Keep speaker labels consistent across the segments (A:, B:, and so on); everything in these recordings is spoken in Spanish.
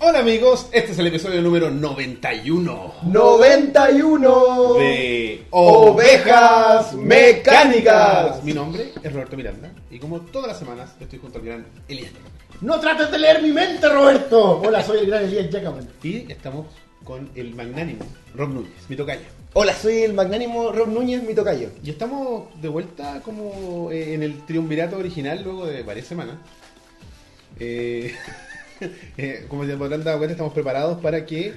A: Hola amigos, este es el episodio número 91
B: 91
A: de
B: Ovejas Mecánicas.
A: Mi nombre es Roberto Miranda y como todas las semanas estoy junto al gran Elías.
B: No trates de leer mi mente, Roberto. Hola, soy el gran Elías Jackman.
A: Y estamos con el magnánimo Rob Núñez, mi tocayo.
C: Hola, soy el magnánimo Rob Núñez, mi tocayo.
A: Y estamos de vuelta como eh, en el triunvirato original luego de varias semanas. Eh, eh, como se podrán dar cuenta, estamos preparados para que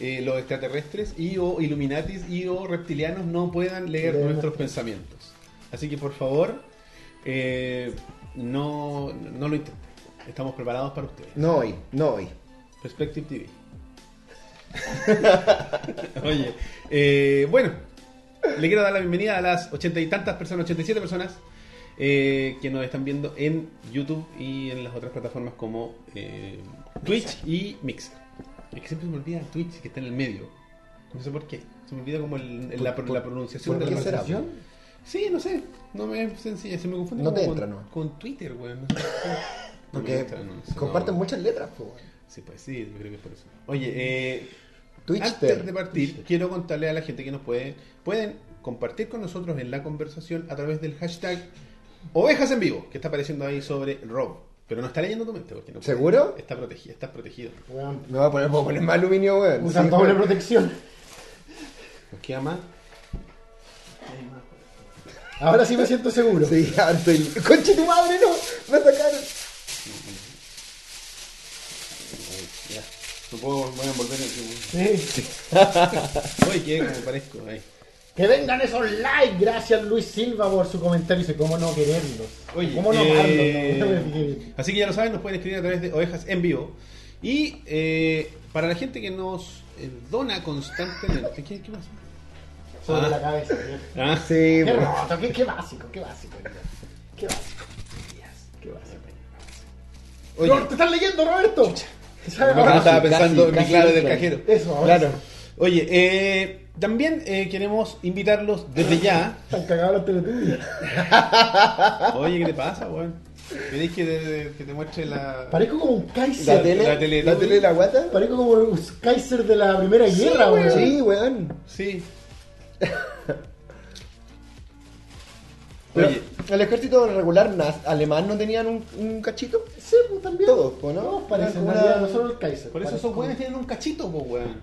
A: eh, los extraterrestres y o Illuminatis y o reptilianos no puedan leer
B: Leer
A: nuestros pensamientos. Así que por favor, eh, no, no lo intenten. Estamos preparados para ustedes.
C: No hoy, no hoy.
A: Perspective TV. Oye, eh, bueno, le quiero dar la bienvenida a las ochenta y tantas personas, 87 personas eh, que nos están viendo en YouTube y en las otras plataformas como eh, Twitch y Mixer. Es que siempre se me olvida Twitch, que está en el medio. No sé por qué. Se me olvida como el- el- la, pro- la pronunciación
C: ¿Por
A: de
C: qué
A: la
C: será?
A: pronunciación. Sí, no sé. No me es sencilla, se me confunde
C: No
A: como
C: te
A: con,
C: entra, ¿no?
A: con Twitter, weón. No sé. No me
C: Porque
A: entra, no sé,
C: comparten
A: no.
C: muchas letras, po. weón.
A: Sí, pues sí, yo creo que es por eso. Oye, eh, antes de
C: Twitchster.
A: partir, quiero contarle a la gente que nos puede, pueden compartir con nosotros en la conversación a través del hashtag ovejas en vivo, que está apareciendo ahí sobre Rob. Pero no está leyendo tu mente, porque no puede.
C: ¿Seguro?
A: Está protegido, estás protegido.
B: Weón,
C: Me voy a poner, puedo poner más aluminio, weón.
B: Usan
C: Sí,
B: doble
C: weón.
B: protección.
A: Nos queda más.
B: Ahora sí me siento seguro.
C: Sí, ahora estoy- ¡Conche tu madre, no! ¡Me atacaron!
A: Ya. No puedo, voy a envolver el-
B: Sí.
A: Oye, qué como parezco. eh. Ahí.
B: Que vengan esos likes. Gracias, Luis Silva, por su comentario. Dice, ¿cómo no quererlos?
A: Oye,
B: ¿Cómo no amarlos?
A: eh,
B: No, no me fijé bien.
A: Así que ya lo saben, nos pueden escribir a través de Ovejas en Vivo. Y eh, para la gente que nos eh, dona constantemente. ¿Qué, qué pasa?
B: Sobre
A: Ah.
B: la cabeza. ¿sí?
A: Ah,
C: Sí,
B: Qué
C: weón.
B: roto, qué, qué básico, qué básico. Elías. Qué básico. Elías, Qué básico.
A: oye,
B: Ro- ¡Te estás leyendo, Roberto! ¿Te sabes
A: no,
B: ahora?
A: no, estaba
C: casi,
A: pensando en mi
C: casi
A: clave del
C: entra.
A: cajero.
B: Eso, ahora
C: Claro.
A: Oye, eh, también eh, queremos invitarlos desde ya.
B: Están cagados los teletubbies.
A: Oye, ¿qué te pasa, weón? ¿Queréis que te, que te muestre la.
B: Parezco como un Kaiser.
C: ¿La tele?
A: la tele-
C: ¿La tele de la guata?
B: Parezco como un Kaiser de la Primera Guerra, weón.
C: Sí, weón.
A: Sí.
C: Pero,
A: Oye.
C: ¿El ejército regular naz- alemán no tenían un, un cachito?
B: Sí, pues también.
C: Todos, po, ¿no?
B: Todos parecen.
C: Una-
B: en realidad, No solo el Kaiser.
A: Por eso
B: parece
A: esos
B: como-
A: weones tienen un cachito, po, weón.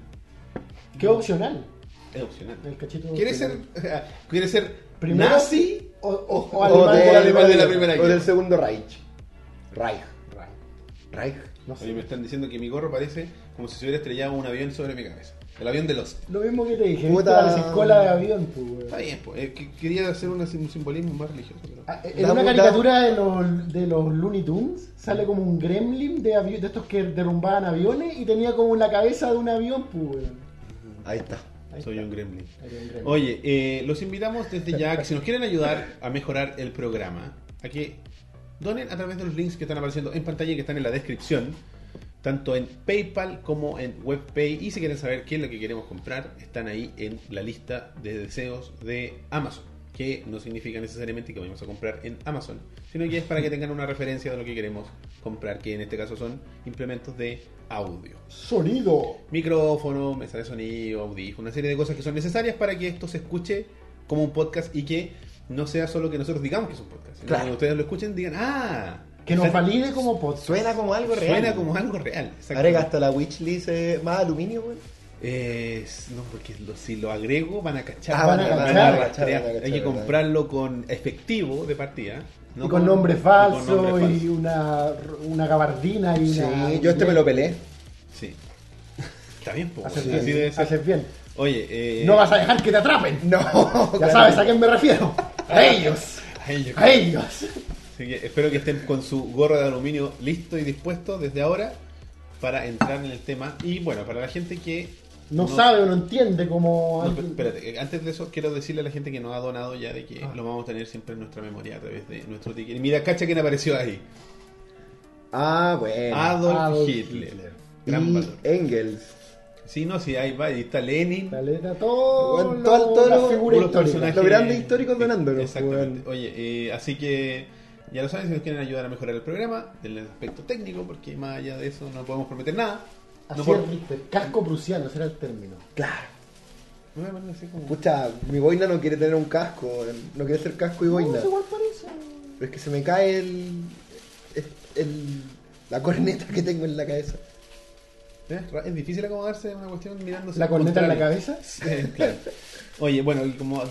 B: Qué opcional.
A: Es opcional.
B: El cachito.
A: ¿Quieres ser,
B: opcional.
A: ¿quieres ser
B: Primero-
A: nazi?
B: O, o, o
C: O
B: alemán,
C: de-
B: o alemán.
A: de la Primera
C: O
A: Guerra.
C: del segundo Reich. Reich. Reich.
B: No sé.
A: Oye, me están diciendo que mi gorro parece como si se hubiera estrellado un avión sobre mi cabeza. El avión de los.
B: Lo mismo que te dije.
C: Puta.
B: Puta. La cola de avión, pues, weón.
A: Está bien, pues. quería hacer una sim- un simbolismo más religioso. pero-
B: Ah, En
C: Da
B: una
C: puta-
B: caricatura de los, de los Looney Tunes sale como un gremlin de, avi- de estos que derrumbaban aviones y tenía como la cabeza de un avión, pues, weón.
C: Ahí está.
B: Ahí
A: Soy
B: está.
A: un gremlin.
B: Ahí está un gremlin.
A: Oye, eh, los invitamos desde ya que si nos quieren ayudar a mejorar el programa, a que donen a través de los links que están apareciendo en pantalla y que están en la descripción, tanto en PayPal como en WebPay. Y si quieren saber qué es lo que queremos comprar, están ahí en la lista de deseos de Amazon, que no significa necesariamente que vayamos a comprar en Amazon, sino que es para que tengan una referencia de lo que queremos comprar, que en este caso son implementos de audio
B: Sonido.
A: micrófono, mesa de sonido, audífono, una serie de cosas que son necesarias para que esto se escuche como un podcast y que no sea solo que nosotros digamos que es un podcast. sino que
C: Claro.
A: Cuando ustedes lo escuchen, digan, ah,
B: Que nos
A: está-
B: valide como podcast.
C: Suena como algo real.
A: Suena como algo real. exacto.
C: Agrega hasta la wishlist eh, más aluminio, weón.
A: Eh, s- no, porque lo- si lo agrego van a cachar.
C: Ah,
B: van a cachar,
A: rastrear.
C: van a cachar, van a cachar,
A: Hay que
C: ¿verdad?
A: comprarlo con efectivo de partida. no
B: y con nombre falso y,
A: con nombre falso.
B: una, una gabardina y
C: Sí,
B: una.
C: yo este me lo pelé.
A: Sí. Está bien, pues.
B: Haces
A: Así
B: bien.
A: debe ser.
B: haces bien.
A: Oye, eh,
B: No vas a dejar que te atrapen.
C: No,
B: Ya
C: claro.
B: sabes a quién me refiero. A ellos.
A: ay, yo-
B: A ellos.
A: Así que espero que estén con su gorro de aluminio listo y dispuesto desde ahora para entrar en el tema. Y bueno, para la gente que...
B: No, sabe o no entiende
A: no,
B: cómo.
A: pero espérate, eh, antes de eso quiero decirle a la gente que nos ha donado ya de que
B: Ah.
A: lo vamos a tener siempre en nuestra memoria a través de nuestro ticket. Y Mira, cacha quién apareció ahí.
C: Ah, bueno.
A: Adolf,
B: Eh, Adolf
A: Hitler.
B: Hitler.
A: Gran
C: y
A: valor.
C: Engels.
A: Sí, no, sí, ahí va. Ahí está Lenin.
B: Caleta, todo.
C: Bueno, todo- todo
B: la
C: lo-
B: figura
A: puros
B: histórica.
A: personajes.
C: Los grandes históricos donándolo,
A: Exactamente.
C: weón.
A: Oye, eh, así que ya lo saben, si nos quieren ayudar a mejorar el programa, del aspecto técnico, porque más allá de eso no podemos prometer nada.
B: Así
A: por-
B: es Richter. Casco prusiano, ese era el término.
C: Claro.
A: Me voy a poner así como-
C: Pucha, mi boina no quiere tener un casco. eh, No quiere ser casco y boina.
B: No, igual parece.
C: Pero es que se me cae el, el- el- la corneta que tengo en la cabeza.
A: ¿Ves? ¿eh? Ra- Es difícil acomodarse en una cuestión mirándose.
B: La corneta en la
A: contrario.
B: cabeza.
A: Sí, claro. Oye, bueno, y como ad-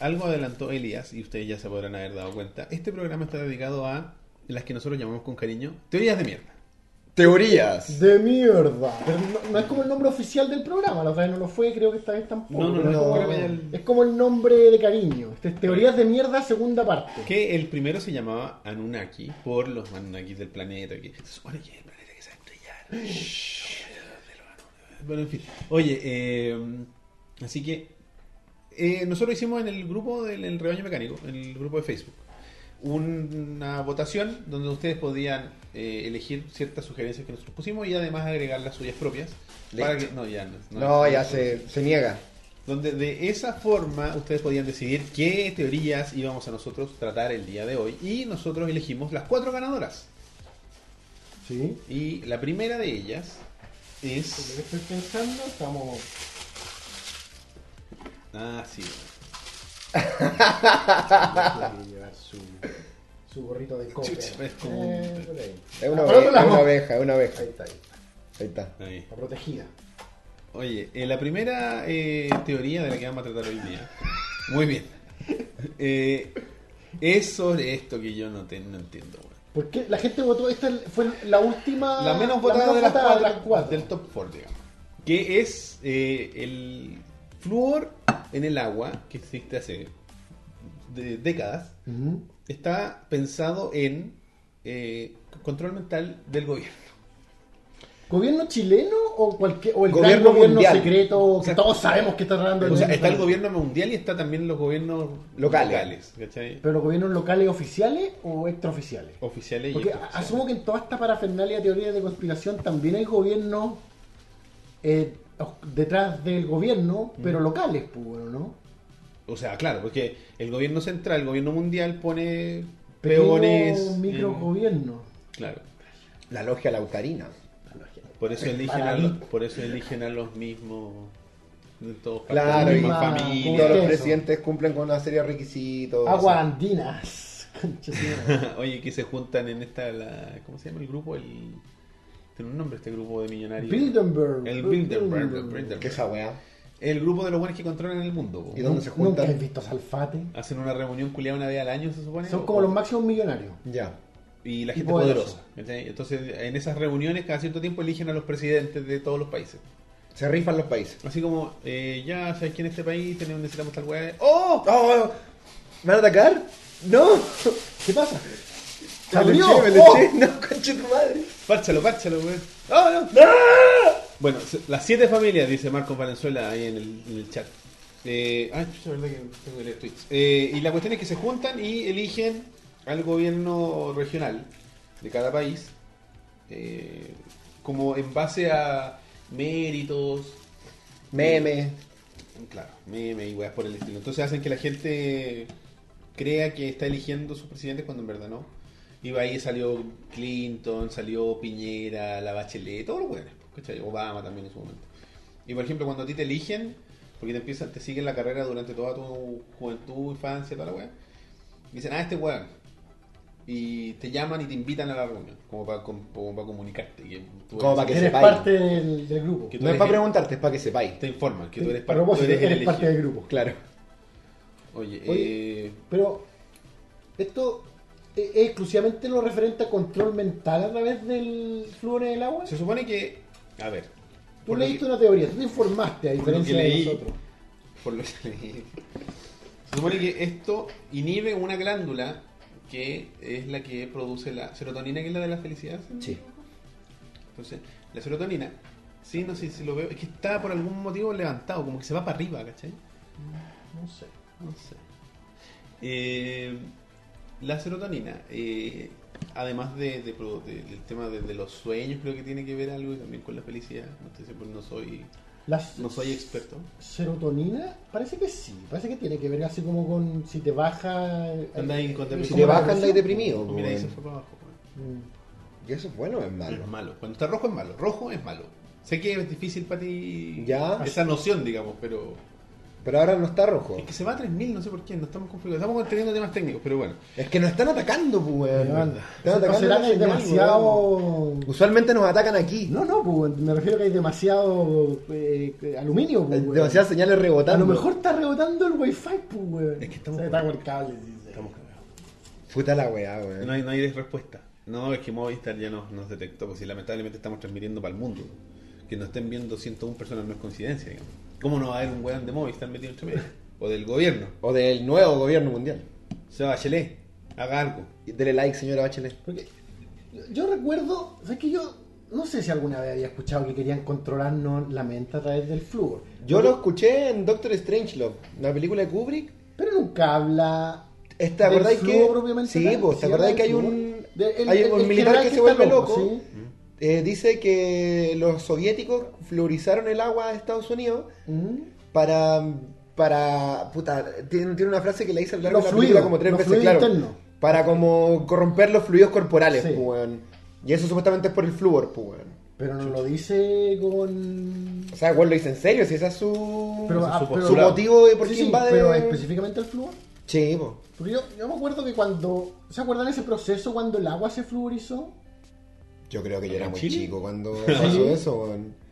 A: algo adelantó Elías, y ustedes ya se podrán haber dado cuenta, este programa está dedicado a las que nosotros llamamos con cariño teorías de mierda.
C: Teorías.
B: De mierda. Pero no, no es como el nombre oficial del programa, la otra vez no lo fue, creo que esta vez tampoco.
A: No, no, no,
B: Es
A: es
B: como,
A: como que vaya el-
B: es como el nombre de cariño. Este es Teorías de mierda, segunda parte.
A: Que el primero se llamaba Anunnaki por los Anunnakis del planeta. Que se supone que es el planeta que se va a estrellar. De los Anunnaki. Bueno, en fin. Oye, eh, así que eh, nosotros hicimos en el grupo del el rebaño mecánico, en el grupo de Facebook, una votación donde ustedes podían eh, elegir ciertas sugerencias que nosotros pusimos y además agregar las suyas propias. Para que,
C: Listo.
A: no, ya no. no,
C: No, ya
A: no.
C: se, se niega.
A: Donde de esa forma ustedes podían decidir qué teorías íbamos a nosotros tratar el día de hoy. Y nosotros elegimos las cuatro ganadoras.
B: Sí.
A: Y la primera de ellas
B: Por lo que
A: es.
B: estoy pensando, estamos.
A: Ah, sí.
B: Tiene que llevar su, su gorrito de coca.
A: Chucha, es como un-
B: Eh, por ahí.
C: Es una,
B: Ah,
C: oveja,
B: pero
C: es
B: la-
C: una abeja, es una abeja.
B: Ahí está, ahí está.
C: Ahí está.
A: Ahí.
B: La protegida.
A: Oye, eh, la primera eh, teoría de la que vamos a tratar hoy día. Muy bien. Eh, es sobre esto que yo no, te- no entiendo. weón.
B: ¿Por qué la gente votó? Esta fue Ah, la última.
A: La menos votada, de, las
B: votada
A: cuatro,
B: las cuatro.
A: Del top 4, digamos. Que es eh, el flúor en el agua, que existe hace de- décadas,
B: Ujú.
A: está pensado en eh, control mental del gobierno.
B: ¿Gobierno chileno o cualquier o el gran
C: Gobierno
B: gobierno
C: mundial.
B: secreto que
A: Exacto.
B: todos sabemos que está tratando
A: O sea, está el gobierno mundial y está también los gobiernos
C: Locales.
A: locales, ¿cachai?
B: ¿Pero los gobiernos locales oficiales o extraoficiales?
A: Oficiales y
B: Porque
A: extraoficiales.
B: asumo que en toda esta parafernalia teoría de conspiración también hay gobiernos eh, os- detrás del gobierno, pero locales, pues, bueno, ¿no?
A: O sea, claro, porque el gobierno central, el gobierno mundial pone peones.
B: Peones.
A: en-
B: Microgobierno.
A: Claro.
C: La logia laucarina.
A: Por eso eligen a
B: Para
A: los,
B: mí.
A: por eso eligen a los mismos de todos partes,
C: Claro,
A: la
C: y,
A: misma
B: misma-
C: y
A: familia.
C: todos los
B: Eso.
C: presidentes cumplen con una serie de requisitos.
B: Aguas andinas. Concha su madre.
A: Oye, que se juntan en esta la, ¿cómo se llama el grupo? El tiene un nombre este grupo de millonarios.
B: Bilderberg.
A: El Bilderberg, Bilderberg.
C: Que esa weá.
A: El grupo de los buenos que controlan el mundo. po.
C: ¿Y dónde se juntan?
B: ¿Nunca has visto Salfate?
A: Hacen una reunión culiada una vez al año, se supone.
B: Son
A: o-
B: como los máximos millonarios.
C: Ya.
A: y la
B: y
A: gente
B: poderosos.
A: poderosa. ¿cachai? Entonces, en esas reuniones cada cierto tiempo eligen a los presidentes de todos los países.
C: Se rifan los países.
A: Así como, eh, ya sabes que en este país tenemos necesitamos tal weá. ¡Oh!
C: ¡Oh! ¿Me van a atacar? ¡No!
B: ¿Qué pasa?
C: ¡Me
B: ¡Abrió!
C: leché, me
B: ¡Oh!
C: leché! ¡No, conche tu madre!
A: Párchalo, párchalo, weón.
C: ¡Oh, no! ¡Ah!
A: Bueno, se- las siete familias, dice Marcos Valenzuela ahí en el, en el chat. Eh, ay, es verdad que tengo que leer tweets. Eh, y la cuestión es que se juntan y eligen al gobierno regional de cada país eh, como en base a méritos,
C: Meme.
A: claro, memes y weas por el estilo. Entonces hacen que la gente crea que está eligiendo sus presidentes cuando en verdad no. Y ahí salió Clinton, salió Piñera, la Bachelet, todos los buenos, ¿cachai? Obama también en su momento. Y por ejemplo, cuando a ti te eligen, porque te empiezan, te siguen la carrera durante toda tu juventud, infancia, toda la wea, dicen, ah, este weón. Y te llaman y te invitan a la reunión, como para, comunicarte. que tú
C: Como
A: eres-
C: para que
B: eres
C: sepáis.
B: parte del, del grupo.
A: Que tú
C: No es
A: eres
C: para
A: el-
C: preguntarte, es para que sepáis.
A: Te informan que tú eres,
B: A
A: par-
B: propósito,
A: tú eres el
B: eres parte
A: elegido.
B: del grupo.
C: Claro.
A: Oye,
B: Oye,
A: eh,
B: Pero esto es es exclusivamente lo referente a control mental a través del flúor en el agua.
A: se supone que. A ver.
B: Tú
A: Por lo,
B: leíste
A: que,
B: una teoría, tú te informaste a
A: por lo que
B: diferencia
A: leí.
B: de nosotros.
A: por lo que leí. Se supone que esto inhibe una glándula que es la que produce la serotonina, que es la de la felicidad. ¿sí?
C: Sí.
A: Entonces, la serotonina, sí, no sé si lo veo, es que está por algún motivo levantado, como que se va para arriba, ¿cachai?
B: No sé.
A: No sé. Eh, la serotonina, eh, además de, de pro- de- del tema de, de los sueños, creo que tiene que ver algo y también con la felicidad. No, estoy seguro, no soy,
B: Las-
A: no soy experto.
B: ¿Serotonina? Parece que sí. Parece que tiene que ver así como con si te baja. eh,
A: Anda ahí
B: eh,
A: con
B: eh,
A: depresión.
C: Si
B: como
C: te
B: la
C: baja, andáis
B: depresión.
C: deprimido. pues,
A: Oh, mira, ahí se
C: weón.
A: fue para abajo. weón.
B: Mm.
C: Y eso es bueno o es
A: Pero
C: malo.
A: es malo. Cuando está rojo es malo. Rojo es malo. Sé que es difícil para ti
C: Ya.
A: esa noción, digamos, pero.
C: Pero ahora no está rojo.
A: Es que se va a 3000, no sé por qué, no estamos confundidos. Estamos teniendo temas técnicos, pero bueno.
C: Es que nos están atacando, pues, weón.
B: Anda.
C: Están
B: O
C: atacando
B: será
C: la
B: que hay
C: señal,
B: demasiado.
C: weón. Usualmente nos atacan aquí.
B: No, no, pues, me refiero que hay demasiado eh, aluminio. Pues,
C: Eh,
B: weón.
C: Demasiadas señales
B: A
C: rebotando.
B: lo mejor está rebotando el wifi, pues, weón.
A: Es que estamos-
B: Se está con el cable, dice.
A: Estamos cagados.
C: Puta la weá, weón.
A: No hay, no hay respuesta. No, es que Movistar ya nos, nos detectó, pues si lamentablemente estamos transmitiendo para el mundo. Que nos estén viendo 101 personas no es coincidencia, digamos. ¿Cómo no va a haber un weón de Movistar metido entre medio? O del gobierno.
C: O del nuevo gobierno mundial.
A: Se va Bachelet, haga algo.
C: Y Dele like, señora Bachelet.
B: Porque yo recuerdo, o sea, que yo no sé si alguna vez había escuchado que querían controlarnos la mente a través del flúor.
C: Yo lo escuché en Doctor Strangelove, la película de Kubrick.
B: Pero nunca habla.
C: Eh, ¿Te acordáis
B: del flúor
C: que-
B: propiamente
C: sí,
B: tal,
C: pues, ¿te
B: si
C: acordáis
B: habla
C: que hay
B: del
C: un-
B: flúor? De- el-
C: hay
B: el-
C: un
B: el
C: militar
B: habla
C: que se vuelve
B: está
C: loco?
B: ¿sí?
C: Eh, dice que los soviéticos fluorizaron el agua de Estados Unidos
B: Mm.
C: para. para puta, tiene, tiene una frase que le hice a lo largo
B: Los
C: de la película
B: fluidos,
C: como tres
B: los
C: veces, claro.
B: fluidos internos.
C: Para como corromper los fluidos corporales,
B: Sí.
C: pues, weón. Y eso supuestamente es por el flúor, pues, weón.
B: Pero no lo dice con.
C: O sea, weón, lo dice en serio, si esa es su.
B: Pero,
A: es
B: ah,
A: su
B: pero-
A: postulado. Su
C: motivo de por
B: Sí,
C: qué
B: sí,
C: invade-
B: Pero específicamente el flúor.
C: Sí, pues. po.
B: Porque yo, yo me acuerdo que cuando. ¿Se acuerdan ese proceso cuando el agua se fluorizó?
C: Yo creo que yo era
A: ¿En
C: muy
A: Chile?
C: chico cuando pasó eso, weón.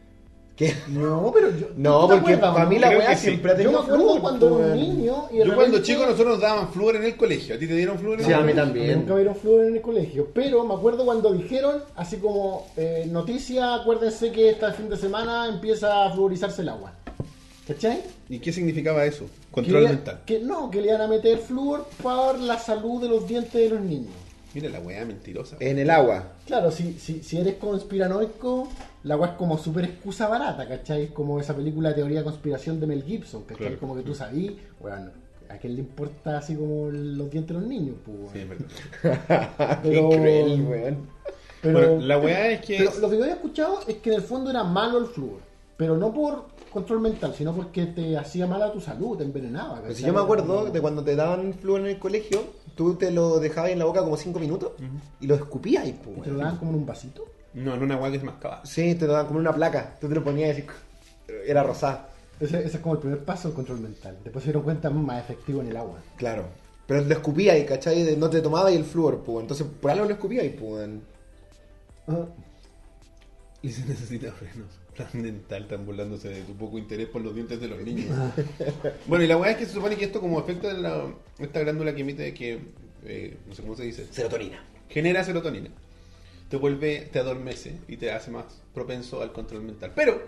C: ¿Qué?
B: No, pero yo.
C: No,
B: ¿tú te
C: porque
B: acuerdas,
C: para
B: no?
C: mí la
A: Creo
C: weá
A: que sí.
C: siempre ha
B: Yo me
C: tenido
B: acuerdo
C: flúor, pues,
B: cuando era un
C: weón.
B: niño y de
A: Yo cuando
B: repente-
A: chico nosotros nos daban flúor en el colegio. ¿A ti te dieron flúor en
C: Sí,
A: el
C: a mí
A: colegio?
C: también.
B: Nunca me dieron flúor en el colegio. Pero me acuerdo cuando dijeron, así como eh, noticia, acuérdense que este fin de semana empieza a fluorizarse el agua. ¿Cachai?
A: ¿Y qué significaba eso?
B: Que,
A: Control
B: le-
A: mental.
B: que no, que le iban a meter flúor para la salud de los dientes de los niños.
A: Mira la weá mentirosa.
C: En el agua.
B: Claro, si, si, si eres conspiranoico, la agua es como súper excusa barata, ¿cachai? Es como esa película de teoría de conspiración de Mel Gibson, ¿cachai?
A: Claro. Mm.
B: Como que tú sabí, bueno, a quién le importa así como los dientes de los niños, pues, weón?
A: Sí, es verdad.
B: Pero-
C: Qué cruel, weón.
B: Pero,
A: Bueno, la weá es que.
B: pero lo que yo había escuchado es que en el fondo era malo el flúor, pero no por control mental, sino porque te hacía mal a tu salud, te envenenaba.
C: Pero si
B: ¿cachai?
C: yo me acuerdo
B: Como-
C: de cuando te daban flúor en el colegio, tú te lo dejabas en la boca como 5 minutos y lo escupías, y, po,
B: Te lo
C: weón.
B: daban como en un vasito.
A: No, en una weá que se mascaba.
C: Sí, te lo daban como en una placa. Tú te lo ponías y así, era rosada.
B: Ese, ese es como el primer paso del control mental. Después se dieron cuenta mm, más efectivo en el agua.
C: Claro. Pero lo escupías y, ¿cachai? De- No te tomaba y el flúor, pues. Entonces, por algo lo escupías y, pues.
A: Ah. Y se necesita frenos. Plan dental tan burlándose de tu poco interés por los dientes de los niños.
C: Ah.
A: bueno, y la weá es que se supone que esto como efecto de la, esta glándula que emite que, eh, no sé cómo se dice,
C: Serotonina.
A: genera serotonina. Te vuelve, te adormece y te hace más propenso al control mental. Pero,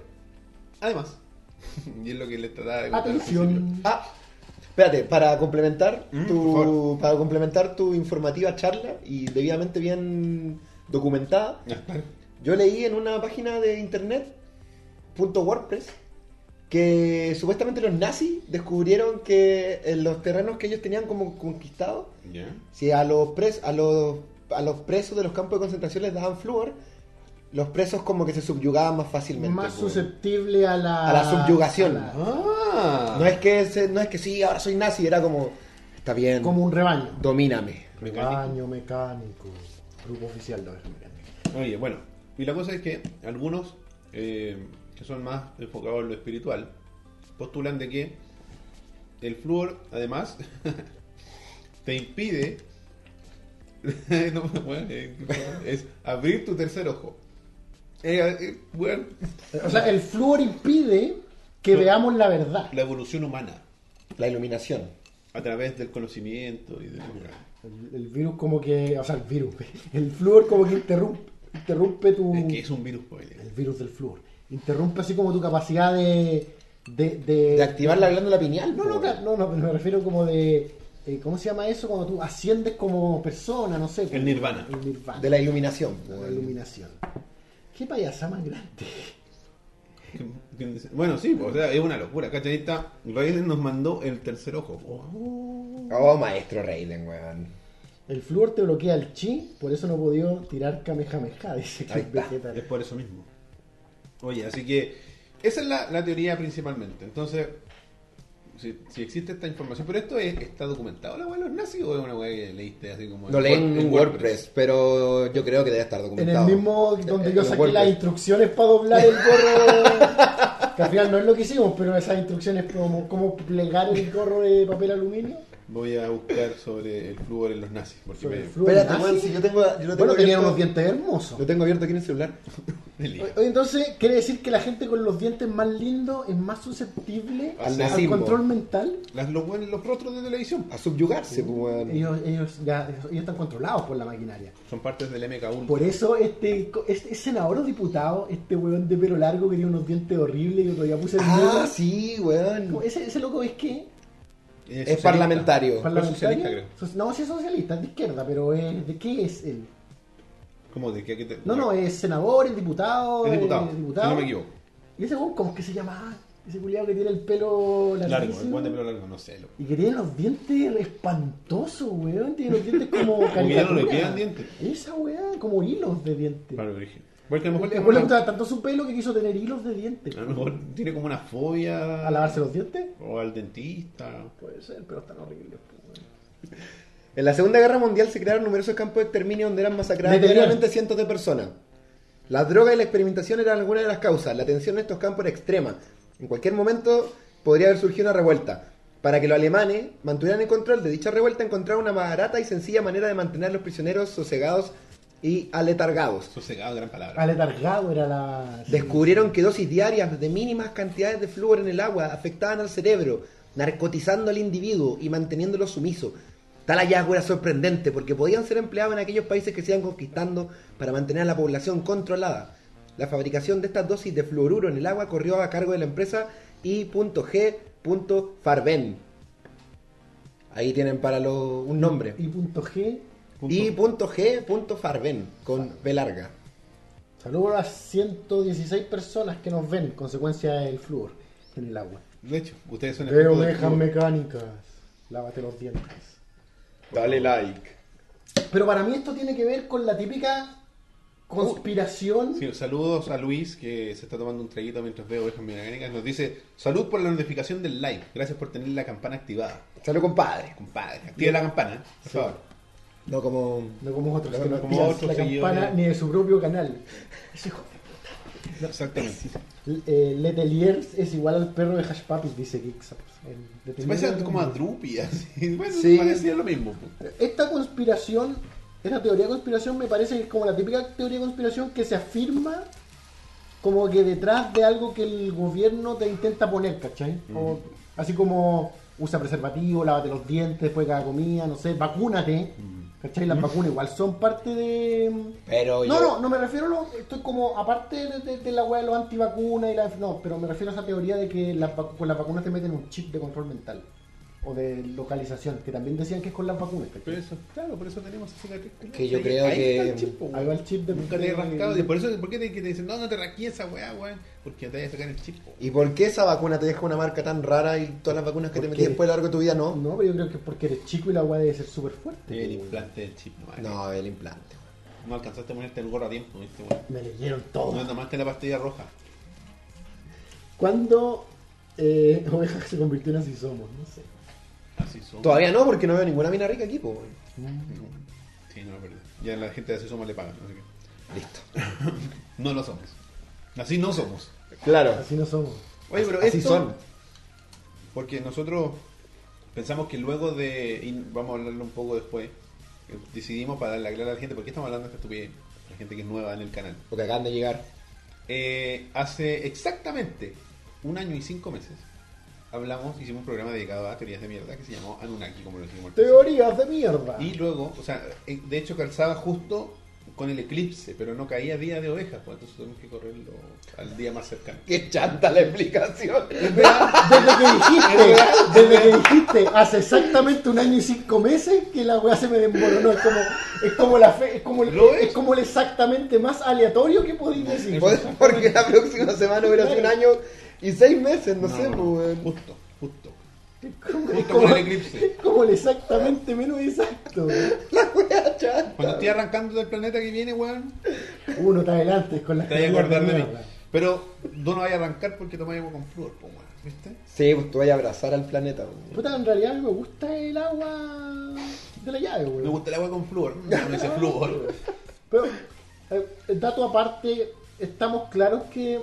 A: además, y es lo que le trataba de contar al principio.
B: Atención.
C: Ah, espérate, para complementar
A: Mm, por
C: tu
A: favor.
C: para complementar tu informativa charla y debidamente bien documentada, yo leí en una página de internet punto .wordpress que supuestamente los nazis descubrieron que en los terrenos que ellos tenían como conquistados,
A: ¿Ya?
C: si a los pres, a los a los presos de los campos de concentración les daban flúor, los presos como que se subyugaban más fácilmente.
B: Más
C: pues.
B: susceptible a la...
C: A la subyugación.
B: a
A: ¡Ah!
C: No es que se- no es que sí, ahora soy nazi, era como está bien.
B: la- como un rebaño.
C: Domíname.
B: Rebaño mecánico. Grupo oficial de ovejas mecánicas.
A: Oye, bueno, y la cosa es que algunos eh, que son más enfocados en lo espiritual postulan de que el flúor, además, te impide no, bueno, eh, es abrir tu tercer ojo. Eh, eh, bueno,
B: O sea, el flúor impide que
A: No.
B: veamos la verdad.
A: la evolución humana
C: La iluminación.
A: a través del conocimiento y de
B: El, el virus como que... O sea, el virus. El flúor como que interrumpe, interrumpe tu...
A: es que es un virus pues,
B: El virus del flúor. Interrumpe así como tu capacidad de... De, de-
C: De activar la glándula pineal.
B: Eh, No,
C: po,
B: no, claro, no, no, me refiero como de... eh, ¿Cómo se llama eso? Cuando tú asciendes como persona, no sé. como-
A: nirvana.
B: El nirvana.
C: De la iluminación. po.
B: La iluminación. Qué payasá más grande.
A: weón. Bueno, sí, pues, o sea, es una locura. Cachadita, Raiden nos mandó el tercer ojo. pues,
C: Oh, maestro Raiden, weón.
B: El flúor te bloquea el chi, por eso no he podido tirar kamehameha, dice que
C: Ahí está.
B: Vegeta.
A: Es por eso mismo. Oye, así que esa es la, la teoría principalmente. Entonces, si, si existe esta información, pero esto es, está documentado la weá de los nazis o es una weá que leíste así como
C: Lo
A: en
C: leí
A: Word-
C: en WordPress, pero yo creo que debe estar
B: En
C: documentado.
B: el mismo donde
C: En
B: yo saqué las
C: WordPress.
B: instrucciones para doblar el gorro. que al final no es lo que hicimos, pero esas instrucciones como cómo plegar el gorro de papel aluminio.
A: Voy a buscar sobre el flúor en los nazis. Porque
B: Sobre
A: me-
B: el flúor.
C: Espérate,
B: ¿Ah,
C: weón,
B: sí?
C: si yo tengo. Yo lo tengo
B: Bueno, tenía
C: abierto-
B: unos dientes hermosos.
C: Lo tengo abierto aquí en el celular.
A: me lío.
B: Oye, entonces, ¿quiere decir que la gente con los dientes más lindos es más susceptible
A: Al
B: al,
C: nazismo.
B: control mental?
A: Las, los, buenos- los rostros de televisión
C: A subyugarse, pues, weón.
B: Ellos, ellos, ya, ellos están controlados por la maquinaria.
A: son partes del MK Ultra.
C: Pues,
B: Por eso este, co- este senador o diputado, este weón de pelo largo que tiene unos dientes horribles y otro día puse el
C: Ah,
B: dedo.
C: sí, weón.
B: Como Ese, ese loco es que
C: Es parlamentario.
A: socialista, creo.
B: No, sí es socialista, es de izquierda, pero es, ¿de qué es él?
A: ¿Cómo? ¿De qué, a qué te-
B: No, no, es senador, es diputado.
A: Es diputado,
B: es
A: si no me equivoco.
B: Y ese weón, ¿cómo es que se llama? Ese culiado que tiene el pelo
A: Largo, el
B: larguísimo.
A: guante pero largo, no sé. Lo...
B: Y que tiene los dientes espantosos, weón. Tiene los dientes como
A: que ya no le
B: caricatura.
A: quedan dientes.
B: Esa weón, como hilos de dientes.
A: Claro, origen. Porque a lo mejor, Ah,
B: El weón le gustaba tanto su pelo que quiso tener hilos de dientes.
A: a lo mejor tiene como una fobia
B: ¿A lavarse los dientes?
A: o al dentista.
B: Puede ser, pero están horribles. pues, weón.
C: En la Segunda Guerra Mundial se crearon numerosos campos de exterminio donde eran masacradas
B: Detenían.
C: diariamente cientos de personas. La droga y la experimentación eran algunas de las causas. La tensión en estos campos era extrema. En cualquier momento podría haber surgido una revuelta. Para que los alemanes mantuvieran el control de dicha revuelta, encontraron una barata y sencilla manera de mantener a los prisioneros sosegados y aletargados.
A: Sosegado, gran palabra.
B: Aletargado era la.
C: Descubrieron que dosis diarias de mínimas cantidades de flúor en el agua afectaban al cerebro, narcotizando al individuo y manteniéndolo sumiso. Tal hallazgo era sorprendente porque podían ser empleados en aquellos países que se iban conquistando para mantener a la población controlada. La fabricación de estas dosis de fluoruro en el agua corrió a cargo de la empresa I.G.Farben. Ahí tienen para lo- un nombre.
B: Y punto G.
A: Punto.
C: I.G.Farben con B larga.
B: Saludos a las 116 personas que nos ven, consecuencia del flúor en el agua.
A: De hecho, ustedes son
B: Veo
A: expertos del
B: ovejas
A: fútbol.
B: mecánicas. Lávate los dientes.
C: Dale like.
B: Pero para mí esto tiene que ver con la típica conspiración.
A: Sí, saludos a Luis, que se está tomando un traguito mientras veo ovejas mecánicas. Nos dice, salud por la notificación del live. Gracias por tener la campana activada.
C: Salud compadre.
A: Compadre, activa la campana, por favor.
C: No como.
B: No como otros, que no
A: Como
B: tiran
A: otros
B: la
A: seguidores.
B: campana ni de su propio canal. Ese hijo de-
A: Exactamente.
B: L- eh, Leteliers es igual al perro de Hash Puppies, dice Geeksaps. El
A: Se
B: detenido
A: parece
B: de-
A: como a Drupi, así. Bueno,
C: Sí.
A: parecía lo mismo. pues.
B: Esta conspiración, esta teoría de conspiración me parece que es como la típica teoría de conspiración que se afirma como que detrás de algo que el gobierno te intenta poner, ¿cachai? Como- Así como usa preservativo, lávate los dientes después de cada comida, no sé, vacúnate, ¿cachai? Las vacunas igual son parte de...
C: Pero
B: No,
C: yo.
B: no, no me refiero, no, estoy como, aparte de, de- de la weá de los antivacunas y la... No, pero me refiero a esa teoría de que las vacu- con las vacunas te meten un chip de control mental o de localización, que también decían que es con las vacunas. ¿cachai?
A: Pero eso, claro, por eso tenemos esa cicatriz.
C: Que yo creo
A: Ahí está
C: que-
A: el chip, po,
B: Ahí va el chip de...
A: Nunca te he
B: de-
A: rascado. Y por eso, ¿por qué te, que te dicen, no, no te rasquí esa weá, weón? Porque te voy a sacar el chip. po.
C: ¿Y por qué esa vacuna te deja una marca tan rara y todas las vacunas que te
B: ¿Por
C: metí
B: qué?
C: después a lo largo de tu vida no?
B: No, pero yo creo que es porque eres chico y la weá debe ser súper fuerte.
A: El implante del chip, no, no.
C: No, el implante.
A: no alcanzaste a ponerte el gorro a tiempo, ¿viste, weón?
B: Me leyeron
A: No
B: todo.
A: tomaste la pastilla roja.
B: Cuando eh, Oveja se convirtió en Así Somos? No sé.
A: Así son.
C: Todavía no, porque no veo ninguna mina rica aquí, pues.
A: Sí, no, es verdad. Ya la gente de Así Somos le pagan, así que
C: Listo.
A: no lo somos. Así no somos.
C: Claro.
B: Así no somos.
A: Oye, pero
C: Así
A: esto-
C: son.
A: Porque nosotros pensamos que luego de. y vamos a hablarlo un poco después. eh, Decidimos para darle a clara a la gente, porque estamos hablando de esta estupidez, la gente que es nueva en el canal.
C: Porque acaban de llegar.
A: Eh, hace exactamente un año y cinco meses hablamos, hicimos un programa dedicado a teorías de mierda que se llamó Anunnaki, como lo dijimos. al principio.
B: Teorías de mierda.
A: Y luego, o sea, eh, de hecho calzaba justo con el eclipse, pero no caía día de ovejas, pues entonces tuvimos que correrlo al día más cercano.
C: Qué chanta la explicación.
B: Desde que dijiste, desde que dijiste hace exactamente un año y cinco meses que la weá se me desmoronó. Es como, es como la fe, es como el,
A: ¿Lo
B: es
A: es?
B: como el exactamente más aleatorio que podéis decir.
A: Pues,
C: Porque la próxima semana hubiera sido un año y seis meses, no, sé, pues. weón.
A: Justo, justo.
B: Como-
A: Justo
B: como-
A: con el eclipse.
B: es como el exactamente menos exacto.
C: La wea chanta.
A: Cuando estoy arrancando del planeta que viene, weón,
B: Uno está adelante con las
A: te voy a
B: teorías
A: acordar de mí.
B: mierda.
A: Pero no lo vaya a arrancar porque tomáis agua con flúor, po, weón, ¿viste?
C: Sí, pues tú vas a abrazar al planeta. weón.
B: Puta, en realidad me gusta el agua de la llave,
A: Me
B: weón.
A: gusta el agua con flúor. Mm, No me dice flúor.
B: Pero, eh, dato aparte, estamos claros que,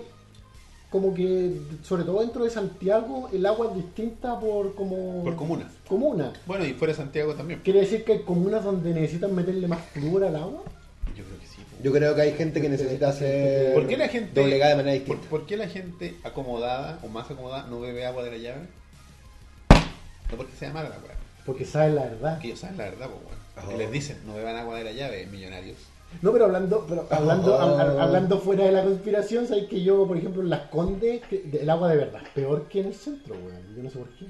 B: como que, sobre todo dentro de Santiago, el agua es distinta por como.
A: Por comuna.
B: Comuna.
A: Bueno, y fuera de Santiago también.
B: ¿Quiere decir que hay comunas donde necesitan meterle más flúor al agua?
A: Yo creo que sí. po.
C: Yo creo que hay gente que necesita hacer
A: ¿Por qué la gente
C: doblegada de manera
A: ¿por,
C: distinta.
A: por qué la gente acomodada o más acomodada no bebe agua de la llave? No porque sea mala la weá.
B: Porque saben la verdad.
A: Que ellos saben la verdad, pues bueno.
C: Oh.
A: Y les dicen, no beban agua de la llave, millonarios.
B: No, pero hablando, pero hablando,
C: Oh.
A: Ah.
B: hab- hab- hablando fuera de la conspiración, sabes que yo, por ejemplo, en Las Condes, que- de- el agua de verdad es peor que en el centro, weón. Yo no sé por qué.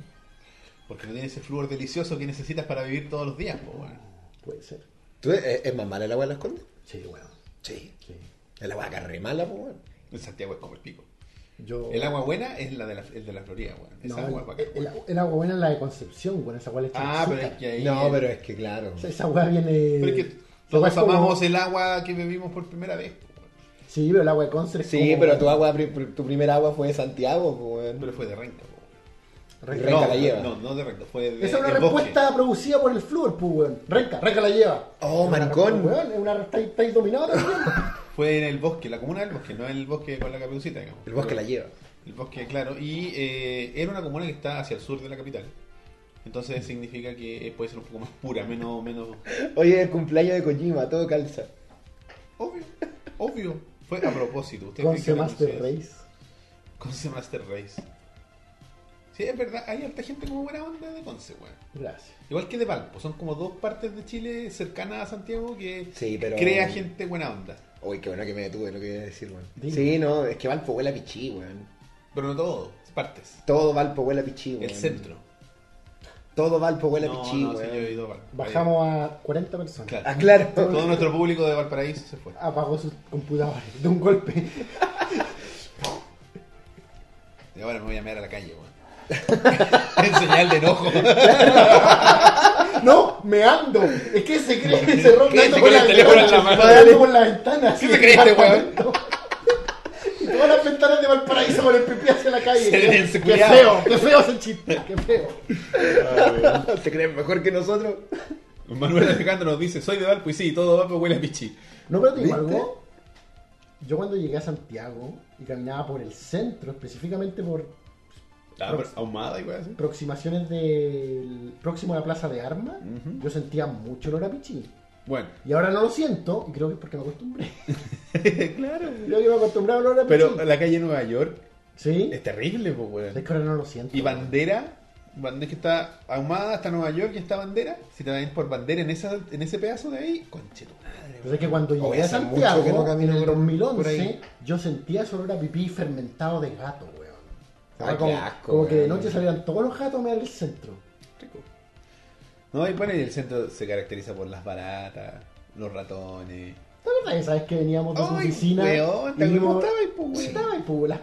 A: Porque no tiene ese flúor delicioso que necesitas para vivir todos los días, pues bueno.
B: Puede ser.
C: ¿Tú, eh, es, es más mala el agua de las condes?
B: Sí, weón.
C: Sí.
B: Sí.
C: El agua acá re mala, pues, weón.
A: En Santiago es como el pico.
B: Yo...
A: El agua buena es la de la, el de la Florida, weón. Esa
B: No,
A: agua
B: el-
A: para acá.
B: el, el agua buena es la de Concepción, weón. Esa agua le echan
A: Ah, pero
B: azúcar.
A: es que ahí.
C: No, pero es que claro.
B: O sea, esa agua viene.
A: Pero es que
B: Esa agua
A: todos
B: es como-
A: amamos el agua que bebimos por primera vez. po, weón.
B: Sí, pero el agua de Concepción. es
C: Sí,
B: como-
C: pero tu agua, pri- pri- tu primera agua fue de Santiago, pues, weón.
A: Pero fue de Renca, po, weón.
C: Renca
A: no,
C: la lleva.
A: No, no de Renca, fue de.
B: Esa es una
A: del bosque.
B: respuesta producida por el flúor, pues, weón. Renca, renca la lleva.
C: Oh,
B: Es una
C: maricón.
B: respuesta, Weón, es una. Estáis estáis dominados también.
A: Fue en el bosque, la comuna del bosque, no en el bosque con la caperucita, digamos.
C: El bosque la lleva.
A: El bosque, claro. Y eh, era una comuna que está hacia el sur de la capital. Entonces significa que eh, puede ser un poco más pura, menos. menos
C: Oye, el cumpleaños de Kojima, todo calza.
A: obvio, obvio. Fue a propósito. Ustedes
B: Con
A: creen que era
B: Master
A: coincidencia.
B: Race.
A: Conce Master Race. Sí, es verdad, hay harta gente como buena onda de Conce, weón.
B: Gracias.
A: Igual que de Valpo, son como dos partes de Chile cercanas a Santiago que
C: Sí, pero-
A: crea gente buena onda.
C: Uy, qué bueno que me detuve, lo que quería decir, weón.
B: Dime.
C: Sí, no, es que Valpo huele a pichí, weón.
A: Pero no todo, partes.
C: Todo Valpo huele a pichí, weón.
A: El centro.
C: Todo Valpo huele a
A: no,
C: pichí,
A: no, sí, yo he
C: weón.
A: ido a Valpo.
B: Bajamos a 40 personas.
A: Claro.
C: Ah, claro.
A: Todo nuestro público de Valparaíso se fue.
B: Apagó sus computadores de un golpe.
A: Y ahora me voy a mear a la calle, weón. en señal de enojo.
B: ¡No! ¡Me ando! Es que se cree que se rompe
A: ¿Qué? Se con el teléfono en la mano.
B: con la ventana.
A: ¿Qué te crees, este weón?
B: Y todas las ventanas de Valparaíso con el pipí hacia la calle.
A: Serenense,
B: ¡Qué
A: culiao.
B: feo! ¡Qué feo ese chiste! ¡Qué feo!
C: ¿Te crees mejor que nosotros?
A: Manuel Alejandro nos dice, soy de Valpo y sí, todo Valpo huele a pichí.
B: No, pero te digo
C: ¿Viste?
B: algo. Yo cuando llegué a Santiago y caminaba por el centro, específicamente por
A: Ah, pero ahumada y weón. así.
B: aproximaciones del próximo a la Plaza de Armas,
A: Ujú.
B: yo sentía mucho olor a pichí.
A: Bueno,
B: Y ahora no lo siento, y creo que es porque me acostumbré.
A: claro.
B: Creo que me acostumbré a olor a
A: Pero
B: pichí.
A: la calle de Nueva York
B: ¿Sí?
A: es terrible, pues, weón.
B: Es que ahora no lo siento.
A: Y bandera, bandera que está ahumada hasta Nueva York y está bandera. Si te ven por bandera en, esa, en ese pedazo de ahí, conche tu madre.
B: Pero es que cuando llegué
C: Oye,
B: a
C: hace mucho
B: Santiago,
C: que no
B: en
C: camino
B: el
C: por- por
B: 2011,
C: ahí.
B: yo sentía ese olor a pipí fermentado de gato, weón.
C: Ah,
B: Era
C: qué
B: como,
C: asco,
B: como que de
C: weón.
B: noche salían todos los gatos a mear el centro.
A: Rico. No, y bueno, y el centro se caracteriza por las baratas, los ratones.
B: ¿Te acuerdas esa vez que veníamos de su
A: Ay,
B: oficina?
A: weón, ¿te acuerdas?
B: y vimos-
A: Estaba ahí, pues, weón.
B: Estaba ahí, pues, la-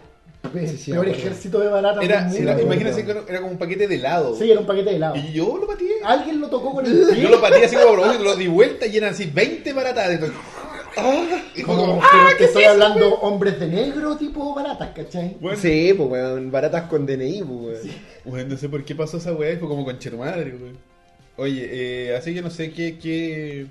B: el
C: Sí, sí,
B: peor
C: me acuerdo.
B: ejército de baratas
A: Era,
B: del
A: si
B: mundo,
A: la-
B: weón.
A: imagínense que era como un paquete de helado.
B: Sí, era un paquete de helado.
A: Y yo lo pateé.
B: Alguien lo tocó con el pie.
A: Yo lo pateé así como a propósito, lo di vuelta y eran así 20 baratas. Y fue- ¡Ah! Y fue
B: Como,
A: como,
B: pero te estoy hablando hombres de negro tipo baratas, ¿cachai?
A: Bueno.
C: Sí, pues, weón. Baratas con DNI, pues, weón.
A: Bueno, no sé por qué pasó esa weá, fue como con madre, weón. Oye, eh, así que no sé qué, qué,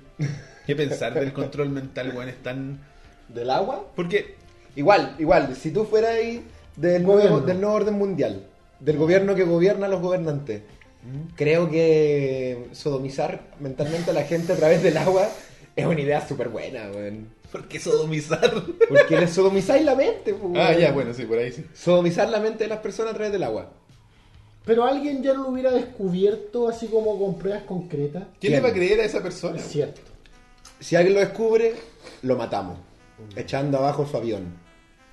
A: qué pensar del control mental, weón, es tan...
C: ¿Del agua?
A: Porque,
C: Igual, igual. Si tú fueras ahí del nuevo,
B: Gobierno.
C: del nuevo orden mundial, del gobierno que gobierna a los gobernantes,
A: Mm.
C: creo que sodomizar mentalmente a la gente a través del agua es una idea súper buena, weón.
A: ¿por qué sodomizar?
C: Porque les sodomizáis la mente, pues,
A: ah,
C: weón.
A: ya, bueno, sí, por ahí sí.
C: Sodomizar la mente de las personas a través del agua.
B: Pero alguien ya lo hubiera descubierto así como con pruebas concretas.
A: ¿Quién
C: ¿Quién?
A: le va a creer a esa persona?
B: Es
A: weón?
B: cierto.
C: Si alguien lo descubre, lo matamos.
A: Mm.
C: Echando abajo su avión.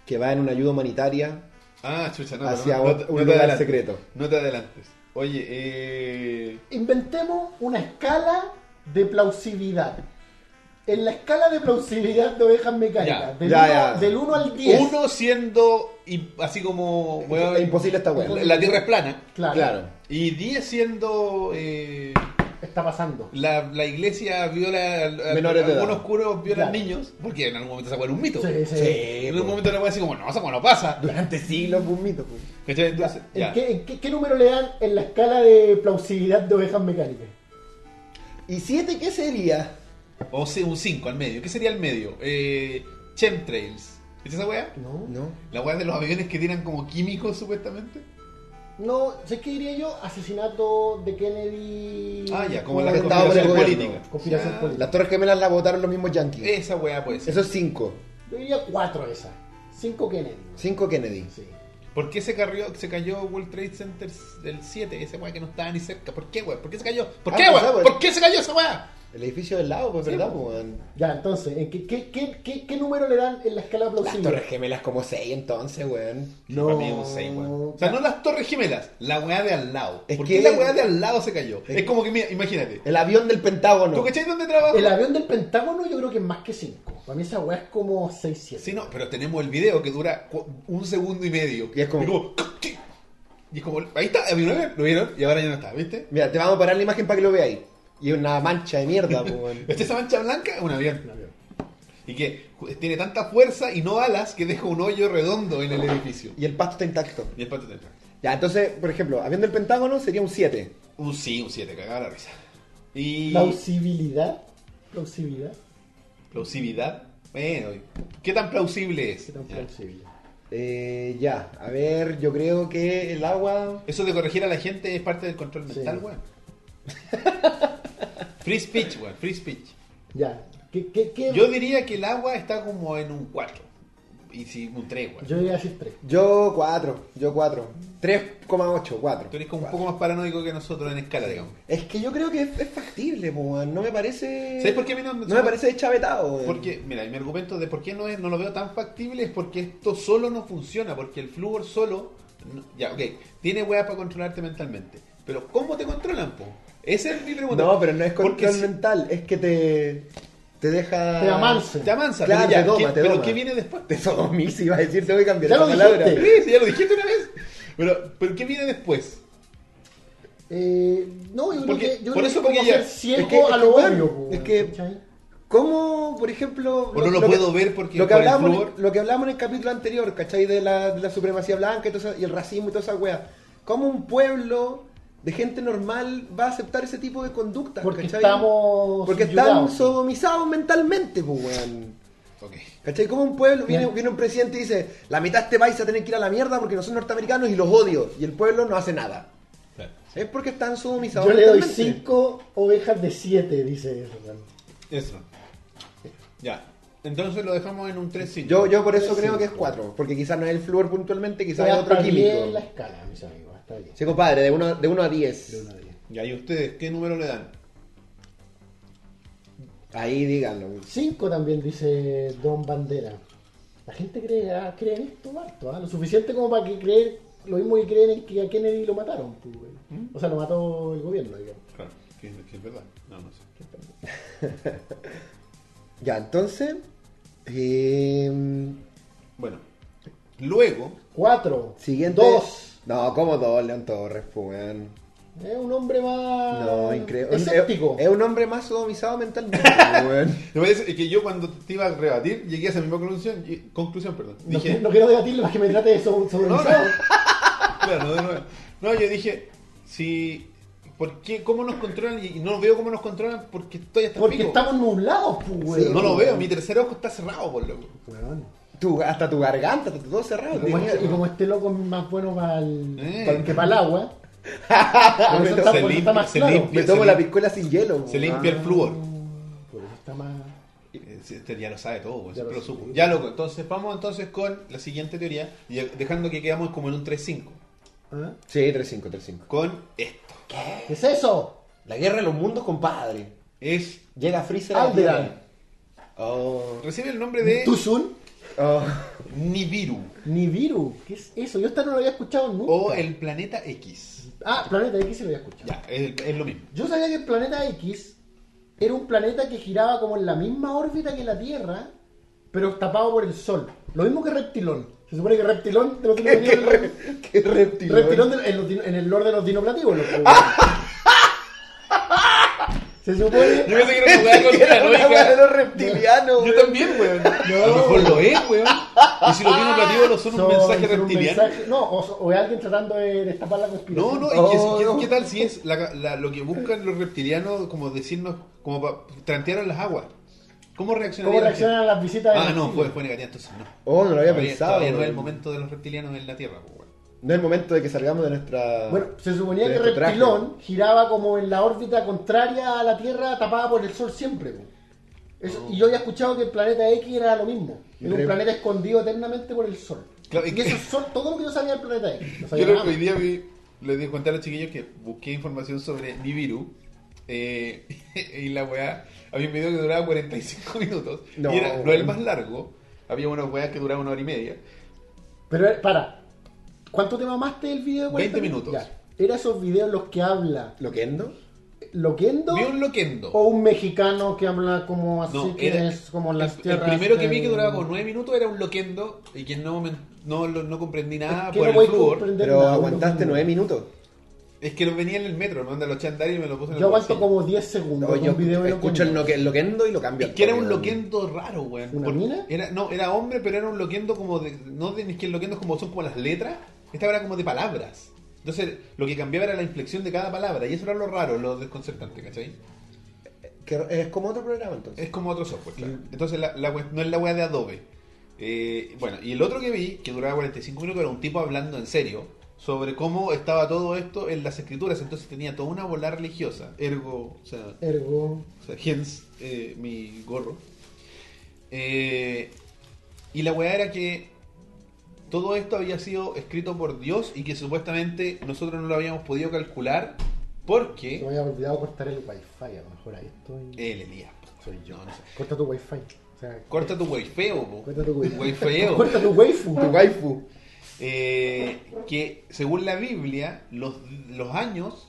C: Que va en una ayuda humanitaria.
A: Ah, chucha, no, no,
C: Hacia
A: no,
C: un-
A: te-
C: un
A: te
C: lugar
A: adelantes,
C: secreto.
A: No te adelantes. Oye, eh...
B: Inventemos una escala de plausibilidad. En la escala de plausibilidad de ovejas
A: Ya,
B: mecánicas, del,
C: ya,
B: uno-
C: ya.
B: del 1 al 10.
A: Uno siendo y- así como, weón,
C: es imposible esta weá.
A: la, la tierra es plana.
B: Claro.
C: Claro.
A: Y 10 siendo eh,
B: está pasando.
A: La, la iglesia viola. a- a-
C: Menores de edad.
A: algunos curos violan
B: Claro.
A: niños. Porque en algún momento se acuerda un mito.
B: Sí, sí.
A: En algún momento la wea así como, no, esa wea no pasa.
C: pues. Durante siglos fue un mito. pues. po.
A: ¿Cachai?
B: Ya,
A: Entonces,
B: ¿en
A: ya.
B: qué, en qué- qué número le dan en la escala de plausibilidad de ovejas mecánicas?
C: ¿Y siete qué sería?
A: O sea, un 5 al medio. ¿Qué sería el medio? Eh, chemtrails. ¿Es esa wea?
B: No.
C: No.
A: La wea de los aviones que tiran como químicos supuestamente.
B: No, sé qué diría yo, asesinato de Kennedy.
A: Ah, ya, como la
B: Por-
C: atentado por el
A: conspiración
C: gobierno.
A: política.
B: Conspiración
A: Ya.
B: política.
C: Las Torres Gemelas la votaron los mismos yankees.
A: Esa wea pues.
C: Eso es cinco.
B: Yo diría cuatro esas. Cinco Kennedy.
C: Cinco Kennedy.
B: Sí.
A: ¿Por qué se, carrió- se cayó World Trade Center del 7? Esa weá que no estaba ni cerca. ¿Por qué, weá? ¿Por qué se cayó? ¿Por
C: Ah,
A: qué,
C: no
A: weá?
C: sé, weá.
A: ¿Por qué se cayó esa weá?
C: El edificio del lado, pues,
A: Sí,
C: ¿verdad?
A: po.
C: po, weón?
B: Ya, entonces, ¿en qué, qué, qué, qué, qué número le dan en la escala de
C: Las
B: plausibilidad?
C: Torres Gemelas como seis entonces, weón.
B: No.
A: Para mí es un seis, weá. O sea, no las torres gemelas, la weá de al lado.
C: Es
A: ¿Por
C: que-
A: qué la weá de al lado se cayó?
C: Es
A: Es,
C: que-
A: como que, mira, imagínate.
C: El avión del Pentágono.
A: ¿Tú cachai dónde trabajo?
B: El avión del Pentágono yo creo que es más que cinco. Para mí esa weá es como seis, siete.
A: Sí, no, pero tenemos el video que dura cu- un segundo y medio.
C: Y es como-
A: ¿qué? Y es como, ahí está, lo vieron y ahora ya no está, ¿viste?
C: Mira, te vamos a parar la imagen para que lo veáis. Y es una mancha de mierda, po, weón.
A: ¿Esta esa mancha blanca? Un avión.
B: Un avión.
A: Y que ju- tiene tanta fuerza y no alas que deja un hoyo redondo en el edificio.
C: Y el pasto está intacto.
A: Y el pato te entra.
C: Ya, entonces, por ejemplo, avión del Pentágono sería un 7.
A: Un sí, un 7, cagaba la risa. Y.
B: Plausibilidad. Plausibilidad.
A: Plausibilidad. Bueno, ¿qué tan plausible es?
B: ¿Qué tan
A: Ya.
B: plausibilidad?
C: Eh, ya, a ver, yo creo que el agua.
A: Eso de corregir a la gente es parte del control
B: Sí.
A: mental, weón. Free speech, weón, free speech.
B: Ya. ¿Qué, qué, qué?
A: Yo diría que el agua está como en un 4. Y si un 3, weón.
B: Yo diría decir tres.
C: Yo 4, yo 4. 3,8, 4.
A: Tú eres como un poco más paranoico que nosotros en escala, digamos.
C: Es que yo creo que es, es factible, po, weón. no me parece.
A: ¿Sabes por qué a mí no-
C: me parece chavetado, weón.
A: Porque, mira, mi argumento de por qué no, es, no lo veo tan factible es porque esto solo no funciona, porque el flúor solo, no- ya, ok, tiene weas para controlarte mentalmente, pero ¿cómo te controlan, po? Esa es mi pregunta.
C: No, pero no es
A: Porque
C: control
A: si-
C: mental, es que te. Te deja.
B: Te amansa.
A: Te amansa,
C: Claro,
A: pero, ya,
C: te doma,
A: ¿qué,
C: te
A: pero
C: doma.
A: ¿qué viene después?
C: Te sodomiza, iba a decir, te voy a cambiar
B: Ya
C: esa
B: lo
C: palabra.
B: dijiste.
A: Sí, ya lo dijiste una vez. Pero, pero ¿qué viene después?
B: Eh, no, yo
A: Porque-
B: creo que. Yo
A: por
B: creo
A: eso
B: que
A: porque
B: como
A: ya-
B: ser ciego
C: es que- es
B: a lo
C: que, bueno,
B: obvio. po,
C: es que-
B: ¿cachai?
C: ¿Cómo, por ejemplo...
A: O no lo puedo ver porque
C: lo que,
A: por el
C: hablamos,
A: flúor.
C: lo que hablamos en el capítulo anterior, ¿cachai? De la, de la supremacía blanca y, todo eso- y el racismo y toda esa wea. ¿Cómo un pueblo de gente normal va a aceptar ese tipo de conductas,
B: Porque
C: ¿cachai?
B: estamos.
C: Porque están
B: subyugados.
C: sodomizados mentalmente, pues, weón.
A: Ok.
C: ¿Cachai? Como un pueblo, viene,
B: Bien.
C: viene un presidente y dice, la mitad de este país se tiene que ir a la mierda porque no son norteamericanos y los odio. Y el pueblo no hace nada. Es porque están sodomizados
B: Yo le doy
C: mentalmente.
B: cinco ovejas de siete, dice Hernán.
A: Eso. Ya. Entonces lo dejamos en un 3
C: Yo, yo por eso creo que es 4, porque quizás no es el flúor puntualmente, quizás es
B: Está
C: otro
B: bien la
C: químico.
B: escala, mis amigos. Está bien.
C: Sí, compadre, de 1 de uno a
B: De
C: 10.
B: uno a diez.
A: Ya, ¿y ustedes qué número le dan?
C: Ahí díganlo.
B: Cinco también dice Don Bandera. La gente cree, ah, cree en esto harto, ah, lo suficiente como para que creer lo mismo que creen en que a Kennedy lo mataron. pues, güey.
A: ¿Mm?
B: O sea, lo mató el gobierno, digamos.
A: Claro, que, que es verdad. No, no sé.
C: Ya, entonces. eh,
A: Bueno. Luego,
B: Cuatro.
C: siguiente.
B: Dos.
C: No, como dos, León Torres, pues, weón.
B: Es un hombre más.
C: No, increíble.
B: Escéptico.
C: Es, es un hombre más sodomizado mentalmente, pues, weón.
A: Lo que pasa es que yo cuando te iba a rebatir, llegué a esa misma conclusión, y- conclusión perdón.
B: no,
A: Dije,
B: no quiero debatirlo para que me trate de sobre
A: no, no,
B: sobrevisado.
A: Claro, no, de nuevo. No, yo dije, si, ¿por qué, cómo nos controlan? Y no veo cómo nos controlan porque estoy hasta el
B: Porque
A: pico.
B: estamos nublados, pues, güey.
A: No lo veo, mi tercer ojo está cerrado, por loco.
B: Weón.
C: Tu- hasta tu garganta, hasta todo cerrado.
B: Y
C: tío.
B: como, este, y como este loco es más bueno para el,
A: Eh.
B: para el que para el agua.
C: Ah,
B: por
C: me,
B: eso
C: to-
B: está-
A: se
B: por eso
A: limpia,
B: está más
A: se
B: claro.
A: limpia.
C: me tomo la
A: lim-
C: piscola sin hielo.
A: Se
C: weón.
A: limpia el flúor.
B: Por eso está más.
A: Eh, Este ya lo sabe todo, güey,
B: Ya
A: siempre
B: lo
A: lo supo.
B: sé.
A: Ya, loco, entonces vamos entonces con la siguiente teoría, y dejando que quedamos como en un 3-5,
B: ¿Ah?
C: Sí, 3-5, 3-5.
A: con esto.
B: ¿Qué es eso?
C: La guerra de los mundos, compadre.
A: Es,
C: Llega Freezer a la
B: Alderan.
C: Tierra. Oh.
A: recibe el nombre de
B: Tuzun.
C: Oh.
A: Nibiru,
B: Nibiru. ¿Qué es eso? Yo esta no lo había escuchado nunca.
A: o el planeta X.
B: Ah, Planeta X sí lo había escuchado.
A: Ya, es, es lo mismo.
B: Yo sabía que el Planeta X era un planeta que giraba como en la misma órbita que la Tierra, pero tapado por el Sol. Lo mismo que Reptilón. Se supone que Reptilón... de los
C: Qué,
B: dinoplativos-
C: re- qué reptilón.
A: Ah.
B: Reptilón de- en, los dino- en el lore de los dinoplativos. los- pues, Se supone.
D: Yo pensé que era una weá
C: Era una weá de
D: conspiranoica.
C: los reptilianos,
D: Yo
C: weón.
D: también, weón.
A: A lo mejor lo es, weón. Y si lo tiene platíbalo son un
B: Son-
A: mensaje
B: son un
A: reptiliano.
B: mensaje- no, o, o es alguien tratando de destapar la
A: No,
B: conspiración.
A: no, y que-
C: Oh,
A: que-
C: no.
A: ¿qué tal si es la- la- lo que buscan los reptilianos, como decirnos, como pa- trantearon las aguas? ¿Cómo
B: ¿Cómo
A: reaccionaría la gente?
B: reaccionan las visitas de
A: Ah,
B: los
A: no,
B: chinos?
A: fue, fue negativa, entonces no.
C: Oh, no lo había
A: Todavía-
C: pensado.
A: todavía no es el
C: weón.
A: momento de los reptilianos en la Tierra, pues, weón.
C: No es el momento de que salgamos de nuestra.
B: Bueno, se suponía
C: de
B: que
C: nuestro traje.
B: Reptilón giraba como en la órbita contraria a la Tierra, tapada por el Sol siempre. po. Eso-
A: Oh.
B: Y yo había escuchado que el planeta X era lo mismo. Era un
C: Re-
B: planeta escondido eternamente por el Sol.
A: Claro, y
B: y
A: que-
B: eso es sol- todo lo que yo sabía del planeta X. No sabía
A: Yo lo
B: nada
A: que hoy
B: más.
A: día vi, les di cuenta a los chiquillos que busqué información sobre Nibiru. eh, y la weá, había un video que duraba 45 minutos.
C: No,
A: y era no
C: weón.
A: el más largo. Había unas weas que duraban una hora y media.
B: Pero eh, para, ¿cuánto te mamaste el video? de 40
A: 20 minutos.
B: Ya. Era esos videos los que habla
C: ¿Loquendo?
B: Loquendo
A: Vi un loquendo.
C: Oh,
B: o un mexicano que habla como así,
A: No,
B: que
A: era-
B: es como las
A: el, el
B: tierras
A: primero que
B: de-
A: vi que duraba como 9 minutos era un loquendo. Y que no, me- no, lo- no comprendí
B: Es
A: nada
B: que
A: por
B: no
A: el
B: podéis
A: flúor.
B: comprender
C: Pero
B: nada,
C: aguantaste
B: no-
C: nueve minutos.
A: Es que lo venía en el metro, me mandan los chandales y me lo puse en el
B: Yo aguanto
A: bolsillo.
B: como 10 segundos.
C: No,
B: con
C: yo
B: video de
C: escucho el
B: Loquendo.
C: loque- loquendo y lo cambio.
A: Es
C: al
A: que era
C: toque,
A: un
C: weón.
A: loquendo raro, weón.
B: ¿Una
A: Porque
B: mina?
A: Era, no, era hombre, pero era un loquendo como de. No de, es que el loquendo es como son como las letras. Esta era como de palabras. Entonces, lo que cambiaba era la inflexión de cada palabra. Y eso era lo raro, lo desconcertante, ¿cachai?
C: Que es como otro programa entonces.
A: Es como otro software, claro. Entonces, la, la web- no es la weá de Adobe. Eh, bueno, y el otro que vi, que duraba 45 minutos, era un tipo hablando en serio sobre cómo estaba todo esto en las escrituras. Entonces, tenía toda una bola religiosa. Ergo, o sea,
B: Ergo.
A: o sea, hence eh, mi gorro. Eh, y la weá era que todo esto había sido escrito por Dios y que supuestamente nosotros no lo habíamos podido calcular
B: Se
A: porque
B: me había olvidado cortar el wifi, a lo mejor ahí estoy.
C: Eh.
A: el Elías. po.
B: Soy yo.
A: No, no sé.
B: Corta tu wifi. O sea,
A: Corta tu wey feo, po.
B: corta tu wifi.
A: Wey feo.
B: Corta tu waifu.
C: Tu waifu.
A: Eh, que según la Biblia, los, los años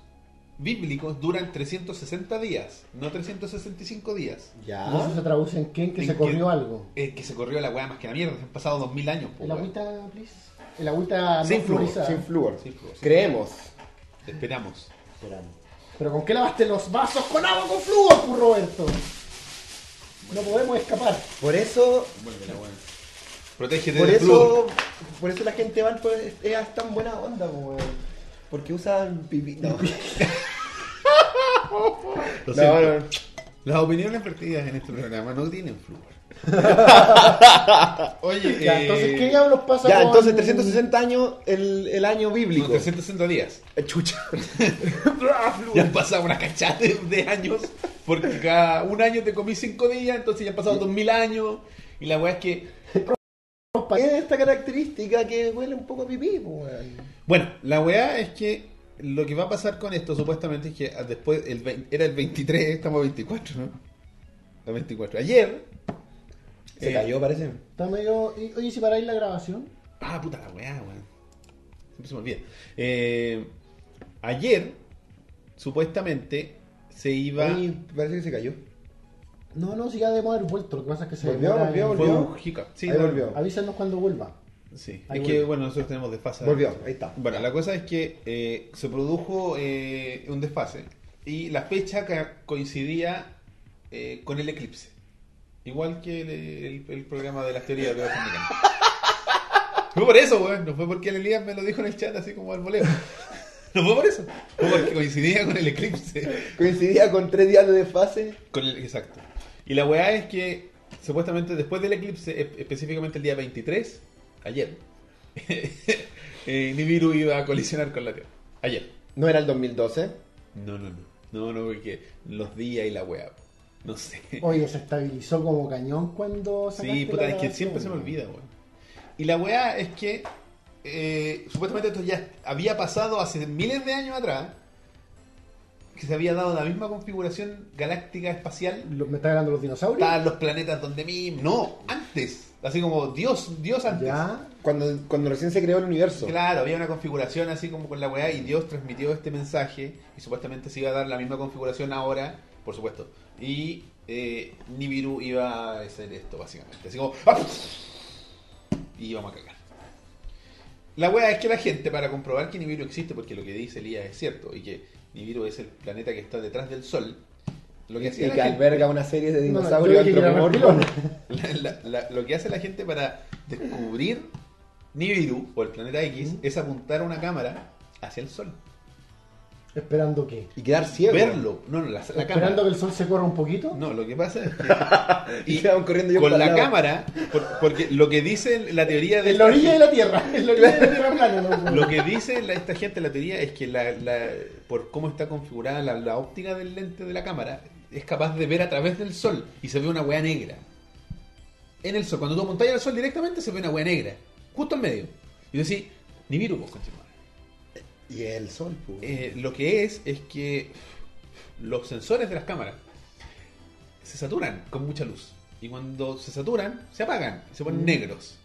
A: bíblicos duran 360 días, no 365 días.
B: ¿Y eso se traduce en qué? En que
A: ¿En
B: se
A: qué?
B: corrió algo.
A: Es que se corrió la weá más que la mierda, se han pasado 2000 años. po,
B: El
A: weón.
B: agüita, please. El agüita
A: Sin
B: no
A: flúor,
B: fluorizada.
C: Sin flúor.
A: Sí, pues.
C: Creemos.
A: Te esperamos.
B: Pero ¿con qué lavaste los vasos? Con agua con flúor, pu Roberto. No podemos escapar.
C: Por eso.
A: Vuelve la weá. Protégete
C: Por
A: del flúor.
C: eso. Por eso la gente va pues, es tan buena onda, weón. Porque usan pipí. No.
A: Lo
C: No,
A: siento.
C: no.
A: Las opiniones vertidas en este programa no tienen flúor. Oye,
B: Ya,
A: eh,
B: entonces, ¿qué diablos pasa
C: Ya,
B: con-
C: entonces 360 años el, el año
A: no,
C: bíblico.
A: 360 días.
C: Eh, Chucha.
A: Ya han pasado una cachada de, de años. Porque cada un año te comí cinco días, entonces ya han pasado 2000 años. Y la weá es que.
C: Tiene esta característica que huele un poco a pipí, weón.
A: Bueno, la weá es que lo que va a pasar con esto supuestamente es que ah, después. El, vein- era el 23, estamos a 24, ¿no? A 24. Ayer.
C: Se
A: eh,
C: cayó, parece.
B: Está medio... y- Oye, si paráis la grabación.
A: Ah, puta la weá, weón. Siempre se me olvida. Eh, ayer, supuestamente, se iba.
C: Ay, parece que se cayó.
B: No, no, si ya debemos haber vuelto. Lo que pasa es que se
C: Volvió,
B: demora
C: volvió,
B: en-
A: Fue
C: volvió.
A: un hiccup. Sí,
C: Ahí
A: no,
C: volvió.
B: Avísanos cuando vuelva.
A: Sí.
B: Ahí
A: es
B: volvió.
A: que, bueno, nosotros tenemos desfase.
C: Volvió, ahí está.
A: Bueno, la cosa es que eh, se produjo eh, un desfase y la fecha ca- coincidía eh, con el eclipse. Igual que el, el- el programa de las teorías de los americanos. Fue por eso, weón. No fue porque el Elías me lo dijo en el chat así como al voleo. No fue por eso. Fue porque coincidía con el eclipse.
C: Coincidía con tres días de desfase.
A: Con el, exacto. Y la weá es que supuestamente después del eclipse, e- específicamente el día 23, ayer, eh, Nibiru iba a colisionar con la Tierra. Ayer.
C: No era el 2012.
A: No, no, no. No, no, porque los días y la weá. No sé.
B: Oye, se estabilizó como cañón cuando sacaste
A: Sí, puta,
B: la
A: es que
B: grabación.
A: siempre se me olvida, weón. Y la weá es que eh, supuestamente esto ya había pasado hace miles de años atrás, que se había dado la misma configuración galáctica espacial
B: Lo- ¿Me está hablando los dinosaurios?
A: Estaban los planetas donde mismo. No, antes. Así como Dios, Dios antes.
B: Ya.
C: Cuando, cuando recién se creó el universo.
A: Claro, había una configuración así como con la weá y Dios transmitió este mensaje y supuestamente se iba a dar la misma configuración ahora, por supuesto. Y eh, Nibiru iba a hacer esto básicamente. Así como... ¡ah! Y íbamos a cagar. La weá es que la gente para comprobar que Nibiru existe, porque lo que dice Elías es cierto, y que Nibiru es el planeta que está detrás del Sol, Lo que, hacía
C: y
A: la
C: que
A: gente-
C: alberga una serie de
B: No, no,
C: dinosaurios
B: yo dije que era
C: antropomorfos.
A: la- la- la- lo que hace la gente para descubrir Nibiru o el planeta X es apuntar una cámara hacia el sol.
B: ¿Esperando qué?
C: Y quedar ciego.
A: Verlo. No, no, la, la cámara.
B: ¿Esperando que el sol se corra un poquito?
A: No, lo que pasa es que.
C: Y
A: y
C: quedaban corriendo yo
A: con
C: para
A: la
C: el lado.
A: cámara, por- porque lo que dice la teoría de.
B: En la orilla de la Tierra. En la orilla de la Tierra plana. ¿no?
A: Lo que dice la- esta gente, la teoría, es que la, la- por cómo está configurada la, la óptica del lente de la cámara, es capaz de ver a través del sol y se ve una hueá negra. En el sol, cuando tú apuntas al sol directamente, se ve una hueá negra, justo en medio. Y decís, Nibiru, vos, conchetumare.
C: Y el sol, pues.
A: Eh, lo que es es que los sensores de las cámaras se saturan con mucha luz. Y cuando se saturan, se apagan y se ponen negros.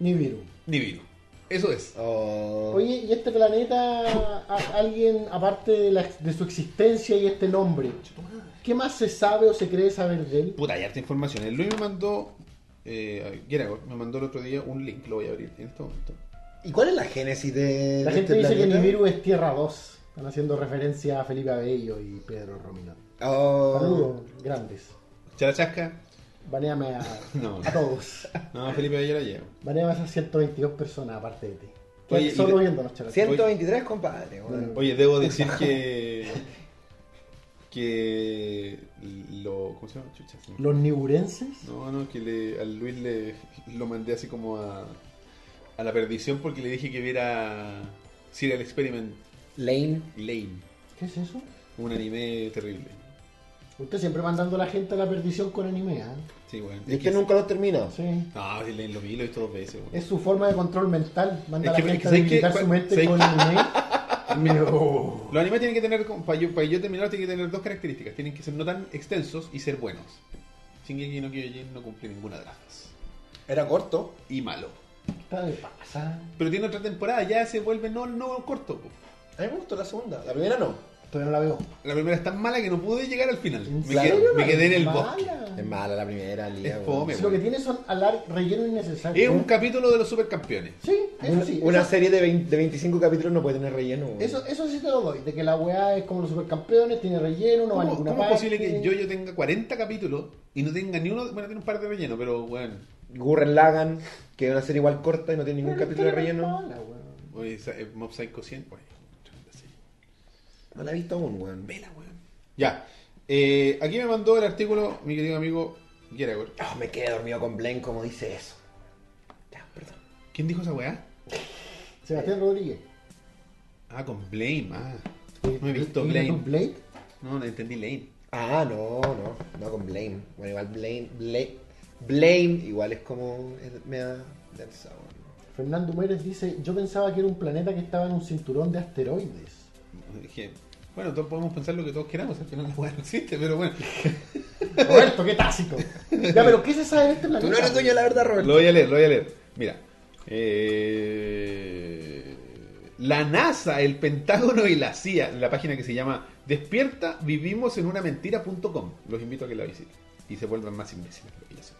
B: Ni virus.
A: Nibiru. Eso es.
C: Oh.
B: Oye, ¿y este planeta, a- alguien, aparte de, la- de su existencia y este nombre, qué más se sabe o se cree saber de él?
A: Puta, hay harta información. El Luis me mandó. Eh, Geragor me mandó el otro día un link, lo voy a abrir en este momento.
C: ¿Y cuál es la génesis de,
B: La
C: de
B: gente
C: este
B: dice que
C: planeta?
B: Nibiru es Tierra 2. Están haciendo referencia a Felipe Abello y Pedro Romino.
C: Oh.
B: Saludos, grandes.
A: ¿Charachasca?
B: Baneame a,
A: No.
B: a todos.
A: No, Felipe ayer la llevo.
B: Baneame a esas 122 personas aparte de ti. Que
A: Oye, y
B: solo
A: de-
B: viéndonos, chaval.
C: 123, compadre. weón.
A: Oye, debo decir que. que. Lo, ¿Cómo se llama? Chucha, se me
B: Los niburenses.
A: No, no, que le, al Luis le, lo mandé así como a, a la perdición porque le dije que viera Serial Experiment
C: Lane.
A: Lane,
B: ¿Qué es eso?
A: un anime terrible.
B: Usted siempre mandando a la gente a la perdición con anime, ¿ah?
A: Sí, bueno.
C: Y usted nunca lo termina.
B: Sí.
A: No, sí, Lane lo vi, lo he visto dos veces. weón.
B: Es su forma de control mental. Manda
A: Es que-
B: a la gente
A: es que-
B: a
A: ¿sabes qué?
B: debilitar su mente
A: ¿sabes
B: con
A: qué?
B: anime. No.
A: Los animes tienen que tener, para yo, pa' yo terminar, tienen que tener dos características. Tienen que ser no tan extensos y ser buenos. Shingeki no Kyojin no cumple ninguna de las dos.
C: Era corto.
A: Y malo.
B: Está de pasa.
A: Pero tiene otra temporada, ya se vuelve no, no corto. po.
C: A mí me gustó la segunda. La primera no.
B: Todavía no la veo.
A: La primera es tan mala que no pude llegar al final.
B: ¿En
A: Me
B: serio?
A: quedé, me quedé en el
B: Mala.
A: bosque.
C: Ah. Es mala la primera, Lía,
A: Es
C: weón.
A: fome.
B: Si lo que tiene son alar relleno innecesario.
A: Es un capítulo de los supercampeones.
B: Sí, eso
C: Una,
B: sí.
C: una
B: eso,
C: serie de, 20 de 25 capítulos no puede tener relleno. weón.
B: eso, eso sí te lo doy. De que la weá es como los supercampeones, tiene relleno, no va a
A: ¿Cómo,
B: ninguna
A: cómo es
B: parte.
A: posible que yo, yo tenga 40 capítulos y no tenga ni uno? Bueno, tiene un par de relleno, pero bueno.
C: Gurren Lagan, que es una serie igual corta y no tiene ningún
B: Pero
C: capítulo de
B: la historia no
C: relleno.
B: es mala, weón.
A: Oye, esa- eh, Mob Psycho 100. Oye, tremenda serie.
C: No la he visto aún, weón.
A: Vela, weón. Ya. Eh, aquí me mandó el artículo mi querido amigo Geragor.
C: Ah, me quedé dormido con Blaine como dice eso. Ya, perdón.
A: ¿Quién dijo esa weá?
B: Sebastián Rodríguez.
A: Ah, con Blame. Ah. No he visto
B: ¿Mira tú
A: Blame.
B: Blade?
A: No, no entendí Lane.
C: Ah, no, no, no con Blame. Bueno, igual Blame, Blame, Blame igual es como. es- me da. densa, weón.
B: Fernando Mérez dice, yo pensaba que era un planeta que estaba en un cinturón de asteroides.
A: Dije, bueno, todos podemos pensar lo que todos queramos. Al final la weá no existe, pero bueno.
B: Roberto, qué tácito. Ya, pero ¿qué se sabe de este planeta?
C: Tú no eres dueño de la verdad,
A: Lo
C: Roberto.
A: voy a leer, lo voy a leer. Mira. Eh, la NASA, el Pentágono y la CIA, la página que se llama Despierta Vivimos en una mentira.com. Los invito a que la visiten y se vuelvan más imbéciles. de lo que ya son.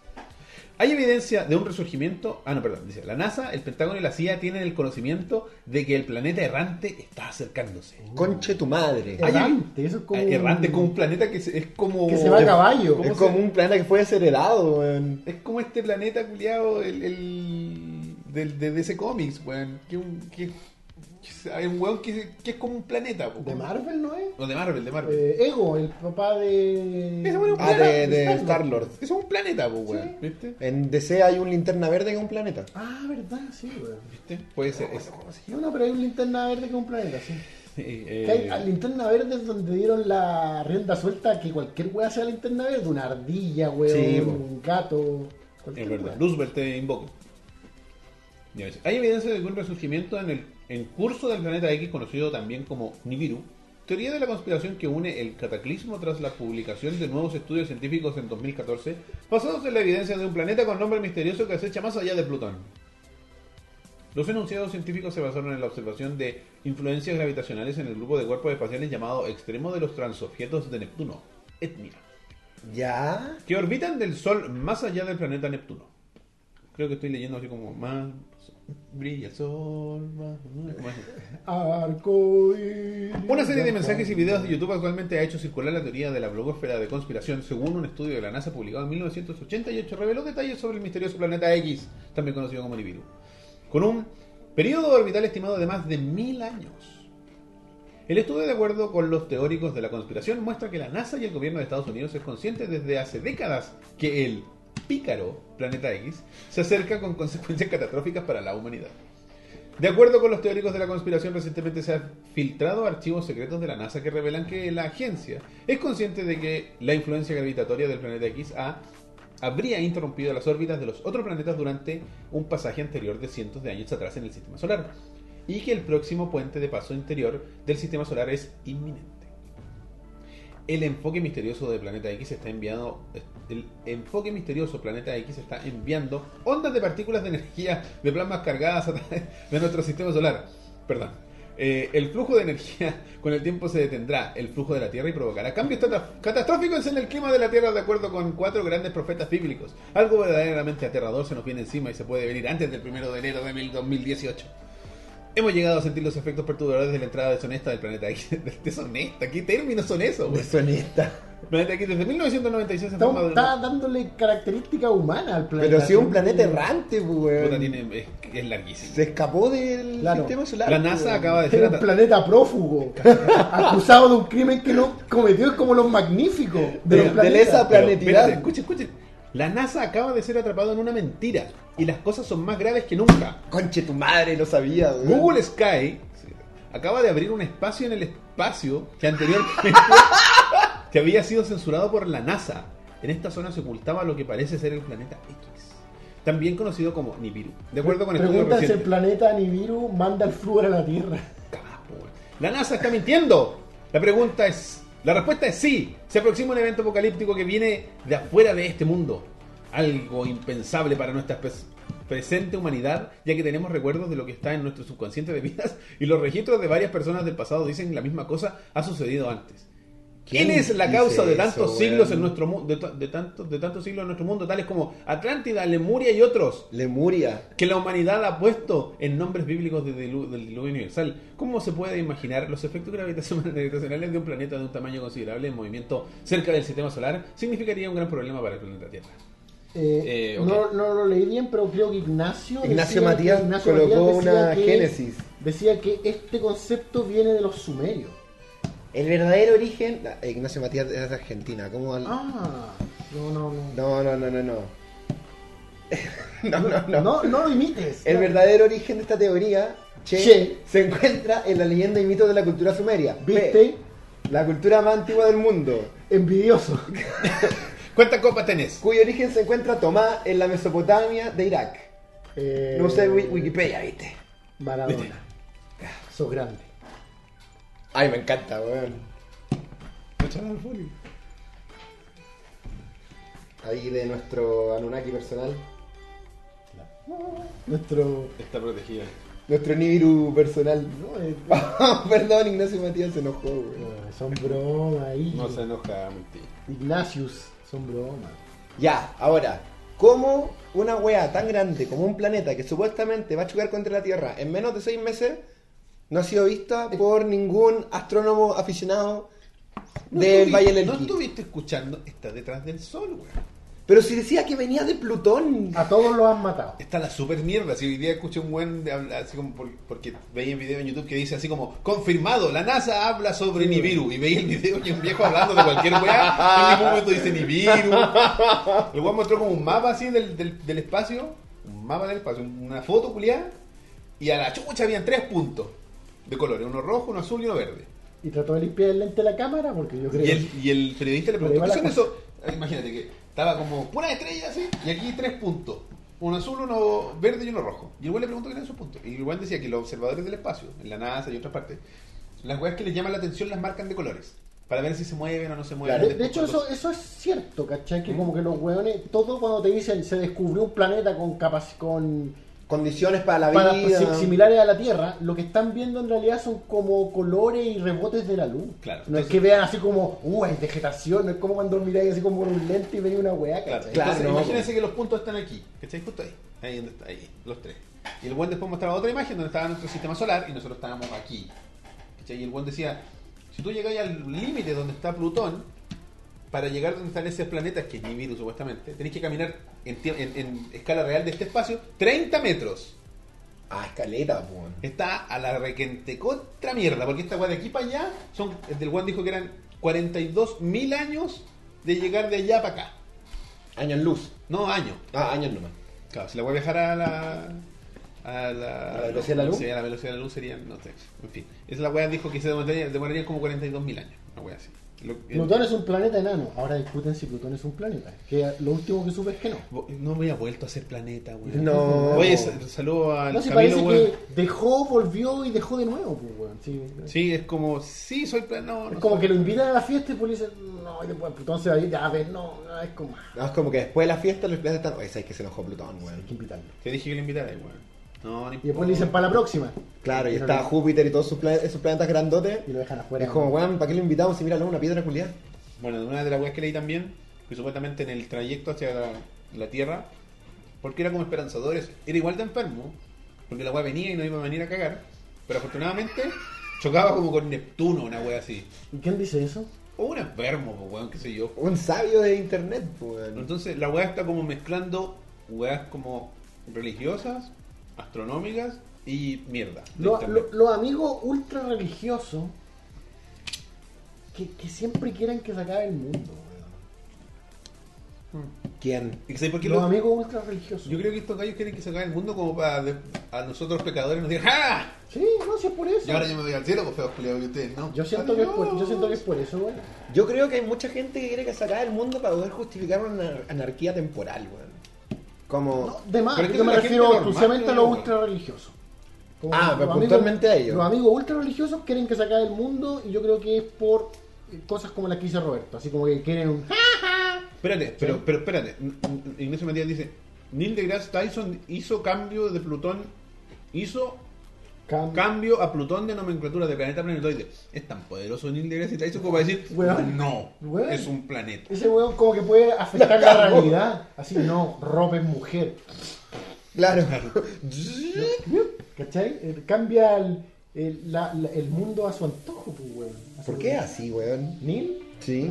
A: Hay evidencia de un resurgimiento. Ah, no, perdón. Dice: La NASA, el Pentágono y la CIA tienen el conocimiento de que el planeta errante está acercándose.
B: Uh.
C: Conche tu madre.
A: Ay,
B: Errante, eso es como... un-
A: errante es como un planeta que se- es como.
B: Que se va a caballo.
A: ¿Cómo
C: Es
A: se-
C: como un planeta que fue desheredado, weón.
A: Es como este planeta culiado, el, el del, de DC Comics, weón. Que un, que, que hay un weón que, que es como un planeta, weón.
B: ¿De Marvel no es?
A: No, de Marvel, de Marvel.
B: Eh, Ego, el papá de...
A: Ese weón es un
C: Ah,
A: planeta.
C: de, de
B: Star-Lord.
C: Star-Lord.
A: Es un planeta, po, weón. ¿Viste?
C: En DC hay un linterna verde que es un planeta.
B: Ah, verdad, sí, weón.
A: ¿Viste? Puede ser. es-
B: No, no, pero hay un linterna verde que es un planeta, sí.
A: eh,
B: Que hay-
A: eh,
B: hay linterna verde es donde dieron la rienda suelta a que cualquier wea sea linterna verde. Una ardilla, weón,
C: Sí, po.
B: un gato.
A: Es
B: cualquier
A: verdad.
B: wea.
A: Roosevelt te invoco. Ya ves. Hay evidencia de algún resurgimiento en el en curso del planeta X, conocido también como Nibiru. Teoría de la conspiración que une el cataclismo tras la publicación de nuevos estudios científicos en 2014, basados en la evidencia de un planeta con nombre misterioso que acecha más allá de Plutón. Los enunciados científicos se basaron en la observación de influencias gravitacionales en el grupo de cuerpos espaciales llamado Extremo de los Transobjetos de Neptuno, etnia
C: Ya.
A: que orbitan del Sol más allá del planeta Neptuno. Creo que estoy leyendo así como más brilla el sol, más. ¿cómo es?
B: Arcoíris.
A: Una serie de mensajes y videos de YouTube actualmente ha hecho circular la teoría de la blogósfera de conspiración. Según un estudio de la NASA publicado en 1988, reveló detalles sobre el misterioso planeta X, también conocido como Nibiru, con un periodo orbital estimado de más de mil años. El estudio, de acuerdo con los teóricos de la conspiración, muestra que la NASA y el gobierno de Estados Unidos es consciente desde hace décadas que el pícaro planeta X se acerca con consecuencias catastróficas para la humanidad. De acuerdo con los teóricos de la conspiración, recientemente se han filtrado archivos secretos de la NASA que revelan que la agencia es consciente de que la influencia gravitatoria del planeta X A habría interrumpido las órbitas de los otros planetas durante un pasaje anterior de cientos de años atrás en el sistema solar y que el próximo puente de paso interior del sistema solar es inminente. El enfoque misterioso de Planeta X está enviando. El enfoque misterioso Planeta X está enviando ondas de partículas de energía de plasmas cargadas a través de nuestro sistema solar. Perdón. Eh, el flujo de energía con el tiempo se detendrá el flujo de la Tierra y provocará cambios tata- catastróficos en el clima de la Tierra de acuerdo con cuatro grandes profetas bíblicos. Algo verdaderamente aterrador se nos viene encima y se puede venir antes del 1 de enero de mil- 2018. Hemos llegado a sentir los efectos perturbadores de la entrada deshonesta del planeta X. ¿Deshonesta? ¿Qué términos son esos? güey?
C: Deshonesta.
A: Planeta X desde 1996 se
B: Está,
A: forma de-
B: está dándole característica humana al planeta.
C: Pero si es un
B: ¿sí?
C: planeta errante, pues, weón.
A: Puta, tiene- es, es larguísimo.
C: Se escapó del
B: Claro.
C: sistema solar.
A: La NASA
C: weón.
A: acaba de
B: Era
A: ser
B: un
A: atra-
B: planeta prófugo, acusado de un crimen que no cometió, es como los magníficos de,
C: De-
B: los
C: de
B: planetas.
C: lesa-
A: Pero,
C: planetidad.
A: espérate, escuchen, escuchen. La NASA acaba de ser atrapado en una mentira y las cosas son más graves que nunca.
C: Conche tu madre, lo sabía, weón.
A: Google Sky acaba de abrir un espacio en el espacio que anteriormente que había sido censurado por la NASA. En esta zona se ocultaba lo que parece ser el planeta X, también conocido como Nibiru. De acuerdo con estudios
B: Pregunta si el
A: recientes.
B: planeta Nibiru manda el flúor a la Tierra.
A: Carajo, güey. Ah, pues, La NASA está mintiendo. La pregunta es, la respuesta es sí. Se aproxima un evento apocalíptico que viene de afuera de este mundo. Algo impensable para nuestra pres- presente humanidad, ya que tenemos recuerdos de lo que está en nuestro subconsciente de vidas y los registros de varias personas del pasado dicen que la misma cosa ha sucedido antes. ¿Quién,
C: ¿Quién
A: es la
C: dice
A: causa de
C: eso,
A: tantos
C: weón?
A: siglos en nuestro mundo, de, ta- de tantos de tantos siglos en nuestro mundo, tales como Atlántida, Lemuria y otros?
C: Lemuria.
A: que la humanidad ha puesto en nombres bíblicos de dilu- del diluvio universal. ¿Cómo se puede imaginar los efectos gravitacion- gravitacionales de un planeta de un tamaño considerable en movimiento cerca del sistema solar? Significaría un gran problema para el planeta Tierra.
B: Eh,
A: Eh, ok.
B: no, no lo leí bien, pero creo que Ignacio.
C: Ignacio
B: decía
C: Matías
B: que
C: colocó
B: decía
C: una
B: que-
C: génesis.
B: Decía que este concepto viene de los sumerios.
C: El verdadero origen. Ah, Ignacio Matías es de Argentina. ¿Cómo al-
B: Ah, no, no, no.
C: No, no, no, no, no. no, no, no.
B: No, no lo imites.
C: El
B: No.
C: verdadero origen de esta teoría, che,
B: Che.
C: se encuentra en la leyenda y mitos de la cultura sumeria.
B: ¿Viste?
C: P, La cultura más antigua del mundo,
B: Envidioso.
A: ¿Cuántas copas tenés?
C: cuyo origen se encuentra tomada en la Mesopotamia de Irak.
B: Eh,
C: No sé Wi- Wikipedia, viste.
B: Maradona. Sos grande.
C: Ay, me encanta, weón. Ahí de nuestro Anunnaki personal.
B: Nuestro.
A: Está protegida.
C: Nuestro Nibiru personal.
B: No, eh,
C: Perdón, Ignacio Matías se enojó, weón.
B: eh, son bromas ahí.
A: enoja,
B: Ignacius, son bromas.
C: Ya, ahora, ¿cómo una wea tan grande como un planeta que supuestamente va a chocar contra la Tierra en menos de seis meses no ha sido vista por ningún astrónomo aficionado del Valle del
A: ¿No
C: Elqui?
A: estuviste escuchando? Está detrás del sol, güey.
C: Pero si decía que venía de Plutón.
B: A todos los han matado.
A: Está la super mierda. Si hoy día escuché un buen de hablar, así como por- porque veía un video en YouTube que dice así como confirmado, la NASA habla sobre Nibiru. Y veía el video y un viejo hablando de cualquier weá. En ningún momento dice Nibiru. El weá mostró como un mapa así del, del, del espacio. Un mapa del espacio, una foto culiada. Y a la chucha habían tres puntos de colores, uno rojo, uno azul y uno verde.
B: Y trató de limpiar el lente de la cámara porque yo creo.
A: Y el, y el periodista le preguntó,
B: Pero
A: ¿qué
B: ahí va
A: son
B: la
A: eso? Ah, Imagínate que estaba como una estrella así, y aquí tres puntos. Uno azul, uno verde y uno rojo. Y el güey le preguntó qué eran esos puntos. Y el güey decía que los observadores del espacio, en la NASA y otras partes, las weas que les llaman la atención las marcan de colores. Para ver si se mueven o no se ¿Mm? mueven.
B: De, de
A: Después
B: hecho,
A: cuando-
B: eso, eso es cierto, ¿cachai? Que como que los hueones, todo cuando te dicen se descubrió un planeta con capac- con
C: condiciones para la
B: para-
C: vida.
B: si- similares a la Tierra, lo que están viendo en realidad son como colores y rebotes de la luz.
A: Claro,
B: no es
A: entonces-
B: que vean así como, uh, hay vegetación, no es como cuando miráis así como por un lente y veis una weá,
A: Claro,
B: ¿cachai?
C: claro,
A: entonces,
C: no,
A: imagínense
C: pues.
A: que los puntos están aquí, ¿cachai? Justo ahí, ahí donde está, ahí, los tres. Y el buen después mostraba otra imagen donde estaba nuestro sistema solar y nosotros estábamos aquí, ¿cachai? Y el buen decía, si tú llegas al límite donde está Plutón, para llegar donde están esos planetas, que es Nibiru supuestamente, tenés que caminar en, tie- en- en escala real de este espacio 30 metros.
C: Ah, escaleta, po.
A: Está a la requente contra mierda, porque esta weá de aquí para allá, son, el del Juan dijo que eran 42.000 años de llegar de allá para acá.
C: Años luz.
A: No, años.
C: Ah, años nomás.
A: Claro, si la voy a viajar a la. A la,
C: ¿A la velocidad de la luz?
A: Sí, a la velocidad de la luz serían, no sé. En fin, esa la weá dijo que se demoraría, demoraría como 42.000 años. Una weá así. Lo- el-
B: Plutón es un planeta enano. Ahora discuten si Plutón es un planeta. Que lo último que supe es que no.
A: Bo- No había vuelto a ser planeta, weón.
C: No.
A: Oye, sa- saludo al
B: No, si
A: Camilo,
B: parece
A: weón.
B: que dejó, volvió y dejó de nuevo, pues, weón. Sí.
A: Sí, es como, sí, soy planeta. No,
B: Es
A: no
B: como
A: soy.
B: que lo invitan a la fiesta y pues le dicen, no, y después Plutón se va a ir, ya ves, no, no, es como, ah,
C: No, es como que después de la fiesta los planetas están. Oye, sabes que se enojó Plutón,
B: hay
C: weón.
B: que invitarlo.
A: Te dije que lo invitara, weón. No, ni
B: Y después le dicen, para la próxima.
C: Claro, y
B: no
C: está
B: le-
C: Júpiter y todos sus planetas, esos planetas grandotes.
B: Y lo dejan afuera.
C: Es como,
B: weón.
C: weón, ¿para qué lo invitamos si mira, no, una piedra culiada?
A: Bueno, una de las weas que leí también, que supuestamente en el trayecto hacia la, la Tierra, porque era como esperanzadores, era igual de enfermo, porque la wea venía y no iba a venir a cagar, pero afortunadamente chocaba como con Neptuno, una wea así.
B: ¿Y quién dice eso?
A: O un enfermo, pues, weón, qué sé yo.
C: Un sabio de internet, pues, weón.
A: Entonces la wea está como mezclando weas como religiosas, astronómicas y mierda. de
B: Lo- lo-
A: internet.
B: Los amigos ultra religiosos que, que siempre quieren que se acabe el mundo, weón.
C: ¿Quién?
A: ¿Y sabes por qué
B: Los
A: lo-
B: amigos ultra religiosos.
A: Yo creo que estos gallos quieren que se acabe el mundo como para de- a nosotros pecadores nos digan ¡Ja!
B: Sí, no, si es por eso.
A: Y ahora yo me voy al cielo, pues feos culiados que ustedes, ¿no?
B: Yo siento, que es por, yo
A: Adiós.
B: siento que es por eso, weón.
C: Yo creo que hay mucha gente que quiere que se acabe el mundo para poder justificar una anar- anarquía temporal, weón. Como.
B: No, de más,
A: Pero es que
B: yo me
A: la gente
B: refiero
A: normal,
B: exclusivamente a los
A: creo,
B: ultra religiosos. Como
C: Ah,
B: los
C: pero
B: amigos-
C: puntualmente a ellos.
B: Los amigos ultra religiosos quieren que se acabe el mundo y yo creo que es por eh, cosas como las que dice Roberto, así como que quieren un...
A: Espérate, pero, pero espérate. N- N- Ignacio Matías dice: Neil deGrasse Tyson hizo cambio de Plutón. Hizo
B: Cam-
A: cambio a Plutón de nomenclatura de planeta a planetoide. Es tan poderoso Neil deGrasse Tyson como para decir:
B: Weón.
A: No,
B: Weón.
A: es un planeta.
B: Ese weón como que puede afectar
C: La
B: la,
C: cagó.
B: realidad. Así, no, Rob es mujer.
C: Claro.
B: ¿Cachai? Eh, Cambia el, el- la- la- el mundo a su antojo, pues, weón. A
C: ¿Por
B: su-
C: qué así, weón?
B: Neil
C: Sí.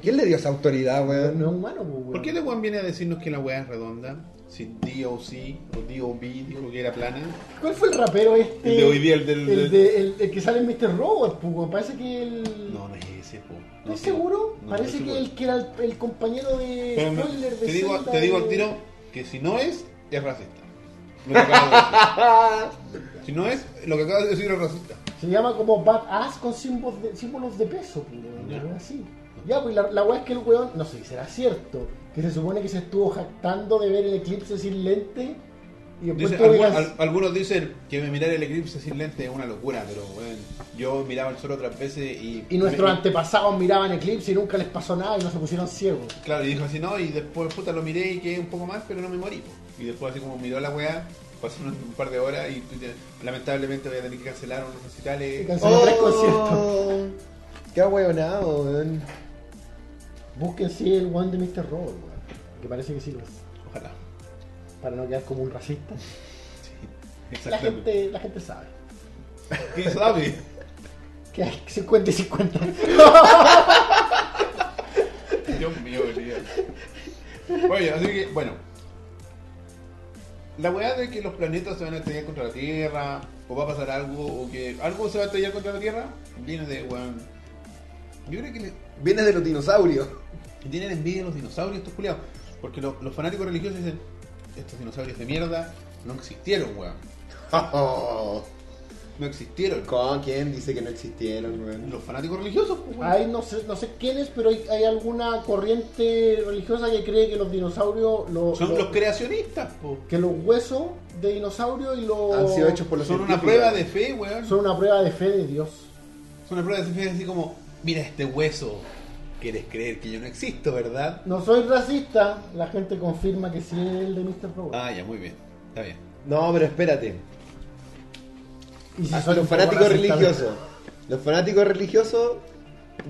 C: ¿Quién le dio esa autoridad, weón?
B: no es humano, pues, weón.
A: ¿Por qué Lewan viene a decirnos que la weá es redonda? Si DOC o DOB dijo que era plana.
B: ¿Cuál fue el rapero este?
A: El de hoy día, el del-
B: El, de- el- el que sale en Mr. Robot, pues, weón. Parece que el...
A: No, no es ese, po. No
B: ¿Estás
A: sé.
B: seguro?
A: No,
B: Parece
A: estoy
B: que
A: seguro.
B: el que era el, el compañero de
A: Espérame,
B: spoiler de
A: te digo,
B: Zelda
A: te digo al
B: de-
A: tiro que si no es, es racista. Lo que acabo de decir. Si no es, lo que acabo de decir es racista.
B: Se llama como Badass con símbolos de, símbolos de peso, pues, weón,
A: Ya.
B: algo así. Ya, pues la, la weá es que el weón, no sé, será cierto, que se supone que se estuvo jactando de ver el eclipse sin lente y después
A: Dice,
B: tuvo que
A: algu-
B: canc-
A: al- algunos dicen que me mirar el eclipse sin lente es una locura, pero bueno, yo miraba el sol otras veces y...
B: Y nuestros
A: me-
B: antepasados miraban eclipse y nunca les pasó nada y no se pusieron ciegos.
A: Claro, y dijo así, no, y después, puta, lo miré y quedé un poco más, pero no me morí. po. Y después así como miró la weá, pasaron un par de horas y tuitea, lamentablemente voy a tener que cancelar unos
B: Y
A: recitales.
B: cancelaron tres conciertos.
C: Oh. ¡Qué ahueonado, weón!
B: Busquen sí el one de Mr. Robot, weón, que parece que sí lo es,
A: Ojalá.
B: para no quedar como un racista. La
A: Exactamente.
B: gente, la gente sabe.
A: ¿Quién sabe?
B: Que hay 50 y 50.
A: Dios mío, Elías. Oye, así que, bueno. La weá de que los planetas se van a estrellar contra la Tierra, o va a pasar algo, o que algo se va a estrellar contra la Tierra, viene de, weón. Yo creo que le-
C: Viene de los dinosaurios.
A: que tienen envidia de los dinosaurios estos culiados. Porque lo- los fanáticos religiosos dicen, estos dinosaurios de mierda no existieron, weón. No existieron.
C: ¿Con quién dice que no existieron, weón?
A: Los fanáticos religiosos, pues, weón.
B: Hay, no sé, no sé quién es, pero hay, hay alguna corriente religiosa que cree que los dinosaurios. Los,
A: Son
B: los-
A: los creacionistas, po.
B: que los huesos de dinosaurio y los.
C: Han sido hechos por los
A: Son una
C: científicos.
A: prueba de fe, weón.
B: Son una prueba de fe de Dios.
A: Es una prueba de fe así como, mira este hueso, quieres creer que yo no existo, ¿verdad?
B: No soy racista, la gente confirma que sí es el de Mr. Robot.
A: Ah, ya, muy bien. Está bien.
C: No, pero espérate.
B: Y si
C: Ah,
B: solo
C: los
B: fue
C: fanáticos
B: para aceptar-
C: religiosos. Los fanáticos religiosos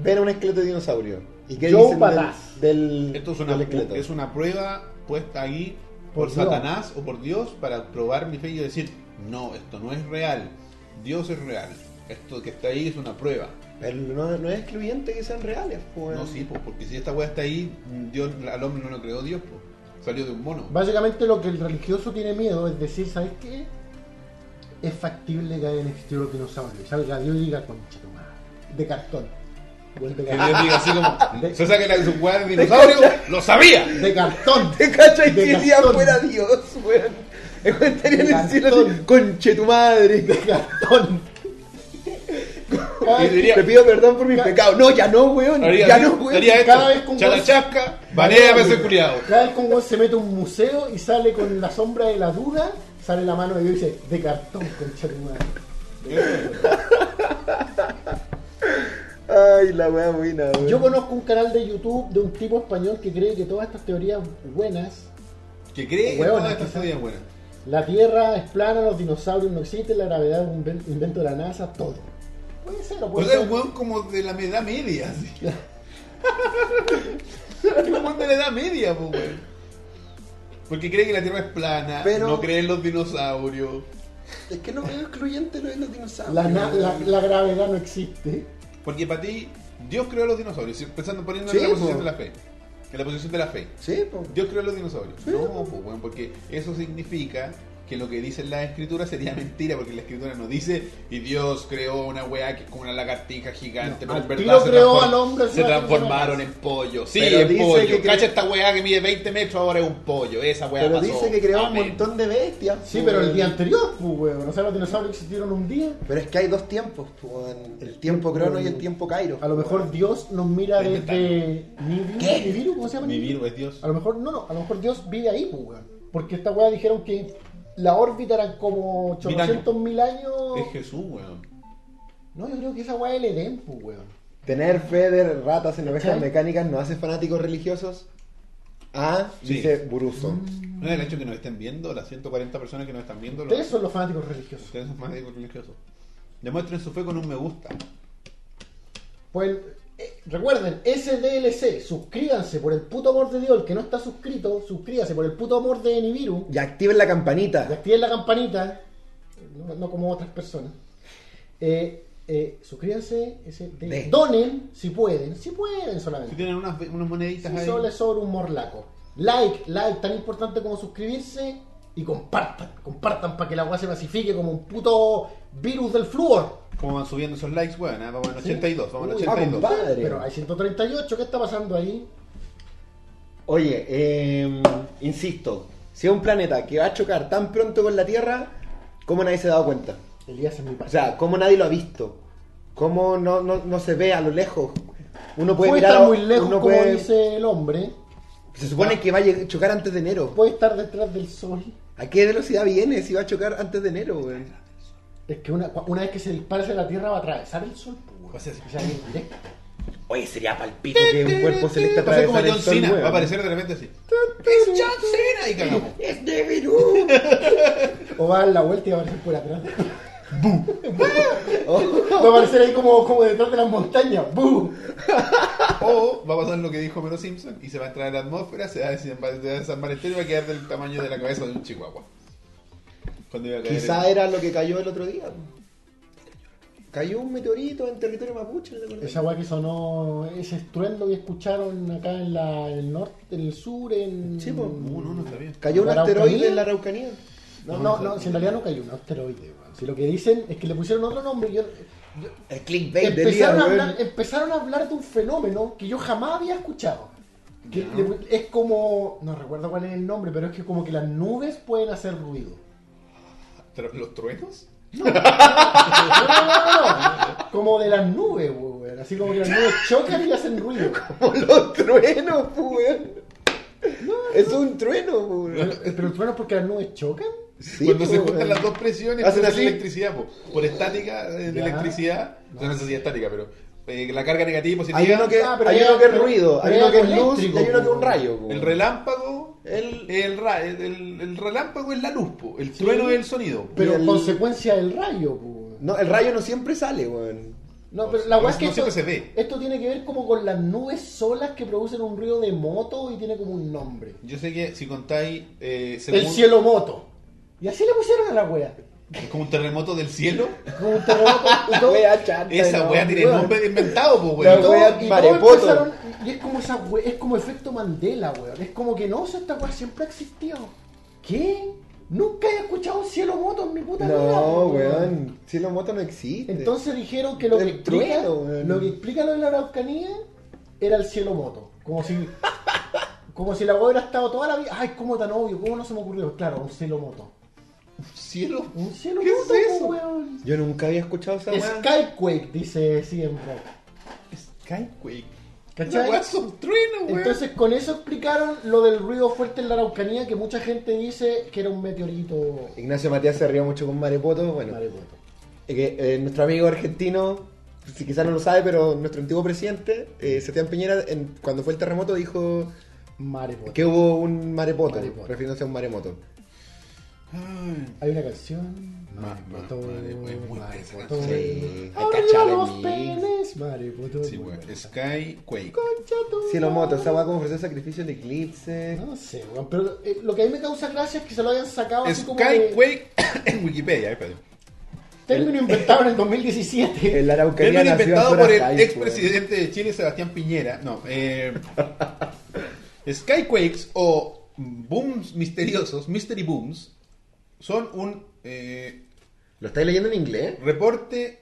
C: ven un esqueleto de dinosaurio. ¿Y qué
B: Joe
C: dicen
B: Badass.
C: del, del,
A: Esto es una,
C: del esqueleto?
A: es una prueba puesta ahí
B: Por
A: por,
B: Dios.
A: Satanás o por Dios para probar mi fe y yo decir, no, esto no es real. Dios es real. Esto que está ahí es una prueba.
C: Pero no, no es excluyente que sean reales, pues.
A: No, sí, pues, porque si esta weá está ahí, Dios, al hombre no lo creó Dios, pues. Salió de un mono.
B: Básicamente lo que el religioso tiene miedo es decir, ¿sabes qué? Es factible que hayan existido los dinosaurios. Y salga Dios y diga, concha tu madre. De cartón. Buen De,
A: Que
B: cartón.
A: Dios diga así
B: De-
A: como, se saque la su weá de dinosaurio, lo sabía.
B: de cartón.
C: ¿Te cachas
B: De
C: que el día
B: cartón.
C: fuera Dios, weón? Estaría en el cielo
B: cartón.
C: así, conche tu madre.
B: De cartón.
A: Y
B: Cada vez-
A: diría-
C: Te pido perdón por mis
B: Ca-
C: pecados. No, ya no, weón.
A: Haría,
C: Ya
A: así,
C: no, weón.
A: haría esto,
B: cada vez con
A: chala
B: voz-
A: chasca, banea ese culiado.
B: Cada vez que un weón se mete a un museo y sale con la sombra de la duda, sale la mano de Dios y dice, de cartón, concha tu madre.
C: Ay, la weá buena, weón.
B: Yo conozco un canal de YouTube de un tipo español que cree que todas estas teorías buenas
A: Que cree que
B: Huevona,
A: todas estas
B: quizá.
A: teorías buenas.
B: La Tierra es plana, los dinosaurios no existen, la gravedad es un inven- invento de la NASA, todo. Puede ser, o
A: O
B: puede
A: sea,
B: ser.
A: un weón como de la edad media. así. un weón de la edad media, po, weón. Porque cree que la tierra es plana,
C: Pero-
A: no cree en los dinosaurios.
C: Es que no veo excluyente lo de los dinosaurios.
B: La, na- la- la gravedad no existe.
A: Porque para ti, Dios creó a los dinosaurios. si- Pensando poniendo
C: Sí,
A: en la posición
C: po.
A: de la fe. En la posición de la fe.
C: Sí, pues.
A: Dios creó a los dinosaurios.
C: Sí,
A: no,
C: po.
A: po, weón, porque eso significa que lo que dicen las escrituras sería mentira, porque la escritura no dice y Dios creó una weá que es como una lagartija gigante,
B: No,
A: pero
B: al
A: en
B: tiro
A: verdad se,
B: creó
A: transform-
B: al hombre,
A: se
B: se la-
A: transformaron en pollo. Sí,
C: Pero
A: en
C: dice
A: pollo.
C: que cre-
A: Cacha esta weá que mide 20 metros, ahora es un pollo. Esa weá
C: Pero
A: pasó.
C: dice que creó un
A: Amén.
C: montón de bestias.
B: Sí,
C: pues,
B: pero el
C: weón.
B: día anterior, pues, weón. O sea, los dinosaurios existieron un día.
C: Pero es que hay dos tiempos, pues, weón.
B: El
C: El tiempo crono y el tiempo
B: tiempo-
C: cairo.
B: A lo mejor Dios nos mira
A: Está
B: desde Nibiru, Nibiru, ¿cómo se llama?
A: Nibiru es Dios.
B: A lo mejor, no, no, a lo mejor Dios vive ahí, pues, weón. Porque esta weá dijeron que la órbita eran como 800 mil años.
A: Es Jesús, weón.
B: No, yo creo que esa weá es el Edén, pues, weón.
C: Tener fe de ratas en ovejas
B: ¿Cachai?
C: mecánicas no hace fanáticos religiosos. Ah,
A: Sí.
C: dice Buruso.
A: No es el hecho que nos estén viendo, las 140 personas que nos están viendo. los-
B: Ustedes son los fanáticos religiosos.
A: Ustedes son más religiosos. Demuestren su fe con un me gusta.
B: Pues eh, recuerden, SDLC, suscríbanse por el puto amor de Dios. El que no está suscrito, suscríbase por el puto amor de Nibiru.
C: Y activen la
B: Y
C: campanita.
B: activen la campanita, no, no como otras personas. Eh, eh, suscríbanse, SDLC.
C: De.
B: donen si pueden, si pueden
A: Si
B: solamente.
A: tienen unas, unas moneditas
B: Si
A: ahí.
B: solo es sobre un morlaco. Like, like, tan importante como suscribirse y compartan, compartan para que la agua se pacifique como un puto virus del flúor.
A: ¿Cómo van subiendo esos likes, weón? Ah, Vamos en
B: Sí.
A: 82, vamos en
B: Uy,
A: 82.
C: ah, compadre.
B: Pero hay 138, ¿qué está pasando ahí?
C: Oye, eh, insisto, si es un planeta que va a chocar tan pronto con la Tierra, ¿cómo nadie se ha dado cuenta?
B: Elías es mi
C: O
B: padre.
C: sea, ¿cómo nadie lo ha visto? ¿Cómo no, no, no se ve a lo lejos? Uno puede,
B: puede
C: mirar
B: estar
C: a-
B: muy lejos,
C: uno
B: como
C: puede-
B: dice el hombre.
C: Se supone que va a lleg- chocar antes de enero.
B: Puede estar detrás del sol.
C: ¿A qué velocidad viene si va a chocar antes de enero, güey?
B: Es que una, una vez que se dispare hacia la Tierra va a atravesar el sol.
A: Va a ser Pues así.
B: O sea, es directo.
C: Oye, sería palpito que un cuerpo celeste
A: Va a ser Este como
C: atravesara el
A: John
C: sol,
A: Cena,
C: güey.
A: va a aparecer de repente así. ¡Es John Cena! Y cagamos.
C: ¡Es uh. de virus!
B: O va a dar la vuelta y va a aparecer por atrás.
C: Oh,
B: va a aparecer ahí como, como detrás de las montañas. ¡Bu!
A: O va a pasar lo que dijo Mero Simpson y se va a entrar a la atmósfera, se va a desenma- se va a desarmar entero y va a quedar del tamaño de la cabeza de un chihuahua. Cuando iba a caer.
C: Quizá
A: el-
C: era lo que cayó el otro día. Cayó un meteorito en territorio mapuche, ¿no te acuerdas?
B: Esa weá que sonó, ese estruendo que escucharon acá en, la, en el norte, en el sur, en.
C: Sí, po.
A: Uh, no, no sabía.
C: Cayó un
B: ¿La
C: asteroide
B: Araucanía?
C: en la Araucanía. Uh,
B: No, no, no, si en realidad no cayó un asteroide, weón. Si lo que dicen es que le pusieron otro nombre, yo, yo-
C: El clickbait del día,
B: empezaron, a
C: güey.
B: hablar, empezaron a hablar de un fenómeno que yo jamás había escuchado. Que
A: Ya.
B: le- es como, no recuerdo cuál es el nombre, pero es que como que las nubes pueden hacer ruido.
A: Tru- ¿Los truenos?
B: No, no, no, no. Como de las nubes, weón. Así como que las nubes chocan y hacen ruido.
C: Como los truenos, pues, güey. Es un trueno, güey.
B: Pero, pero el problema es porque las nubes chocan.
C: Sí,
A: Cuando se
C: pues,
A: juntan
C: güey.
A: las dos presiones,
C: Hacen
A: hacen
C: así.
A: electricidad. po. Por estática eh, de
B: Ya.
A: electricidad, o sea, no sé si estática, pero eh, la carga negativa y
C: Hay
A: positiva.
C: uno que,
B: Ah, pero
C: hay
B: ya-
C: uno que es
B: pero-
C: ruido,
B: pero
C: hay
B: ya
C: uno que es
B: algo
C: luz y
B: eléctrico,
C: hay uno que es un
B: pues.
C: rayo. pues.
A: El relámpago El, el, ra- el, el- el relámpago es la luz, po. el trueno es el sonido. po.
B: Pero
C: Y el-
B: consecuencia del rayo, pues.
C: No, el rayo no siempre sale, weón.
B: No, pero la
A: No,
B: weá es que
A: no
B: esto,
A: siempre se ve.
B: esto tiene que ver como con las nubes solas que producen un ruido de moto y tiene como un nombre.
A: Yo sé que si contáis, eh,
B: El
A: según-
B: cielo moto. Y así le pusieron a la wea.
A: es como un terremoto del cielo,
B: Como un terremoto y todo.
C: Wea chanta,
A: esa
C: no,
A: weá tiene
C: weón.
A: nombre inventado, po,
B: Y
A: weón.
C: La
B: todo-
C: wea
B: y todo
C: marepoto.
B: empezaron- y es como esa wea- es como efecto Mandela, weón. Es como que no, o sea, esta wea siempre ha existido. ¿Qué? Nunca he escuchado un cielo moto en mi puta vida.
C: No,
B: weón.
C: weón. Cielo moto no existe.
B: Entonces dijeron que lo que
C: El
B: explica,
C: trueno, weón.
B: lo que explica lo de la Araucanía era el cielo moto. Como si, como si la hueá hubiera estado toda la vida. Ay, cómo tan obvio, cómo no se me ocurrió. Claro, un cielo moto.
A: Cielo.
B: Un cielo
A: ¿Qué
B: moto,
A: es eso?
B: weón.
C: Yo nunca había escuchado esa weá.
B: Skyquake, dice siempre.
A: Skyquake.
B: ¿Cachai?
A: La weá son truenos, weón.
B: Entonces con eso explicaron lo del ruido fuerte en la Araucanía que mucha gente dice que era un meteorito.
C: Ignacio Matías se ría mucho con Marepoto. Bueno,
B: Marepoto.
C: eh, que, eh, nuestro amigo argentino, si quizás no lo sabe, pero nuestro antiguo presidente, eh, Sebastián Piñera, en- cuando fue el terremoto dijo
B: Marepoto.
C: que hubo un marepoto,
B: Marepoto.
C: refiriéndose a un maremoto.
A: Ay,
B: Hay una canción.
A: Ma- ma- Marepoto, es muy tensa la
B: Marepoto.
A: canción.
C: Sí, hay que
B: Arriba
C: achar el
B: los
C: mix.
B: penes, Marepoto.
A: sí, weón. Skyquake.
B: Concha tu
C: Cielo moto,
B: madre.
C: esa weá como ofreció sacrificio de eclipse.
B: No sé, weón, pero eh, lo que a mí me causa gracia es que se lo hayan sacado así como de
A: Skyquake en Wikipedia, eh, perdón.
B: término inventado en el 2017.
C: El Araucanía
A: Término
C: nació en
A: inventado por
C: Florida,
A: el
C: weón.
A: expresidente de Chile, Sebastián Piñera. No, eh, Skyquakes o booms misteriosos, mystery booms, son un eh,
C: ¿Lo estáis leyendo en inglés?
A: reporte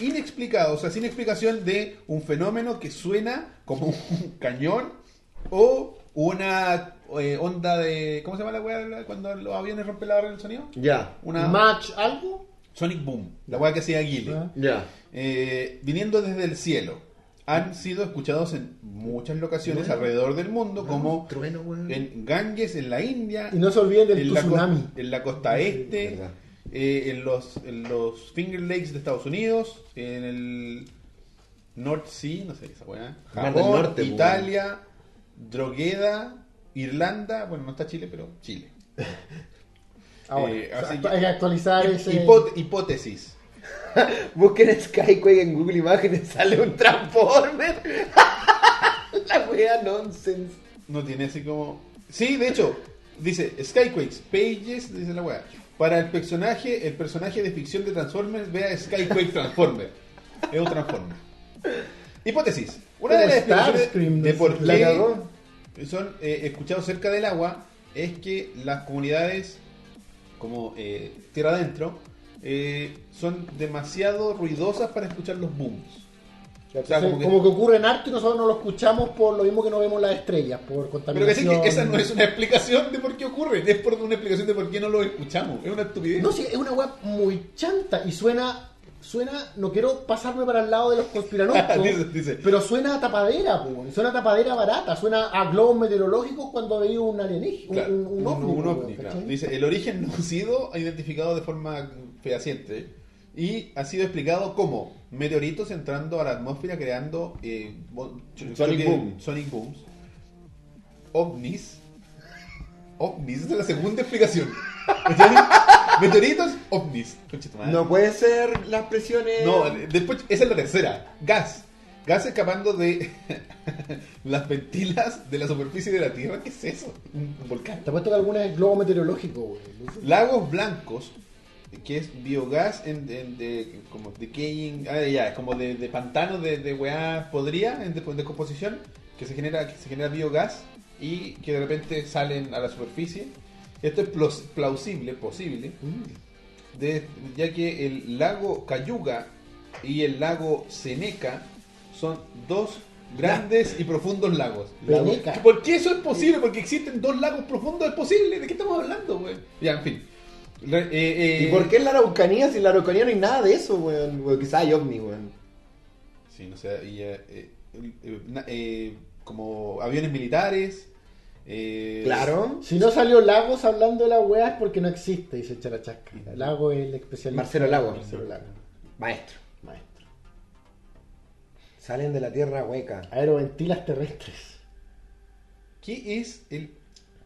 A: inexplicado, o sea, sin explicación de un fenómeno que suena como un cañón o una eh, onda de... ¿Cómo se llama la weá cuando los aviones rompen la barrera del sonido?
C: Ya,
A: Una
B: Match algo.
A: Sonic Boom, la weá que hacía Aguile.
B: Ah.
C: ya.
A: Eh, viniendo desde el cielo. Han sido escuchados en muchas locaciones
C: Bueno.
A: alrededor del mundo, como
C: trueno, weón.
A: en Ganges, en la India,
B: Y no se olviden del
A: en, la co-
B: tsunami.
A: en la costa este,
C: verdad.
A: eh, en, los, en los Finger Lakes de Estados Unidos, en el North Sea, no sé, esa weá,
C: Mar del
A: Japón,
C: Norte, weón.
A: Italia, Drogueda, Irlanda, bueno, no está Chile, pero Chile.
B: Ahora,
A: Eh,
B: o sea,
A: así
B: actu-
A: que-
B: hay que actualizar
A: Hip-
B: ese.
A: hipó- hipótesis.
C: Busquen Skyquake en Google Imágenes, sale un Transformer. la wea nonsense.
A: No tiene así como. Sí, de hecho, dice Skyquakes, Pages, dice la weá. Para el personaje, el personaje de ficción de Transformers, vea Skyquake Transformer. Es un Transformer. Hipótesis. Una de
B: Como
A: las explicaciones
B: Starscream,
A: de
B: no
A: por
B: sé.
C: La
A: qué
C: cagó.
A: son eh, escuchados cerca del agua es que las comunidades como eh, tierra adentro eh, son demasiado ruidosas para escuchar los booms.
B: Entonces,
A: o sea, como
B: como,
A: que-
B: que... ocurre en arte y nosotros no lo escuchamos por lo mismo que no vemos las estrellas, por
A: Pero que sí
B: contaminación.
A: que esa no es una explicación de por qué ocurre, es por una explicación de por qué no lo escuchamos. Es una estupidez.
B: No, sí, es una web muy chanta y suena. Suena, no quiero pasarme para el lado de los conspiranoicos,
A: Dice- dice.
B: pero suena a tapadera, po, suena a tapadera barata, suena a globos meteorológicos cuando veía un alienígena,
A: Claro,
B: un, un, un ovni, po,
A: claro.
B: ¿cachai?
A: Dice, el origen no ha sido identificado de forma fehaciente y ha sido explicado como meteoritos entrando a la atmósfera creando eh, bo- cho-
C: Sonic
A: choque-
C: boom.
A: Sonic booms. Ovnis. Ovnis, esa es la segunda explicación. ¿Entiendes? meteoritos, ovnis. Conche tu madre.
C: No puede ser las presiones.
A: No, eh, después, esa es la tercera. Gas. Gas escapando de las ventilas de la superficie de la Tierra. ¿Qué es eso? Un volcán.
B: Te apuesto que alguna es globo meteorológico, güey.
A: Lagos blancos, que es biogás en, en- de, como decaying, ah, ya, es como de, de pantano de, de weá podría en, de- en descomposición, que se genera, que se genera biogás y que de repente salen a la superficie. Esto es plos- plausible, posible, de- ya que el lago Cayuga y el lago Seneca son dos grandes y profundos lagos.
B: Veneca.
A: ¿Por qué eso es posible? Porque existen dos lagos profundos, es posible. ¿De qué estamos hablando, güey? Ya, en fin. Re- eh, eh,
C: ¿Y por qué en la Araucanía? Si en la Araucanía no hay nada de eso, weón. Weón, quizás hay ovni, weón.
A: Sí, no sé, y, eh, eh, eh, na- eh, como aviones militares. eh,
C: Claro.
B: Si no salió Lagos hablando de la weá es porque no existe, dice Charachasca. Lago es el especialista.
C: Marcelo Lago.
B: Marcelo Lago,
C: Maestro.
B: maestro.
C: Salen de la tierra hueca.
B: Aeroventilas terrestres.
A: ¿Qué es el,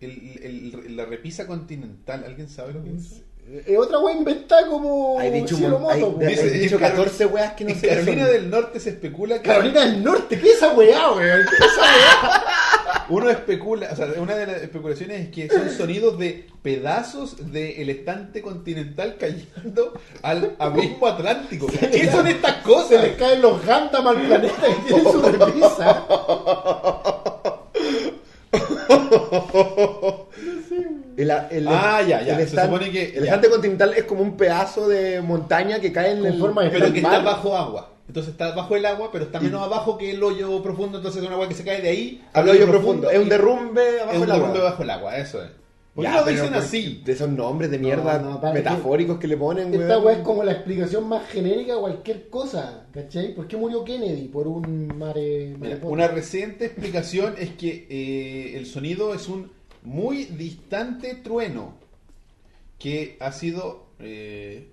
A: el- el- la repisa continental, ¿alguien sabe lo que es?
B: Es otra wea inventada como
C: Hay dicho, un
B: cielo
C: mon- hay-
B: moto,
C: hay
B: po.
A: Oh, Dice-
C: dicho
A: en Carol-
C: 14 weas que no
A: en
C: sé. qué
A: Carolina
C: son.
A: del Norte se especula que
B: Carolina del Norte, ¿qué es esa weá, weón? ¿Qué es esa weá?
A: uno especula, o sea, una de las especulaciones es que son sonidos de pedazos del estante continental cayendo al abismo atlántico. ¿Qué son estas
B: Se
A: cosas?
B: les caen los Gundam al planeta y tienen su repisa.
C: El, el-
A: Ah, ya, ya,
C: el
A: se
C: estante-
A: supone que- ya.
C: El estante continental es como un pedazo de montaña que cae en
B: Con
C: el-
B: forma de-
A: Pero que está
B: Mal.
A: bajo agua. Entonces está bajo el agua, pero está menos abajo que el hoyo profundo. Entonces es una agua que se cae de ahí
C: al hoyo profundo. Es un
A: derrumbe
C: derrumbe abajo
A: es un
C: del agua.
A: derrumbe bajo el agua, eso es. ¿Por qué
C: Ya,
A: lo
C: pero
A: dicen
C: por-
A: así?
C: De esos nombres de mierda
B: No, no, aparte
C: metafóricos que le ponen,
B: Esta
C: weón.
B: weá es como la explicación más genérica de cualquier cosa, ¿cachai? ¿Por qué murió Kennedy? Por un mare...
A: Mira,
B: marepoto.
A: una reciente explicación es que eh, el sonido es un muy distante trueno que ha sido eh,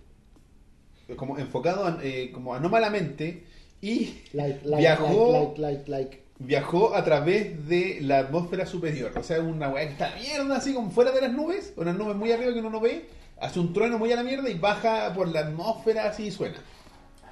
A: como enfocado an- eh, como anómalamente y
B: Like, like,
A: viajó
B: like, like, like, like.
A: viajó a través de la atmósfera superior. O sea, una weá que está mierda así como fuera de las nubes, unas nubes muy arriba que uno no ve, hace un trueno muy a la mierda y baja por la atmósfera así y suena.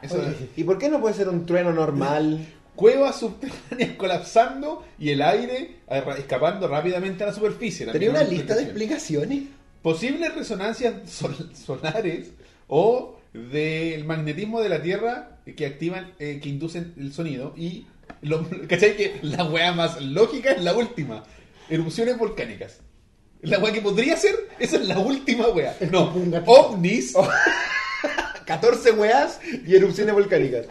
A: Eso
B: Oye,
A: es.
C: ¿Y por qué no puede ser un trueno normal?
A: cuevas subterráneas colapsando y el aire arra- escapando rápidamente a la superficie.
C: Tenía
A: También
C: una lista de
A: explicación.
C: explicaciones.
A: Posibles resonancias sol- solares o del magnetismo de la Tierra que activan, eh, que inducen el sonido y lo, ¿cachai? que la wea más lógica es la última. Erupciones volcánicas. La wea que podría ser, esa es la última wea. No,
B: Un gatito.
A: ovnis,
C: Oh. 14 weas y erupciones volcánicas.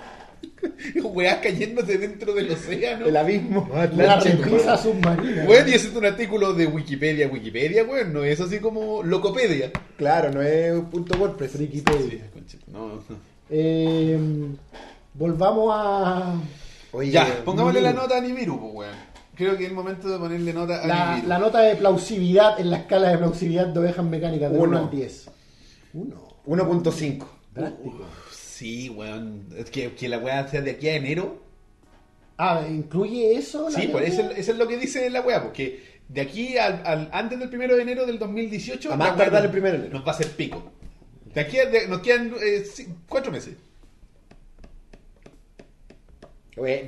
A: weas cayéndose dentro del océano.
C: El abismo.
A: Ah,
B: Una
C: Atlántico.
B: repisa submarina.
A: Bueno, y ese es un artículo de Wikipedia, Wikipedia, weón, no es así como Locopedia.
C: Claro, no es un punto WordPress.
B: Wikipedia.
A: Conchito, No, no.
B: Eh, volvamos a...
C: Oye,
A: Ya, pongámosle la nota a Nibiru, pues, weón. Creo que es el momento de ponerle nota a
B: La,
A: Nibiru.
B: la nota de plausibilidad en la escala de plausibilidad de ovejas mecánicas de
C: Uno.
B: 1 al 10. 1.
C: 1.5.
B: Drástico.
A: Uf, sí, weón. Es que, que la weá sea de aquí a enero.
B: Ah, ¿incluye eso? la
A: Sí, pues
B: teoría?
A: eso, es- eso es lo que dice la weá, porque de aquí al, al- antes del primero de enero del 2018.
C: A más
A: la weá
C: tardar
A: nos-
C: el primero de enero.
A: Nos va a hacer pico. De aquí a- de- nos quedan eh, sí, cuatro meses.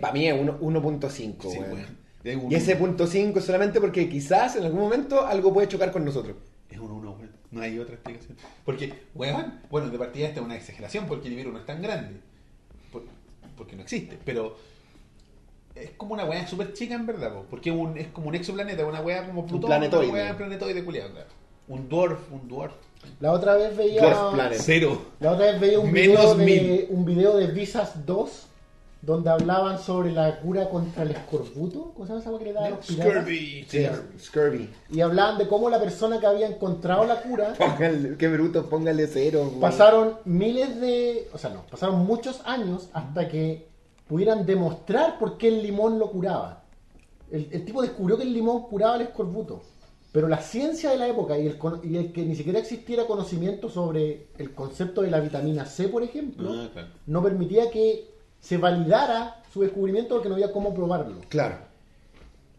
C: Para mí es uno- 1.5,
A: Sí,
C: weón.
A: weón. Es un-
C: Y ese punto 5 es solamente porque quizás en algún momento algo puede chocar con nosotros.
A: Es un 1, weón. No hay otra explicación. Porque, weón, bueno, de partida esta es una exageración porque Nibiru no es tan grande. Por- porque no existe. Pero es como una weá súper chica en verdad, po, porque es un- es como un exoplaneta, una weá como Plutón.
C: planetoide.
A: Una weá planetoide culiado, claro. Un dwarf, un dwarf.
B: La otra vez veía...
C: Dwarf Planet.
A: Cero.
B: La otra vez veía un video,
A: Menos
B: de,
A: mil.
B: un video de Visas 2 donde hablaban sobre la cura contra el escorbuto, ¿cómo se llama esa hueá que le daban a los piratas?
A: Scurvy.
C: Scurvy.
B: Y hablaban de cómo la persona que había encontrado la cura
C: Póngale, qué bruto, póngale cero. weón.
B: pasaron miles de, o sea, no, pasaron muchos años hasta que pudieran demostrar por qué el limón lo curaba. El, el tipo descubrió que el limón curaba el escorbuto, pero la ciencia de la época y el, cono- y el que ni siquiera existiera conocimiento sobre el concepto de la vitamina C, por ejemplo,
A: Ah, claro.
B: no permitía que se validara su descubrimiento porque no había cómo probarlo
C: Claro.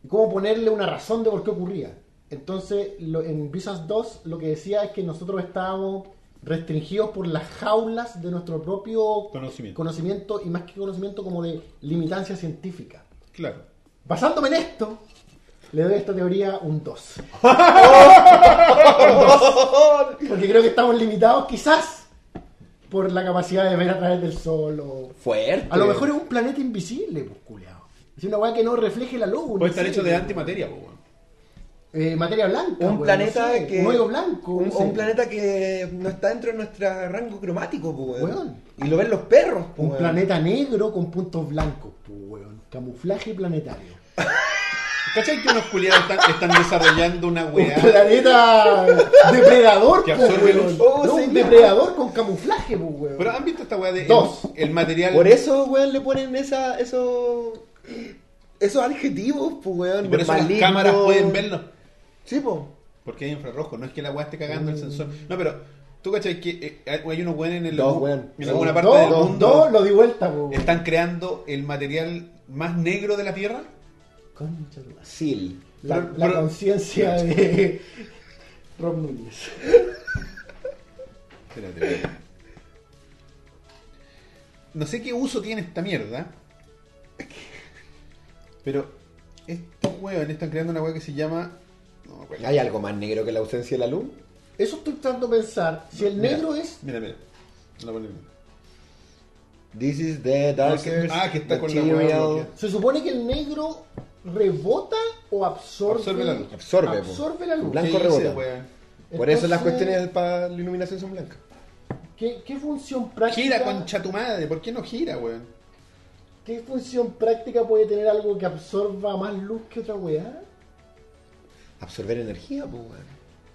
B: y cómo ponerle una razón de por qué ocurría. Entonces, lo- en Visas 2 lo que decía es que nosotros estábamos restringidos por las jaulas de nuestro propio
A: Conocimiento.
B: conocimiento, y más que conocimiento como de limitancia científica.
A: Claro.
B: Basándome en esto, le doy a esta teoría un 2. Porque creo que estamos limitados quizás por la capacidad de ver a través del sol o...
C: Fuerte.
B: A lo mejor es un planeta invisible, pues, culiao. Es una weá que no refleje la luz.
A: Puede
B: no
A: estar
B: sé,
A: hecho de
B: weón.
A: antimateria, po, weón.
B: Eh, materia blanca.
C: un
B: weón,
C: planeta
B: no sé,
C: que
B: Un hoyo blanco.
C: un,
B: no sé.
C: un planeta que no está dentro de nuestro rango cromático po, weón.
B: Weón.
C: y lo ven los perros po,
B: Un
C: weón.
B: planeta negro con puntos blancos, pues, weón. Camuflaje planetario.
A: ¿Cachai que unos culiados están, están desarrollando una
B: Un
A: weá?
B: planeta depredador,
A: Que
B: pues,
A: absorbe
B: weón.
A: luz.
C: Oh,
B: No, un
C: señor.
B: depredador con camuflaje, pues, weón.
A: Pero ah, han visto esta weá de el-
B: Dos.
A: El, material.
C: por eso weón le ponen esa esos esos adjetivos po, weón
A: y por eso las
C: Maligno.
A: cámaras pueden verlo.
C: sí po
A: Porque hay infrarrojo, no es que la weá esté cagando
C: Mm.
A: el sensor. No, pero tú cachai que eh, hay unos weones en, el-
C: Dos, weón.
A: en
C: Sí,
A: alguna parte
B: Dos,
A: del
B: dos,
A: mundo
B: dos, lo di vuelta, pues.
A: están creando el material más negro de la Tierra
B: Concha de tu madre.
C: Sil.
B: La,
A: Pero-
B: la
A: pero-
B: conciencia de Rob Núñez.
A: Espérate. No sé qué uso tiene esta mierda. Pero estos hueones están creando una hueá que se llama. No me acuerdo.
C: ¿Hay algo más negro que la ausencia de la luz?
B: Eso estoy tratando de pensar. Si el
A: Mira,
B: negro es.
A: Mira, mira. No la ponen.
C: This is the darkest
A: Ah, que está con la
C: material.
A: hueá bloqueada.
B: Se supone que el negro rebota o absorbe,
A: Absorbe la luz.
C: Absorbe, po.
B: absorbe la luz.
C: Blanco
A: ¿Qué hice,
C: rebota.
A: hueón?
C: Por eso las
B: Entonces-
C: cuestiones para la iluminación son blancas.
B: ¿Qué, qué función práctica?
A: Gira concha tu madre. ¿Por qué no gira, weón?
B: ¿Qué función práctica puede tener algo que absorba más luz que otra weá?
C: Absorber energía, pues, weón.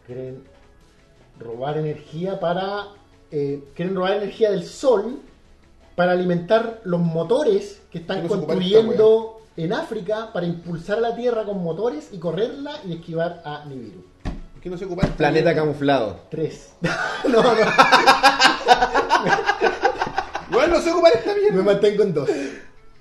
B: Quieren robar energía para. eh, quieren robar energía del sol para alimentar los motores que están
A: Vamos a ocupar
B: construyendo en África para impulsar a la Tierra con motores y correrla y esquivar a Nibiru.
A: ¿Por qué no se ocupa el
C: Planeta camuflado.
B: Tres. no, no,
A: Weón, no se ocupa esta
B: me
A: mierda.
B: mantengo en dos.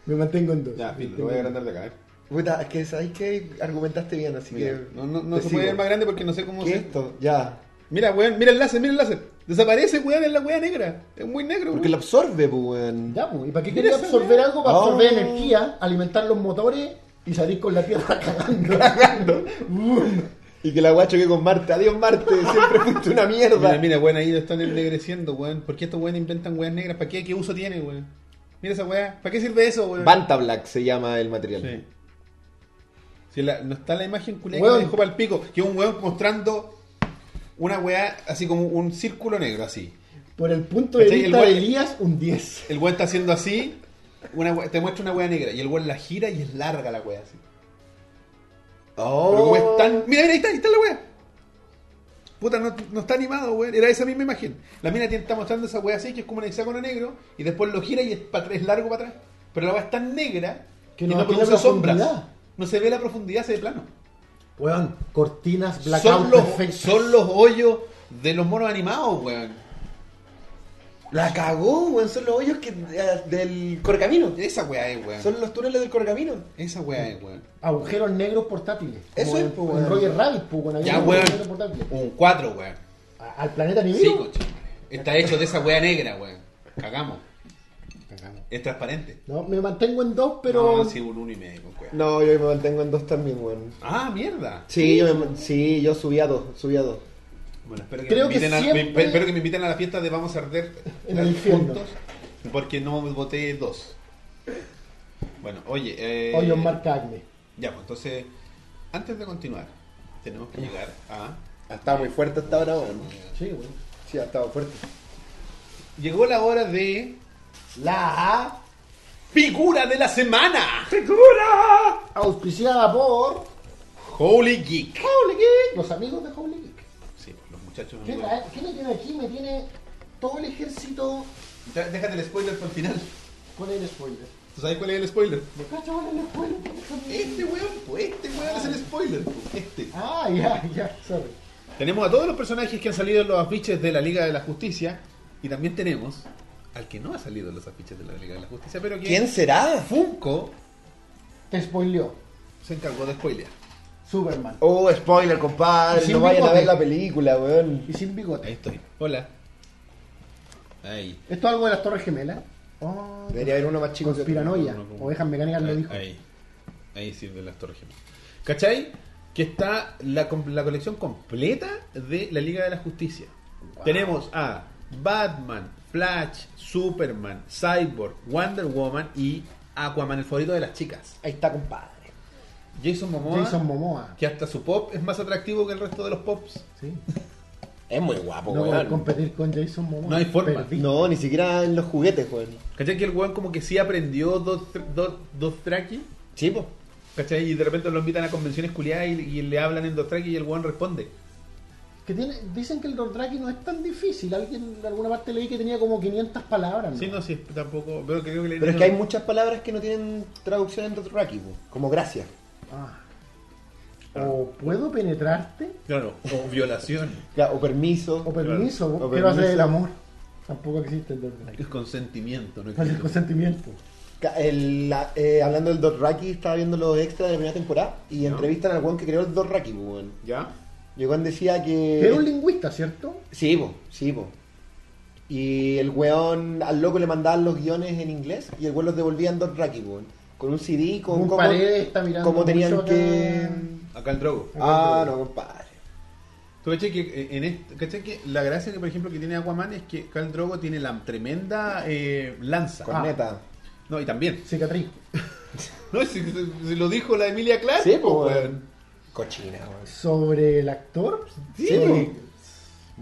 B: Me mantengo en dos.
A: Ya, fin, lo voy a agrandar de acá, eh.
C: Puta, es que sabes que argumentaste bien, así
A: Mira,
C: que.
A: no no, no
C: te
A: se
C: sigo.
A: puede ver más grande porque no sé cómo
C: ¿Qué
A: se.
C: es esto? Ya.
A: Mira, weón, mira el láser, mira el láser. Desaparece, weón, es la weá negra. Es muy negro,
C: Porque
A: weón.
C: lo absorbe, pues, weón.
B: Ya, pues, ¿y para qué
A: Mira
B: quería
A: esa
B: absorber
A: weá.
B: algo? Para absorber
C: Oh.
B: energía, alimentar los motores y salir con la tierra cagando.
C: Y que la guacho choque con Marte. Adiós, Marte. Siempre fuiste una mierda.
A: Mira, mira, weón, ahí lo están ennegreciendo, weón. ¿Por qué estos weones inventan weas negras? ¿Para qué? ¿Qué uso tiene, weón? Mira esa weá. ¿Para qué sirve eso, weón?
C: Banta Black se llama el material.
A: Sí. Si la- no está la imagen culiada que
B: Weón.
A: me dejó para el pico, que es un weón mostrando una weá así como un círculo negro, así.
B: Por el punto de
A: ¿Cachai?
B: vista
A: El
B: de
A: guay-
B: Elías, un 10.
A: El weón está haciendo así, una weá- te muestra una weá negra y el weón la gira y es larga la weá así.
C: Oh.
A: Pero como es tan- Mira, mira, ahí está, ahí está la weá. Puta, no, no está animado, weón. Era esa misma imagen. La mina tiene- está mostrando esa weá así, que es como un hexágono negro, y después lo gira y es, pa' atrás, es largo para atrás. Pero la weá es tan negra
B: Que
A: que
B: no
A: no,
B: tiene
A: produce sombras.
B: profundidad.
A: No se ve la profundidad, se ve plano.
B: Weón, cortinas
A: Son
B: blackout
A: los,
B: perfectas.
A: son los hoyos de los monos animados, weón.
C: La cagó, weón. Son los hoyos que, eh, del correcamino.
A: Esa weá es, weón.
C: Son los túneles del correcamino.
A: Esa weá es, weón.
B: Agujeros negros portátiles.
C: Eso
B: Como
C: es,
B: en-
C: pues,
B: en
C: weón.
B: Roger Rabbit, pues, con
A: Ya,
B: agujeros negros
A: weón.
B: portátiles.
A: Un 4, weón.
B: A- Al planeta
A: Sí,
B: Nibiru.
A: coche. Está hecho de esa weá negra, weón. Cagamos. Cagamos. Es transparente.
B: no, me mantengo en dos, pero.
A: Pero. sí, un uno y medio con cueva.
C: No, yo me mantengo en dos también, weón.
A: Ah, mierda.
C: Sí, yo, me- sí, yo subí a dos, subí a dos.
A: Bueno, espero que,
B: Creo
A: me,
B: que
A: inviten a,
B: siempre-
A: me- espero que me inviten a la fiesta de Vamos a Arder
B: En el infierno.
A: Porque no voté dos. Bueno, oye. Eh,
B: Hoyos marca Acme.
A: Ya, pues entonces, antes de continuar, tenemos que llegar a.
C: Ha estado muy fuerte hasta ahora, weón.
B: Sí, weón.
C: Sí, ha estado fuerte.
A: Llegó la hora de.
B: La
A: ¡Figura de la semana!
B: A, auspiciada por.
A: ¡Holy Geek!
B: Holy Geek. Los amigos de Holy Geek.
A: Sí, los muchachos.
B: ¿Qué,
A: amigos.
B: tra- qué me tiene aquí? Me tiene todo el ejército
A: Tra- Déjate el spoiler para el final.
B: con el spoiler.
A: ¿Tú sabes cuál es el spoiler?
B: Me cacho con el spoiler. me cacho con el-
A: Este weón, pues este weón es el spoiler, pues, este.
B: Ah, ya, ya, sorry.
A: Tenemos a todos los personajes que han salido en los afiches de la Liga de la Justicia y también tenemos al que no ha salido en los afiches de la Liga de la Justicia, pero que
C: ¿Quién será?
A: Funko
B: Te spoileó.
A: se encargó de spoiler.
B: Superman.
C: Oh, spoiler, compadre.
B: Sí,
C: no
B: mi
C: vayan a
B: compadre.
C: ver la película, weón.
B: Y sin
A: Ahí
B: bigote.
A: estoy. Hola. Ahí.
B: ¿Esto es algo de las Torres Gemelas? Oh,
C: Debería haber uno más chico. que-
B: conspiranoia.
A: No, no, no.
B: Ovejas mecánicas lo
A: ahí,
B: dijo.
A: Ahí. Ahí sirve las torres gemelas. ¿Cachai? Que está la, com- la colección completa de la Liga de la Justicia. Tenemos a Batman, Flash, Superman, Cyborg, Wonder Woman y Aquaman, el favorito de las chicas.
C: Ahí está, compadre.
A: Jason Momoa,
B: Jason Momoa.
A: que hasta su pop es más atractivo que el resto de los pops.
B: Sí.
C: Es muy guapo,
B: No voy a
C: weón.
B: competir con Jason Momoa.
A: No hay forma.
B: Perdí.
C: No, ni siquiera en los juguetes, weón.
A: ¿Cachai? Que el weón como que sí aprendió dos, dos, dos trackies.
C: Sí, po.
A: ¿Cachai? Y de repente lo invitan a convenciones culiadas y, y le hablan en dos trackies y el weón responde.
B: Que tiene, dicen que el Dothraki no es tan difícil. Alguien en alguna parte leí que tenía como 500 palabras. ¿no?
A: Sí, no, sí, tampoco. Pero, creo que le-
C: Pero es que hay muchas palabras que no tienen traducción en Dothraki, po. Como gracias.
B: Ah. O puedo penetrarte.
A: Claro, o violación.
C: Claro, o permiso.
B: O permiso.
C: Claro. O
B: Quiero hacer
C: permiso.
B: el amor. Tampoco existe el Dothraki.
A: Es consentimiento, ¿no? Eh.
B: Con el consentimiento.
C: Ca- el- la- eh, hablando del Dothraki, estaba viendo los extras de la primera temporada y
A: ¿Ya?
C: entrevistan al weón que creó el Dothraki, pues, weón.
A: ¿Ya?
C: Y el weón decía que...
B: Era un lingüista, ¿cierto?
C: Sí, po, sí, po. Y el weón, al loco le mandaban los guiones en inglés y el weón los devolvía en Dothraki, po, weón. Con un CD, con
B: Un
C: cómo-
B: pared está mirando
C: cómo tenían
B: mucho acá.
C: que...
A: Acá en Drogo.
C: Ah, no, compadre.
A: ¿Tú cachai que, eh, en este- cachai que la gracia que, por ejemplo, que tiene Aquaman es que Khal Drogo tiene la tremenda eh, lanza.
C: Corneta.
A: No, y también.
B: Cicatriz.
A: No, si, si- si lo dijo la Emilia
B: Ah.
A: Clarke.
C: Sí, po,
A: pues,
C: weón. Cochina, weón.
B: Sobre el actor,
C: Sí,
B: sobre-
C: po.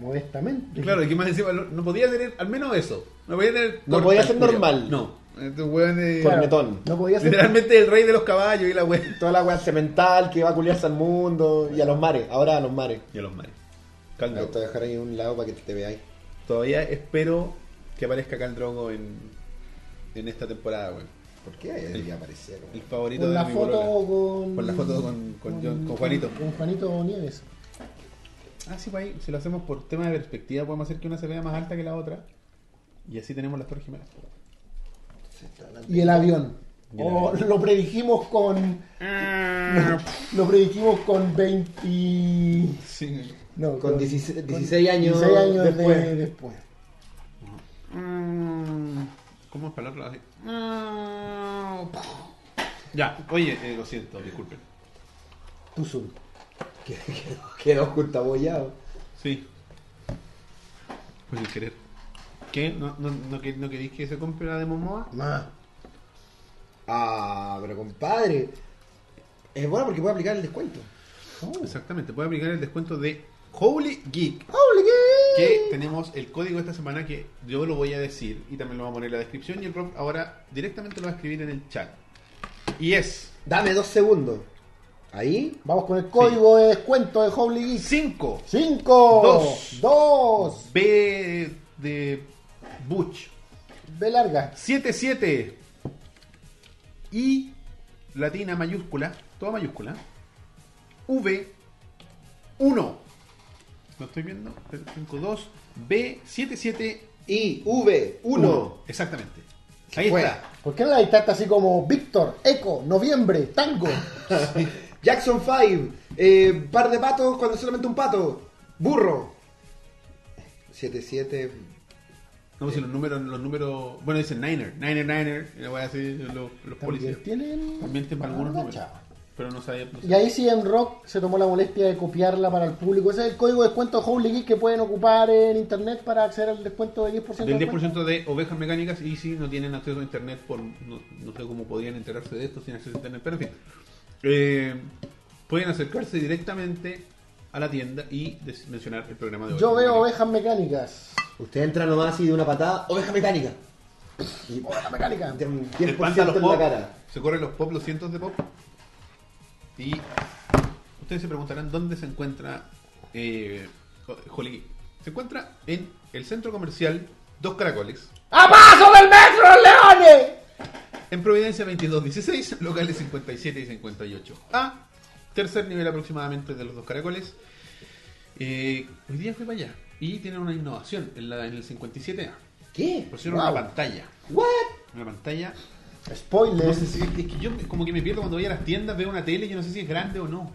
B: modestamente.
A: Claro, y que más encima no, no podía tener al menos eso. No podía tener.
C: No
A: corta,
C: podía ser
A: el culo.
C: normal.
A: No. Este weón es-
B: Claro,
C: cornetón.
B: No podía ser.
A: Literalmente el rey de los caballos y la weón.
C: Toda la weá cemental que va a culiarse al mundo y a los mares, ahora a los mares.
A: Y a los mares.
C: Te
A: Khal
C: voy a
A: Drogo.
C: dejar ahí a un lado para que te veáis.
A: Todavía espero que aparezca Khal Drogo en, en esta temporada, weón.
C: ¿Por qué debería aparecer?
A: El
C: weón?
A: favorito
B: Con
A: de
B: la
A: mi
B: foto
A: polola.
B: con.
A: Con la foto con- con John- con Juanito.
B: Con Juanito Nieves.
A: Ah, sí, pues ahí, si lo hacemos por tema de perspectiva, podemos hacer que una se vea más alta que la otra. Y así tenemos las torres gemelas.
C: Se está hablando.
B: Y el avión.
A: Y el
B: Oh, lo predijimos con. Lo predijimos con 20.
A: Sí.
B: No,
C: Con 16 años
B: 16 años de- después.
C: después.
A: Mm. ¿Cómo es para el otro lado? Así. Ya, oye, eh, lo siento, disculpen.
B: Tuzul.
C: Quedó- Quedó juntabollado.
A: Sí. Pues sin querer. ¿Qué? ¿No, no, no, que- no queréis que se compre la de Momoa?
B: Más.
C: Ah, pero compadre. Es bueno porque puede aplicar el descuento.
B: Uh.
A: Exactamente, puede aplicar el descuento de Holy Geek que tenemos el código esta semana que yo lo voy a decir y también lo voy a poner en la descripción y el prof ahora directamente lo va a escribir en el chat. Y es
C: Dame dos segundos. Ahí.
B: Vamos con el código de descuento de Holy Geek.
A: 5
B: 5,
A: Dos.
B: 2,
A: B de Butch
B: B larga,
A: 77 y latina mayúscula, toda mayúscula. V 1. No estoy viendo. 52 B 77
C: I, V, 1.
A: Exactamente. Ahí
C: Fuera.
A: está.
B: ¿Por qué no la dictaste así como Víctor, Eco, Noviembre, Tango?
C: Jackson 5. Eh, par de patos cuando solamente un pato. Burro. 77.
A: No, si los números, los números. Bueno, dicen Niner, Niner, Niner. Y la voy a decir los, los policías.
B: También tienen...
A: También tienen algunos
B: Ah,
A: números.
B: chao.
A: Pero no sabía. no
B: Y ahí sí en Rock se tomó la molestia de copiarla para el público. Ese es el código de descuento de Holy Geek que pueden ocupar en internet para acceder al descuento del 10%.
A: sabía. del
B: de descuento.
A: 10% de ovejas mecánicas y si no tienen acceso a internet, por, no, no sé cómo podrían enterarse de esto sin acceso a internet, pero en fin. Eh, pueden acercarse directamente a la tienda y des- mencionar el programa de hoy.
B: Yo veo ovejas mecánicas.
C: Usted entra nomás así de una patada. Oveja mecánica. Y
B: Ovejas mecánicas.
C: de un
A: Se
C: 10%
A: espantan los
C: en
A: pop,
C: la cara.
A: se corren los pop, los cientos de pop. Y ustedes se preguntarán dónde se encuentra eh, Holy Geek. Se encuentra en el centro comercial Dos Caracoles,
B: ¡A paso del metro, leones!
A: en Providencia 2216, locales 57 y 58. A tercer nivel aproximadamente de los Dos Caracoles. Eh, hoy día fui para allá y tienen una innovación en, la- en el 57A.
C: ¿Qué?
A: Pusieron
B: Wow.
A: una pantalla.
C: ¿What?
A: Una pantalla
B: Spoiler.
A: No sé si- es que yo me- como que me pierdo cuando voy a las tiendas, veo una tele, yo no sé si es grande o no.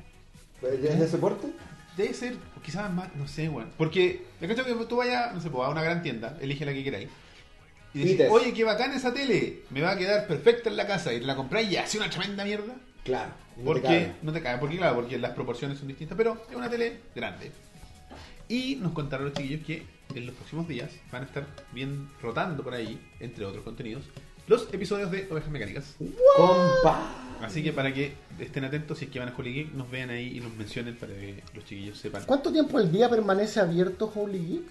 C: ¿Es de soporte?
A: Debe ser, o quizás es más, no sé, weón. Porque, el cacho que tú vayas, no sé, pues, a una gran tienda, elige la que queráis. Y decís,
C: Mites.
A: oye, qué bacana esa tele, me va a quedar perfecta en la casa. Y te la compráis y hace una tremenda mierda.
C: Claro.
A: Porque, no te cae, porque claro, porque las proporciones son distintas, pero es una tele grande. Y nos contaron los chiquillos que en los próximos días van a estar bien rotando por ahí, entre otros contenidos, los episodios de Ovejas Mecánicas.
C: Compa.
A: Así que para que estén atentos, si es que van a Holy Geek, nos vean ahí y nos mencionen para que los chiquillos sepan.
B: ¿Cuánto tiempo el día permanece abierto Holy Geek?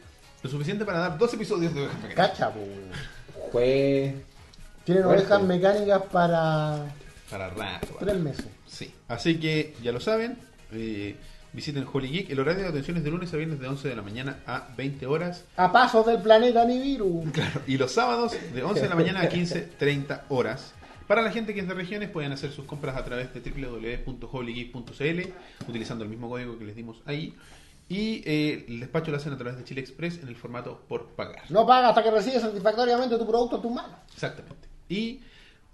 A: Lo suficiente para dar dos episodios de Ovejas Mecánicas.
B: Cacha, po.
C: Jue.
B: Tienen
C: Fuerte.
B: ovejas mecánicas para
A: Para rato. para-
B: tres meses.
A: Sí. Así que ya lo saben. eh, visiten Holy Geek. El horario de atención es de lunes a viernes de 11 de la mañana a 20 horas.
B: A pasos del planeta Nibiru.
A: Claro. Y los sábados de 11 de la mañana a 15.30 horas. Para la gente que es de regiones, pueden hacer sus compras a través de www.holygeek.cl utilizando el mismo código que les dimos ahí. Y eh, el despacho lo hacen a través de Chile Express en el formato por pagar.
B: No paga hasta que recibes satisfactoriamente tu producto en tus manos.
A: Exactamente. Y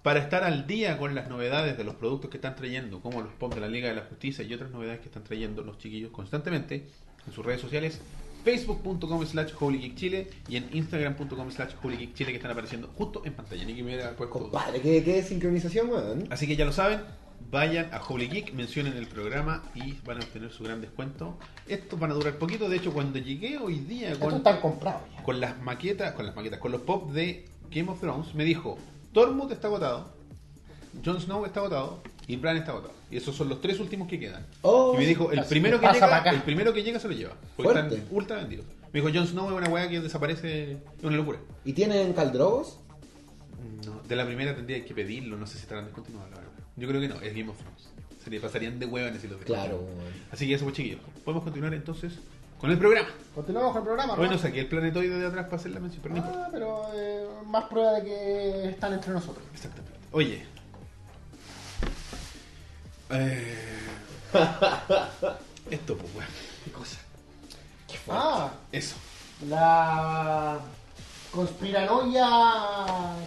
A: para estar al día con las novedades de los productos que están trayendo, como los POP de la Liga de la Justicia y otras novedades que están trayendo los chiquillos constantemente en sus redes sociales, facebook.com slash holygeekchile y en instagram.com slash holygeekchile que están apareciendo justo en pantalla. Nicky me hubiera puesto-
C: Compadre, qué, qué sincronización, weón.
A: Así que ya lo saben, vayan a Holy Geek, mencionen el programa y van a obtener su gran descuento. Estos van a durar poquito, de hecho cuando llegué hoy día
B: Estos
A: con,
B: están comprados ya.
A: con las maquetas, con las maquetas, con los pop de Game of Thrones, me dijo, Tormund está agotado, Jon Snow está agotado y Bran está agotado. Y esos son los tres últimos que quedan.
C: Oh,
A: y me dijo, el
B: así
A: primero
B: que
A: que
B: pasa pa'
A: llega,
B: acá.
A: el primero que llega se lo lleva. Porque
C: Fuerte.
A: están ultra vendidos. Me dijo, Jon Snow es una weá que desaparece, es una locura.
C: ¿Y tienen caldrobos?
A: No, de la primera tendría que pedirlo, no sé si estarán descontinuados, la verdad. Yo creo que no, es Game of Thrones. Se le pasarían de huevones si lo tenían.
C: Claro, weón.
A: Así que eso, pues, chiquillos. Podemos continuar entonces con el programa.
B: Continuamos con el programa. ¿no?
A: Hoy nos saqué el planetoide de atrás para hacer la mención, pero no importa.
B: Ah, pero eh, más prueba de que están entre nosotros.
A: Exactamente. Oye. Eh... Esto, pues, weón.
B: ¿Qué cosa? Ah,
A: Eso.
B: la conspiranoia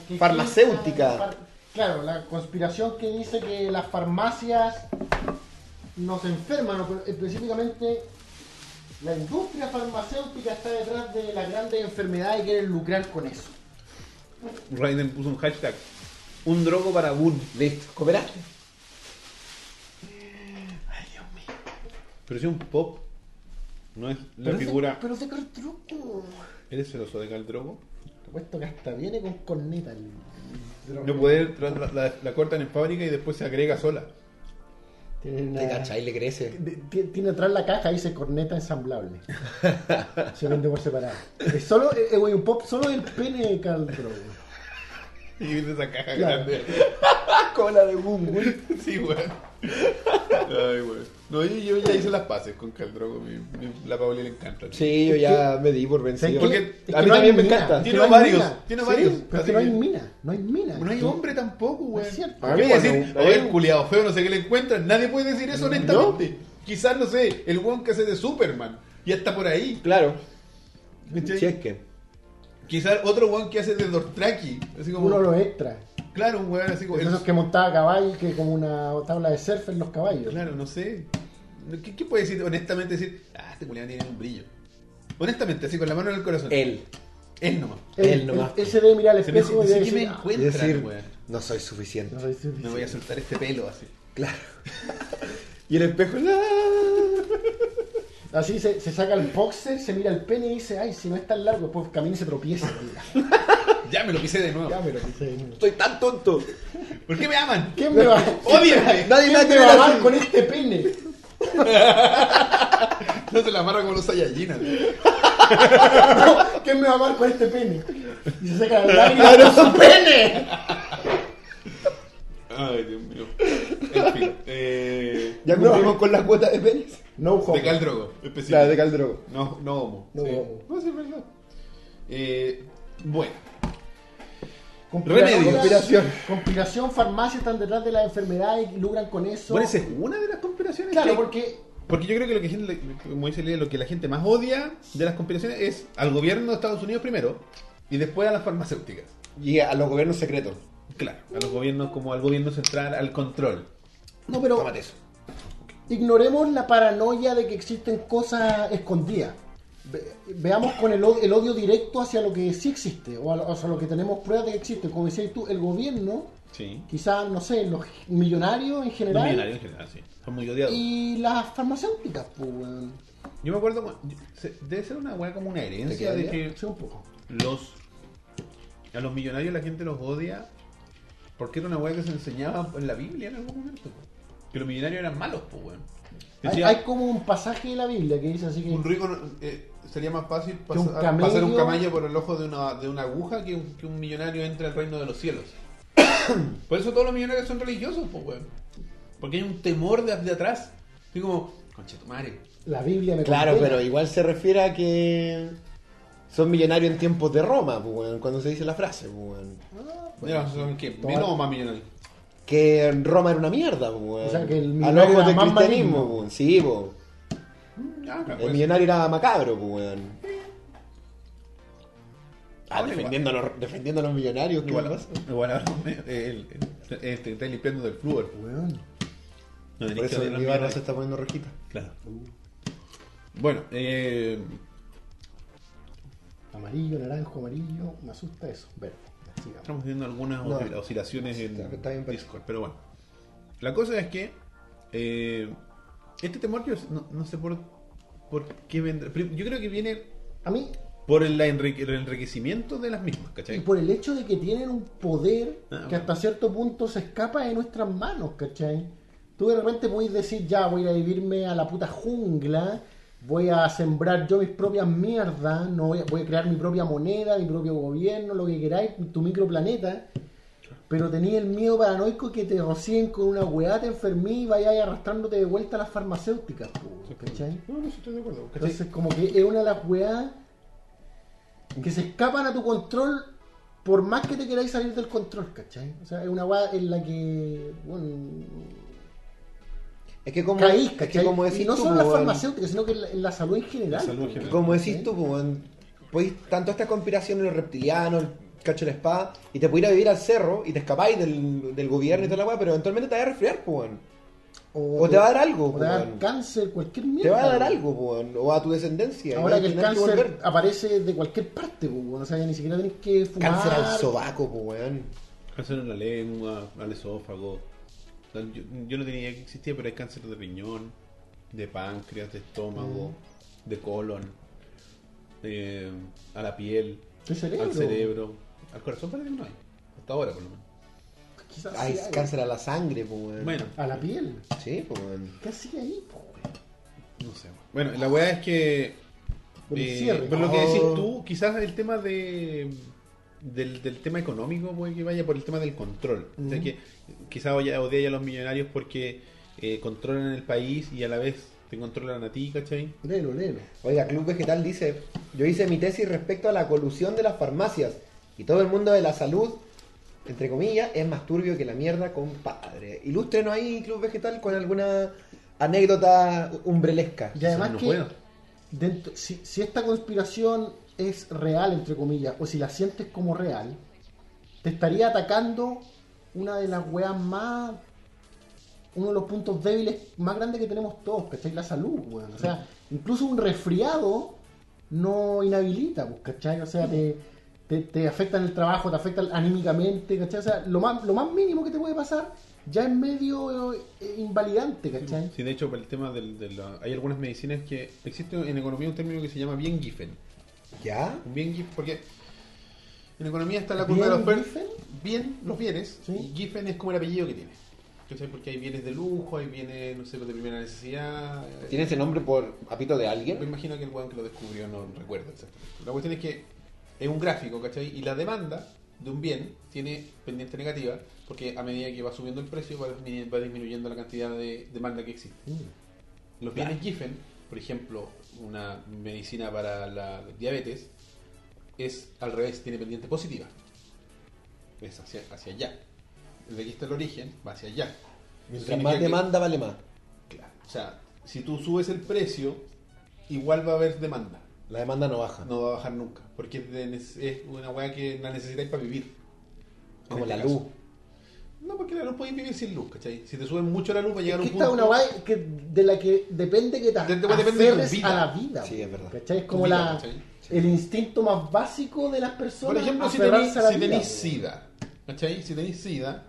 B: que
C: Farmacéutica.
B: far- claro, la conspiración que dice que las farmacias nos enferman, o pre- específicamente la industria farmacéutica está detrás de las grandes enfermedades y quieren lucrar con eso.
A: Raiden puso un hashtag. Un drogo para Boon.
C: Listo, cooperaste.
A: Ay, Dios mío. Pero si un pop no es la
B: Pero es de-
A: figura.
B: pero es de Cartruco.
A: ¿Eres celoso de Cal Drogo?
B: Puesto que hasta viene con corneta el
A: No poder, la, la- la cortan en fábrica y después se agrega sola.
B: Tiene una-
C: Te cachai, le crece.
B: De- ti- Tiene atrás la caja y dice corneta ensamblable. Se vende por separado. Es solo, eh, eh, güey, un pop solo el pene de Caldro.
A: Y viene esa caja
B: Claro.
A: grande.
C: Cola de boom,
A: Sí, weón. Ay, weón. No, yo, yo ya hice las pases con Cal Drogo. mi- mi- la Pauli le encanta.
C: Sí, yo ya me di por vencido.
A: ¿Por qué?
C: a mí también me encanta.
A: Tiene varios, tiene varios.
B: Pero es
A: Así
B: que no hay
A: que-
B: mina, no hay mina.
A: Pues No hay hombre tampoco, weón.
B: Es cierto.
A: A mí
C: Cuando-
A: decir, oye, el culiado feo, no sé qué le encuentran. Nadie puede decir eso honestamente. Quizás, no sé, el weón que hace de Superman. Ya está por ahí.
C: Claro.
A: ¿cachai?
C: Si es que.
A: Quizás otro weón que hace de Dortraki. Así como,
B: Uno de los extras.
A: claro, un weón así como.
B: De Esos que montaba caballos, que como una tabla de surf en los caballos.
A: Claro, no sé. ¿Qué, qué puede decir, honestamente, decir, ah, este culiado tiene un brillo? Honestamente, así con la mano en el corazón.
C: Él.
A: Él nomás.
B: Él,
C: Él nomás.
B: él- él se debe mirar al
A: Se me dice,
B: espejo y
A: que me
B: debe decir, "Ah,
C: Es
A: encuentran,
C: decir,
A: weón.
C: no soy suficiente.
B: no soy suficiente".
A: Me voy a soltar este pelo así.
C: Claro. Y el espejo. ¡ah!
B: Así se, se saca el boxer, se mira el pene y dice, ay, si no es tan largo, pues camina y se tropieza.
A: Ya me lo pisé de nuevo.
B: Ya, pero que se-
C: Estoy tan tonto.
A: ¿Por qué me aman?
B: ¿Quién me va a
A: ¡Odienme!
C: Nadie me ha
B: ¿Quién me va a
C: querido
B: amar
C: así.
B: con este pene?
A: No se la amarra como los Saiyajin. así.
B: ¿Quién me va a amar con este pene? Y se saca la lágrima con su pene.
A: Ay, Dios mío. En fin. Eh,
C: Ya
B: No.
C: cumplimos con la cuota de penes.
B: No
A: de
B: homo.
A: Caldrogo. específico.
C: Claro, de Caldrogo.
A: No, no homo.
B: No
A: sí.
B: homo.
A: No, sí, es verdad. Eh, bueno.
B: Conspiración-
A: Remedio.
B: Conspiración. Conspiración, farmacia están detrás de las enfermedades y logran con eso.
A: Bueno, esa es una de las conspiraciones.
B: Claro,
A: que-
B: porque
A: Porque yo creo que lo que, gente- como dice Lidia, lo que la gente más odia de las conspiraciones es al gobierno de Estados Unidos primero y después a las farmacéuticas.
C: Y a los gobiernos secretos.
A: Claro, a los gobiernos como al gobierno central, al control.
B: No, pero-
A: Tómate eso.
B: ignoremos la paranoia de que existen cosas escondidas. Ve- veamos con el, o- el odio directo hacia lo que sí existe, o a lo- hacia lo que tenemos pruebas de que existe. Como decías tú, el gobierno,
A: Sí.
B: quizás, no sé, los millonarios en
A: Los
B: general.
A: millonarios en general, sí. Son muy odiados.
B: Y las farmacéuticas, pues, weón.
A: Yo me acuerdo, cu- se- debe ser una weá como una herencia
C: queda
A: de
C: bien?
A: que
B: Sí, un poco.
A: los a los millonarios la gente los odia porque era una weá que se enseñaba en la Biblia en algún momento. po. Que los millonarios eran malos, pues weón.
B: Hay,
A: Decía-
B: hay como un pasaje de la Biblia que dice así que.
A: Un rico no- eh, sería más fácil
B: Que un
A: pasar pasar un,
B: camello-
A: camello por el ojo de una, de una aguja que un, que un millonario entre al reino de los cielos. por eso todos los millonarios son religiosos, pues, weón. Porque hay un temor de, de atrás. Así como, conchetumare.
B: La Biblia me
C: Claro,
B: condena".
C: pero igual se refiere a que son millonarios en tiempos de Roma, pues, weón, cuando se dice la frase. pues, weón.
A: Mira, son que
B: Toma.
A: menos o más millonarios.
C: Que Roma era una mierda, pues, weón.
B: O sea, que el
C: al
B: millonario
C: ojo
B: era
C: del
B: más
C: cristianismo.
B: maligno.
C: Pues, sí, pues.
A: Mm, ah, claro,
C: el
A: pues.
C: millonario era macabro, pues, weón. Ah, defendiendo a, los, defendiendo a los millonarios, ¿qué
A: Igual,
C: pasa?
A: igual ahora eh, el- el- el- te estás limpiando del flúor.
B: Weón.
A: No tenés
C: Por
A: que odiar a
C: eso mi
A: los
C: barba
A: millonarios.
C: se está poniendo rojita.
A: Claro. Uh. Bueno, eh,
B: Amarillo, naranjo, amarillo. Me asusta eso. Verde. Sigamos.
A: estamos viendo algunas
C: No.
A: oscil- oscilaciones en
C: Está- está bien, pero-
A: Discord, pero bueno. La cosa es que eh, este temor yo no, no sé por, por qué vendrá. Prim- Yo creo que viene
B: A mí,
A: por el, la enrique- el enriquecimiento de las mismas,
B: y
A: ¿cachai?
B: por el hecho de que tienen un poder
A: Ah,
B: que
A: bueno.
B: hasta cierto punto se escapa de nuestras manos, ¿cachai? Tú de repente puedes decir, ya, voy a ir a vivirme a la puta jungla, voy a sembrar yo mis propias mierdas, no voy, a, voy a crear mi propia moneda, mi propio gobierno, lo que queráis, tu microplaneta. Pero tenía el miedo paranoico que te rocíen con una weá, te enfermí y vayas arrastrándote de vuelta a las farmacéuticas, po, ¿cachai?
A: No, no estoy de acuerdo. ¿cachai?
B: Entonces, como que es una de las weas que se escapan a tu control por más que te queráis salir del control, ¿cachai? O sea, es una wea en la que, bueno,
C: Es que como,
B: caís,
C: es
B: ¿cachai?
C: que como decís
B: y no
C: tú,
B: solo en las
C: weón,
B: farmacéuticas, sino que en la, en la salud en general.
A: La salud en
B: po.
A: general.
C: como decís tú, pues, weón, podís- tanto esta conspiración de los reptilianos, el cacho de la espada, y te podís ir a vivir al cerro y te escapáis del, del gobierno y toda la weá, pero eventualmente te vas a resfriar, pues, weón. O te va a dar algo,
B: O te va a dar
C: weón.
B: cáncer, cualquier
C: Te
B: mierda.
C: va a dar
B: weón.
C: algo, pues, weón, o a tu descendencia. y vas
B: Ahora
C: a
B: que el
C: tener
B: cáncer
C: volver.
B: aparece de cualquier parte, po, weón. o sea, ya ni siquiera tenés que fumar.
C: Cáncer al sobaco, pues, weón.
A: Cáncer en la lengua, al esófago. O sea, Yo, yo no tenía idea que existía, pero hay cáncer de riñón, de páncreas, de estómago, de colon, eh, a la piel,
B: Tu cerebro.
A: al cerebro, al corazón parece que no hay. Hasta ahora, por lo menos.
B: Quizás
C: Ay,
B: sea,
C: cáncer a la sangre, pues, weón.
A: Bueno,
B: A la piel.
C: Sí, pues, weón.
B: ¿Qué hacía ahí, po, weón?
A: no sé. Bueno, la weá es que.
B: Pero
A: eh,
B: cierre.
A: por lo que
C: Oh.
A: decís tú, quizás el tema de. Del, del tema económico, puede que vaya por el tema del control. O sea
B: Ujú.
A: que quizás odia, odia a los millonarios porque eh, controlan el país y a la vez te controlan a ti, ¿cachai?
B: Lelo, lelo.
C: Oiga, Club Vegetal dice, yo hice mi tesis respecto a la colusión de las farmacias y todo el mundo de la salud, entre comillas, es más turbio que la mierda, compadre. Ilústrenos ahí, Club Vegetal, con alguna anécdota umbrelesca.
B: Y además
A: no
B: que
A: puedo.
B: dentro- si, si esta conspiración es real, entre comillas, o si la sientes como real, te estaría atacando una de las weas más... Uno de los puntos débiles más grandes que tenemos todos, ¿cachai? La salud, weón. O sea, incluso un resfriado no inhabilita, pues, ¿cachai? O sea, te, te, te afecta en el trabajo, te afecta anímicamente, ¿cachai? O sea, lo más, lo más mínimo que te puede pasar ya es medio eh, invalidante, ¿cachai?
A: Sí, de hecho, por el tema del, de la- hay algunas medicinas que existe en economía un término que se llama bien Giffen.
C: ¿Ya?
A: Un bien Giffen, porque en economía está la curva de la oferta.
B: ¿Biengifen?
A: bien los bienes
B: Sí.
A: y Giffen es como el apellido que tiene. ¿Cachai? Porque hay bienes de lujo, hay bienes, no sé, de primera necesidad. eh,
C: ¿Tiene ese nombre por apito de
A: Me
C: alguien?
A: imagino que el weón que lo descubrió no recuerda exactamente. La cuestión es que es un gráfico, ¿cachai? Y la demanda de un bien tiene pendiente negativa porque a medida que va subiendo el precio va, disminu- va disminuyendo la cantidad de demanda que existe. Los bienes Giffen, por ejemplo, una medicina para la diabetes, es al revés, tiene pendiente positiva. Es hacia, hacia allá. Desde aquí está el origen, va hacia allá.
C: Mientras más
A: Significa que-
C: demanda, vale más.
A: Claro. O sea, si tú subes el precio, igual va a haber demanda.
C: La demanda no baja.
A: No va a bajar nunca. Porque es de nece- es una weá que la necesitáis para vivir. En
C: Como
A: este
C: la
A: caso.
C: luz.
A: No, porque la luz podéis vivir sin luz, ¿cachai? Si te suben mucho la luz, va a llegar
B: Que
A: un
B: esta es
A: punto.
B: una weá que, de la que depende que te
A: De- de- depende de tu
B: aferres
A: vida.
B: a la vida.
C: Sí, es verdad.
B: ¿Cachai? Es
A: Tu
B: como
A: vida,
B: la,
A: ¿cachai?
B: el instinto más básico de las personas.
A: Por ejemplo, si
B: aferrarse
A: tenéis,
B: a la
A: si
B: vida,
A: tenéis
B: weón.
A: SIDA, ¿cachai? Si tenéis SIDA,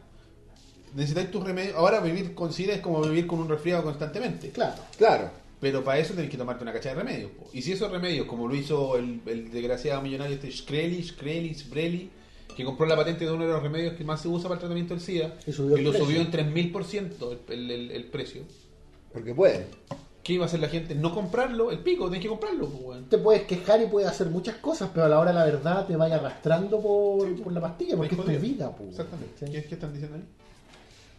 A: necesitáis tus remedios. Ahora vivir con SIDA es como vivir con un resfriado constantemente.
B: Claro.
C: Claro.
A: Pero para eso tenéis que tomarte una cacha de remedios. po. Y si esos remedios, como lo hizo el, el desgraciado millonario este Shkreli, Shkreli, Shkreli, que compró la patente de uno de los remedios que más se usa para el tratamiento del SIDA,
B: Y subió
A: que
B: el
A: lo
B: precio.
A: subió en 3000% el, el, el, el precio,
C: Porque puede.
A: ¿qué iba a hacer la gente? No comprarlo, el pico, tenés que comprarlo. po, weón.
B: Te puedes quejar y puedes hacer muchas cosas, pero a la hora de la verdad te vaya arrastrando por, por la pastilla, porque es tu
A: pues. Jodido.
B: vida. po,
A: Exactamente.
B: ¿cachai?
A: ¿Qué, qué están diciendo ahí?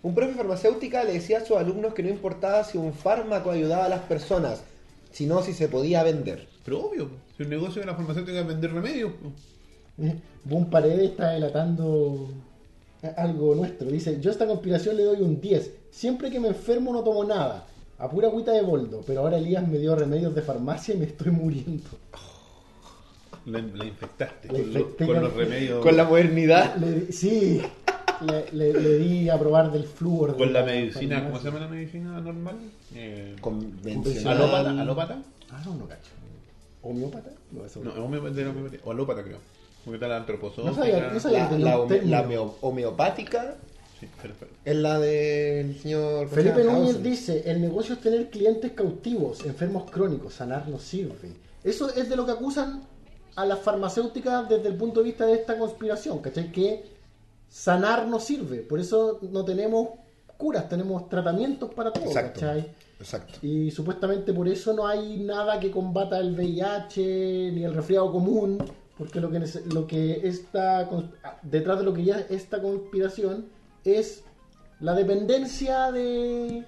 C: Un profe farmacéutica le decía a sus alumnos que no importaba si un fármaco ayudaba a las personas, sino si se podía vender.
A: Pero obvio, po. si un negocio de la farmacéutica es vender remedios, po.
B: Eh, Boom Paredes está delatando a- algo nuestro. Dice, yo a esta conspiración le doy un 10. Siempre que me enfermo no tomo nada. A pura agüita de boldo. Pero ahora Elías me dio remedios de farmacia y me estoy muriendo.
A: La, la infectaste
B: La
A: con, los-
B: infecté
A: con
B: con-
A: los remedios.
C: Con la modernidad.
B: Le di- sí, le, le- le di a probar del flúor.
A: con la
B: de-
A: medicina.
B: de-
A: ¿Cómo se llama la medicina normal? Eh,
C: Convencional.
A: ¿Alópata? ¿Alópata?
B: Ah, no, no cacho. ¿Homeópata? No, eso
A: No, homeopatía, homeopatía. O alópata, creo. Porque está la antroposófica.
B: No sabía- no sabía.
C: La, la home-
B: Término.
C: la homeo- homeopática
A: Sí, espera, espera.
C: es la del señor...
B: Felipe
C: Hohenhausen.
B: Núñez dice, el negocio es tener clientes cautivos, enfermos crónicos, sanar no sirve. Eso es de lo que acusan a las farmacéuticas desde el punto de vista de esta conspiración, ¿cachai? Que sanar no sirve, por eso no tenemos curas, tenemos tratamientos para todo,
C: Exacto.
B: ¿cachai?
C: Exacto.
B: Y supuestamente por eso no hay nada que combata el VIH ni el resfriado común, porque lo que, nece- lo que está detrás de lo que ya esta conspiración es la dependencia de...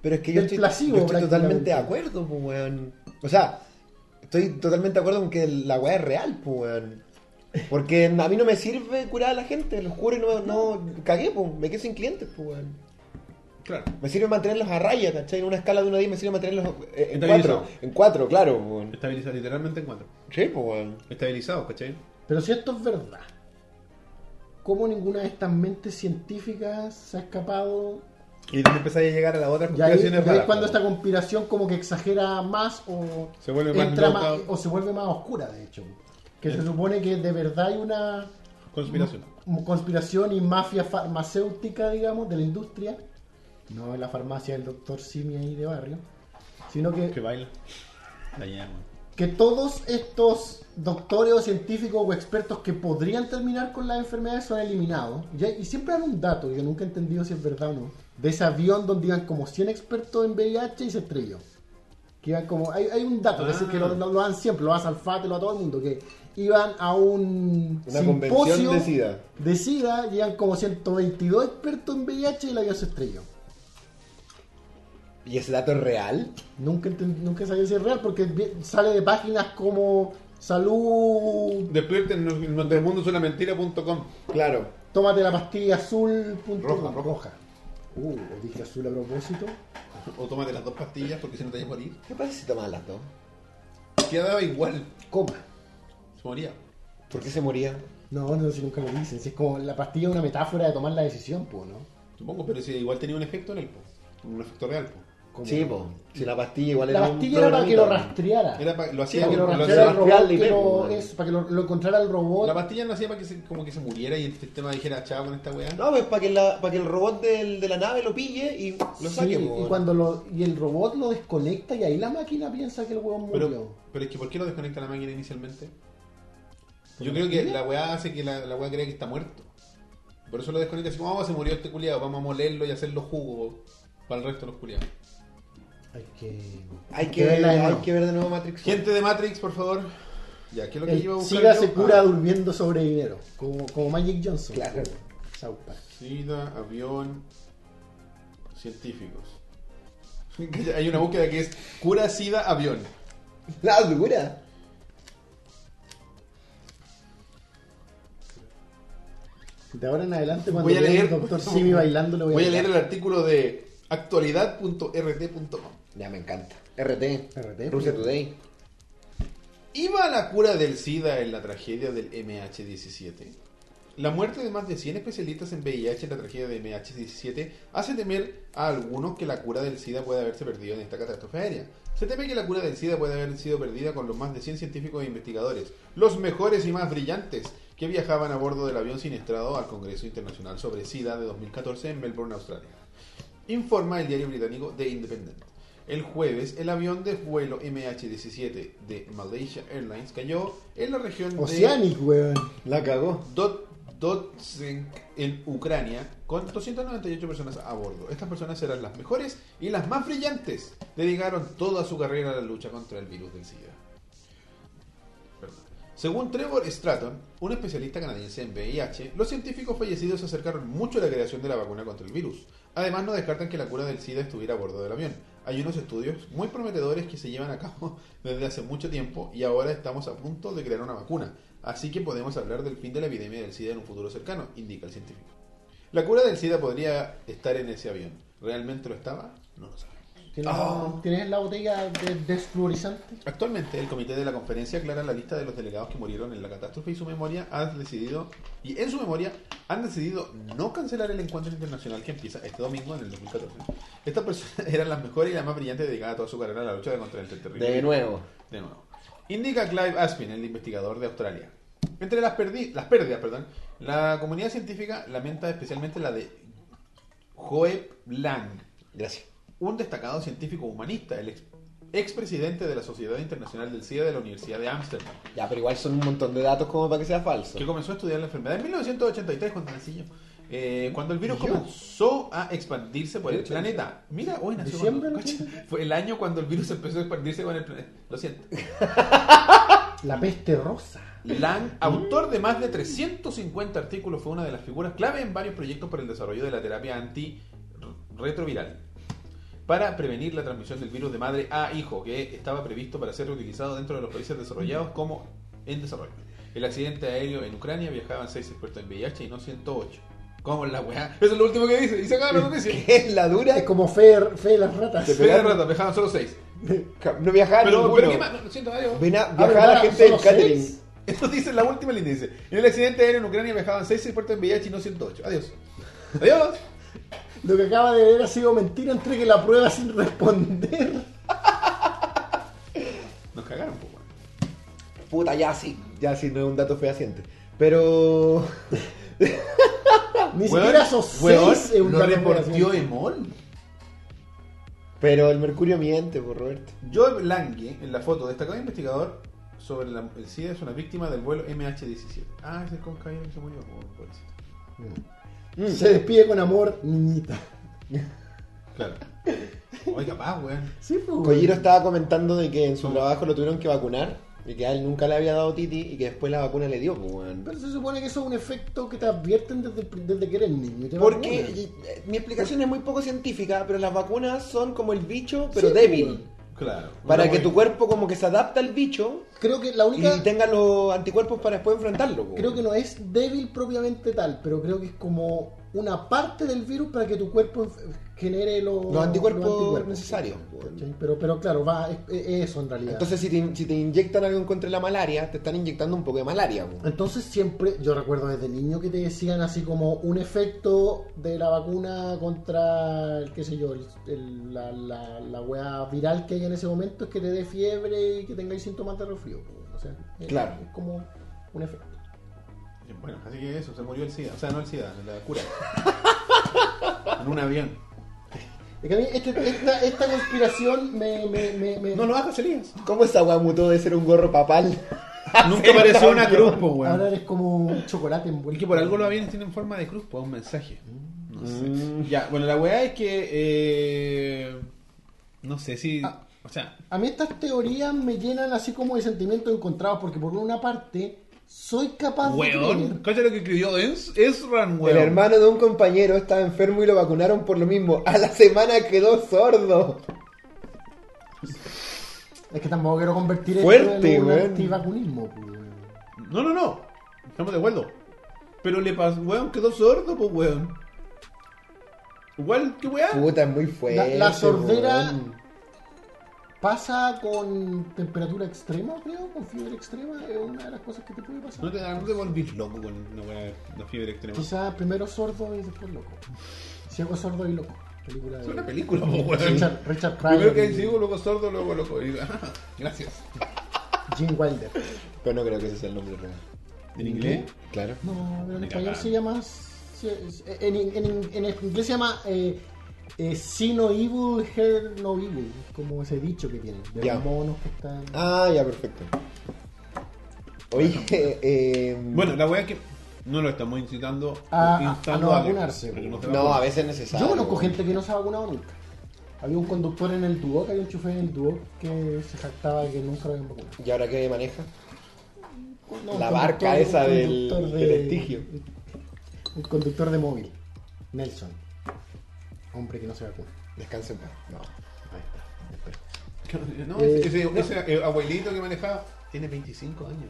C: Pero es que yo
B: Del
C: estoy,
B: placebo,
C: yo estoy totalmente
B: prácticamente.
C: de acuerdo, pues, weón. O sea, estoy totalmente de acuerdo con que la weá es real, pues, weón. Porque a mí no me sirve curar a la gente, los juro y no, no cagué, pues, me quedé sin clientes, pues, weón.
A: Claro.
C: Me sirve mantenerlos a raya, ¿cachai? En una escala de 1 a 10 me sirve mantenerlos eh, en
A: Estabilizado.
C: 4. En 4, claro, pues, weón.
A: Estabilizado, literalmente en cuatro.
C: Sí, pues, weón.
A: Estabilizado, ¿cachai?
B: Pero si esto es verdad, ¿cómo ninguna de estas mentes científicas se ha escapado?
A: Y después empezáis a llegar a las otras
B: Y ahí
A: conspiraciones
B: ahí es
A: raras. po.
B: cuando esta conspiración como que exagera más o
A: Se vuelve más
B: entra
A: loca.
B: o se vuelve más oscura, de hecho. Que se supone que de verdad hay una
A: Conspiración.
B: m- conspiración y mafia farmacéutica, digamos, de la industria, no de la farmacia del doctor Simi ahí de barrio, sino
A: Que
B: que,
A: baila. La llama.
B: que todos estos doctores o científicos o expertos que podrían terminar con las enfermedades son eliminados. Y, hay- y siempre dan un dato, yo nunca he entendido si es verdad o no, de ese avión donde iban como 100 expertos en VIH y se estrelló. Que iban como, hay, hay un dato, que, sí
C: Ah.
B: que lo, lo- lo dan siempre, lo dan a Salfate, lo dan a todo el mundo, que iban a un
C: Una convención de SIDA.
B: de SIDA llegan como 122 expertos en VIH y la avión se estrelló.
C: ¿Y ese dato es real?
B: Nunca, enten- nunca sabía si es real porque vi- sale de páginas como salud,
A: Despierten nuestro mundo es una mentira.com.
C: Claro.
B: tómate la pastilla azul. punto
A: Roja,
B: com.
A: roja.
B: Uh, ¿o dije azul a propósito.
A: O tómate las dos pastillas porque si no te vas a morir.
C: ¿Qué pasa si tomas las dos?
A: Quedaba igual.
B: Coma.
A: Se moría.
C: ¿Por qué se moría?
B: No, no sé si nunca lo dicen. Si es como la pastilla es una metáfora de tomar la decisión, pues, ¿no?
A: Supongo, pero si igual tenía un efecto en él, po. Un efecto real, po.
B: Como-
C: Sí, pues. Si la pastilla igual
B: La
C: era un
B: pastilla era para que lo
C: programita.
B: rastreara.
A: Era pa- lo hacía
B: para que Ah. lo
A: lo
B: rastreara el
A: hacía
B: robot,
C: rastrearle y
B: que
C: ver,
B: lo-
C: pues, ¿no?
B: eso, para que lo, lo encontrara el robot.
A: La pastilla no hacía para que se, como que se muriera y el sistema dijera chao con esta weá.
C: No, pues para que, la, para que el robot del- de la nave lo pille y lo
B: Sí,
C: saque. po,
B: y
C: weón.
B: cuando lo y el robot lo desconecta y ahí la máquina piensa que el huevón murió.
A: pero, pero es que ¿por qué lo desconecta la máquina inicialmente? Yo creo que la weá hace que la, la weá crea que está muerto. Por eso lo desconecta así como, oh, se murió este culiado, vamos a molerlo y hacerlo jugo para el resto de los culiados.
B: hay que
C: Hay que, ver,
B: verla de
C: hay
B: nuevo.
C: que ver de nuevo Matrix.
A: Gente de Matrix, por favor. Ya, ¿qué es lo que
B: El
A: iba a buscar
B: SIDA
A: yo?
B: se cura
A: Ah,
B: durmiendo sobre dinero, como, como Magic Johnson.
C: Claro.
B: como South Park.
A: SIDA, avión, científicos. Hay una búsqueda que es cura SIDA avión.
C: La dura.
B: De ahora en adelante cuando
A: Voy a
B: vea
A: leer-
B: el doctor Simi bailando le voy,
A: Voy a leer el
B: pegar.
A: artículo de actualidad.rt.com.
C: Ya me encanta. RT.
B: RT,
C: Rusia
B: pues.
C: Today.
A: ¿Iba la cura del SIDA en la tragedia del MH17? La muerte de más de 100 especialistas en VIH en la tragedia del MH17 hace temer a algunos que la cura del SIDA puede haberse perdido en esta catástrofe aérea. Se teme que la cura del SIDA puede haber sido perdida con los más de 100 científicos e investigadores, los mejores y más brillantes, que viajaban a bordo del avión siniestrado al Congreso Internacional sobre SIDA de 2014 en Melbourne, Australia informa el diario británico The Independent. El jueves, el avión de vuelo MH17 de Malaysia Airlines cayó en la región
B: Oceanic, weón.
C: La cagó.
A: de Dot- Dotsenk, en Ucrania, con 298 personas a bordo. Estas personas eran las mejores y las más brillantes. Dedicaron toda su carrera a la lucha contra el virus del SIDA. Perdón. Según Trevor Stratton, un especialista canadiense en VIH, los científicos fallecidos se acercaron mucho a la creación de la vacuna contra el virus. Además, no descartan que la cura del SIDA estuviera a bordo del avión. Hay unos estudios muy prometedores que se llevan a cabo desde hace mucho tiempo y ahora estamos a punto de crear una vacuna. Así que podemos hablar del fin de la epidemia del SIDA en un futuro cercano, indica el científico. La cura del SIDA podría estar en ese avión. ¿Realmente lo estaba? No lo sabemos.
B: ¿Tienes,
A: Oh.
B: tienes la botella de desfluorizante?
A: Actualmente, el comité de la conferencia aclara la lista de los delegados que murieron en la catástrofe y su memoria ha decidido, y en su memoria, han decidido no cancelar el encuentro internacional que empieza este domingo en el 2014. Estas personas eran las mejores y las más brillantes dedicadas a toda su carrera a la lucha contra el terrorismo.
C: De nuevo.
A: De nuevo. Indica Clive Aspin, el investigador de Australia. Entre las, perdi- las pérdidas, perdón, la comunidad científica lamenta especialmente la de Joe Lang,
C: Gracias.
A: un destacado científico humanista, el ex- expresidente de la Sociedad Internacional del SIDA de la Universidad de Ámsterdam,
C: Ya, pero igual son un montón de datos como para que sea falso.
A: que comenzó a estudiar la enfermedad en 1983 cuando nací yo. Eh, cuando el virus
C: Yo.
A: comenzó a expandirse por el planeta. Mira, hoy nació. cuando-
B: ¿Diciembre, no?
A: Cacha, Fue el año cuando el virus empezó a expandirse por el planeta. Lo siento.
B: La peste rosa.
A: Lang, autor de más de 350 artículos, fue una de las figuras clave en varios proyectos para el desarrollo de la terapia antirretroviral para prevenir la transmisión del virus de madre a hijo, que estaba previsto para ser reutilizado dentro de los países desarrollados como en desarrollo. El accidente aéreo en Ucrania viajaban 6 expertos en VIH y no 108. ¿Cómo la weá? Eso es lo último que dice. Y se acaba la noticia.
C: ¿Qué? La dura.
B: Es como fe, fe de las ratas.
C: Te
A: Espera
C: pegaron.
A: rato, viajaban solo 6.
C: No viajaba
A: Pero,
C: ninguno.
A: pero ¿qué más? No, Lo siento, adiós.
C: Ven a-
B: Ah,
C: viajaba
B: ¿verdad?
C: la gente del
B: ¿Solo
C: catering.
B: seis?
A: Esto dice la última línea. Dice: En el accidente aéreo en Ucrania viajaban 6 expertos en VIH y no 108. Adiós. Adiós.
B: Lo que acaba de ver ha sido mentira, entregue la prueba sin responder.
A: Nos cagaron un poco.
C: Puta, ya sí. Ya sí, no es un dato fehaciente. Pero.
B: Ni siquiera esos seis es un
A: lo
B: dato
A: reportó
B: de
A: Emol.
C: Pero el mercurio miente, pues, por Roberto.
A: Joe Lange, en la foto, destacado investigador sobre la- el SIDA, es una víctima del vuelo MH17. Ah, ese es con caballero que se murió. Oh, pobrecito.
B: relación. Mm. Se despide con amor, niñita.
A: claro. Oye, capaz, weón.
B: Sí, pues, güey.
C: Colliro estaba comentando de que en su trabajo lo tuvieron que vacunar. Y que a él nunca le había dado Titi y que después la vacuna le dio, pues, weón.
B: Pero se supone que eso es un efecto que te advierten desde, desde que eres niño. y te
C: Porque
B: vacunan.
C: y- eh, mi explicación es muy poco científica, pero las vacunas son como el bicho, pero
B: Sí,
C: débil.
A: Claro.
C: Para
A: Una
C: que
A: buena-
C: tu cuerpo como que se adapta al bicho
B: Creo que la única...
C: y tenga los anticuerpos para después enfrentarlo. pues, po.
B: Creo que no es débil propiamente tal, pero creo que es como una parte del virus para que tu cuerpo enf- genere los,
C: Los anticuerpos necesarios, pues, weón.
B: ¿cachai? Pero, pero claro, va, es, es eso en realidad. Entonces,
C: Entonces si te, si te inyectan algo contra la malaria, te están inyectando un poco de malaria. po.
B: siempre, yo recuerdo desde niño que te decían así como un efecto de la vacuna contra, el, qué sé yo, el- el- la, la, la wea viral que hay en ese momento es que te dé fiebre y que tengáis síntomas de resfrío. weón. O sea, es-
C: Claro.
B: es como un efecto.
A: Bueno, así que eso, se murió el SIDA. O sea, no el SIDA, la cura. en un avión.
B: Es que a mí este- esta, esta conspiración me... me, me, me-
A: No lo hagas, Elías.
C: ¿Cómo esa weá mutó de ser un gorro papal?
A: Nunca pareció una
C: avión.
A: cruz, po, weón.
B: Ahora eres como un chocolate envuelto.
A: Y que por algo los aviones tienen forma de cruz, pues un mensaje. No sé.
C: Mm.
A: Ya, bueno, la weá es que. eh, no sé si.
B: Ah.
A: O sea,
B: A mí estas teorías me llenan así como de sentimientos encontrados, porque por una parte soy
C: Ah,
B: capaz de
A: weón.
B: creer.
A: Cacha lo que escribió Es Esran,
C: El
A: weón.
C: hermano de un compañero estaba enfermo y lo vacunaron por lo mismo. A la semana quedó sordo.
B: Es que tampoco quiero convertir esto
C: Fuerte,
B: en un
C: weón.
B: antivacunismo. pues, weón.
A: No, no, no. Estamos de acuerdo. Pero le pasó. Weón quedó sordo, pues weón. Igual, qué weá.
C: Puta, es muy fuerte.
B: La- la sordera-
C: weón.
B: Pasa con temperatura extrema, creo, con fiebre extrema, es una de las cosas que te puede pasar.
A: No te, no te volvís loco con una weá de fiebre extrema. Es
B: Quizás primero sordo y después loco. Ciego, sordo y loco. Película de
A: una película, po, weón.
B: Richard, Richard
A: Primero
B: Pryor
A: que
B: y
A: decimos, loco sordo, luego loco. Y- Gracias.
B: Gene Wilder.
C: Pero no creo que ese sea el nombre real.
A: ¿En inglés?
C: Claro.
B: No, pero en
A: Mira,
B: español
A: va.
B: se llama. se- se- En, en, en- en inglés se llama eh, eh, See No Evil, Hear No Evil. Como ese dicho que tienen. De
C: Ya.
B: los monos que están.
C: Ah, ya, perfecto. Oye, eh,
A: Bueno, la weá es que no lo estamos incitando
B: A-
A: instando
B: a no
A: que-
B: vacunarse,
A: a que
B: weón.
A: se
C: no,
A: vacune.
C: a veces es necesario.
B: Yo conozco gente que no se ha vacunado nunca. Había un conductor en el Duoc, había un chofer en el Duoc que se jactaba de que nunca lo habían vacunado.
C: ¿Y ahora qué maneja?
B: No, un
C: La
B: conductor-
C: barca
B: un
C: esa del-
B: conductor
C: del estigio.
B: Un conductor de móvil. Nelson. Hombre que no se vacuna.
C: Descansa en paz. No.
B: Ahí está. espera.
A: No, ese, ese- ese, eh, abuelito que manejaba tiene 25 años.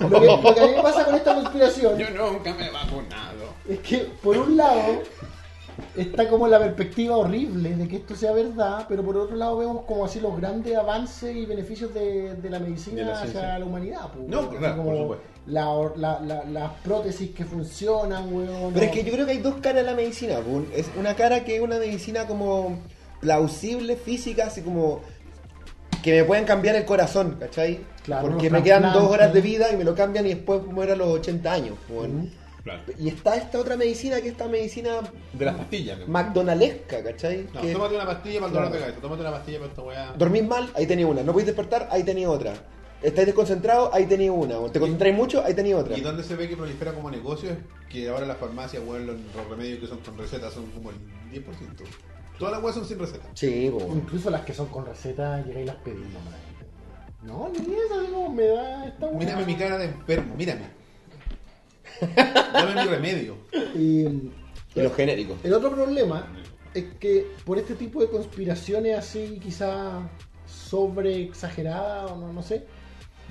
B: Lo que, lo que a mí me pasa con esta conspiración
A: Yo nunca me he vacunado.
B: es que, por un lado, está como la perspectiva horrible de que esto sea verdad, pero por otro lado vemos como así los grandes avances y beneficios de, de la medicina
A: De la
B: hacia
A: ciencia.
B: la humanidad. pues,
A: No,
B: weón.
A: claro,
B: Como
A: por supuesto.
B: la or- la- la- las prótesis que funcionan, weón.
C: Pero es
B: no.
C: que yo creo que hay dos caras a la medicina. po. Es una cara que es una medicina como plausible, física, así como que me pueden cambiar el corazón, ¿cachai?
B: Claro,
C: Porque
B: los
C: me quedan dos
B: trasplantes.
C: horas de vida y me lo cambian y después muero a los 80 años. po.
A: Claro.
C: Y está esta otra medicina que es esta medicina
A: De las pastillas. ¿no?
C: McDonaldesca, ¿cachai?
A: No,
C: Que
A: tómate una pastilla para el dolor de
C: Claro.
A: cabeza, tómate una pastilla para esta weá.
C: Dormís mal, ahí tenía una. No podéis despertar, ahí tenía otra. Estáis desconcentrados, ahí tenía una. O Te concentráis mucho, ahí tenía otra.
A: Y donde se ve que prolifera como negocio es que ahora las farmacias, weón, los, los remedios que son con receta son como el 10%. Todas las weas son sin receta.
C: Sí, po.
B: Incluso las que son con receta, llegáis y las pedimos. No, ni eso, digo, me da esta weá.
A: Mírame mi cara de enfermo, mírame. Dame mi remedio.
B: Y,
C: Y los genéricos.
B: El otro problema es que por este tipo de conspiraciones así, quizá sobre exageradas o no, no sé,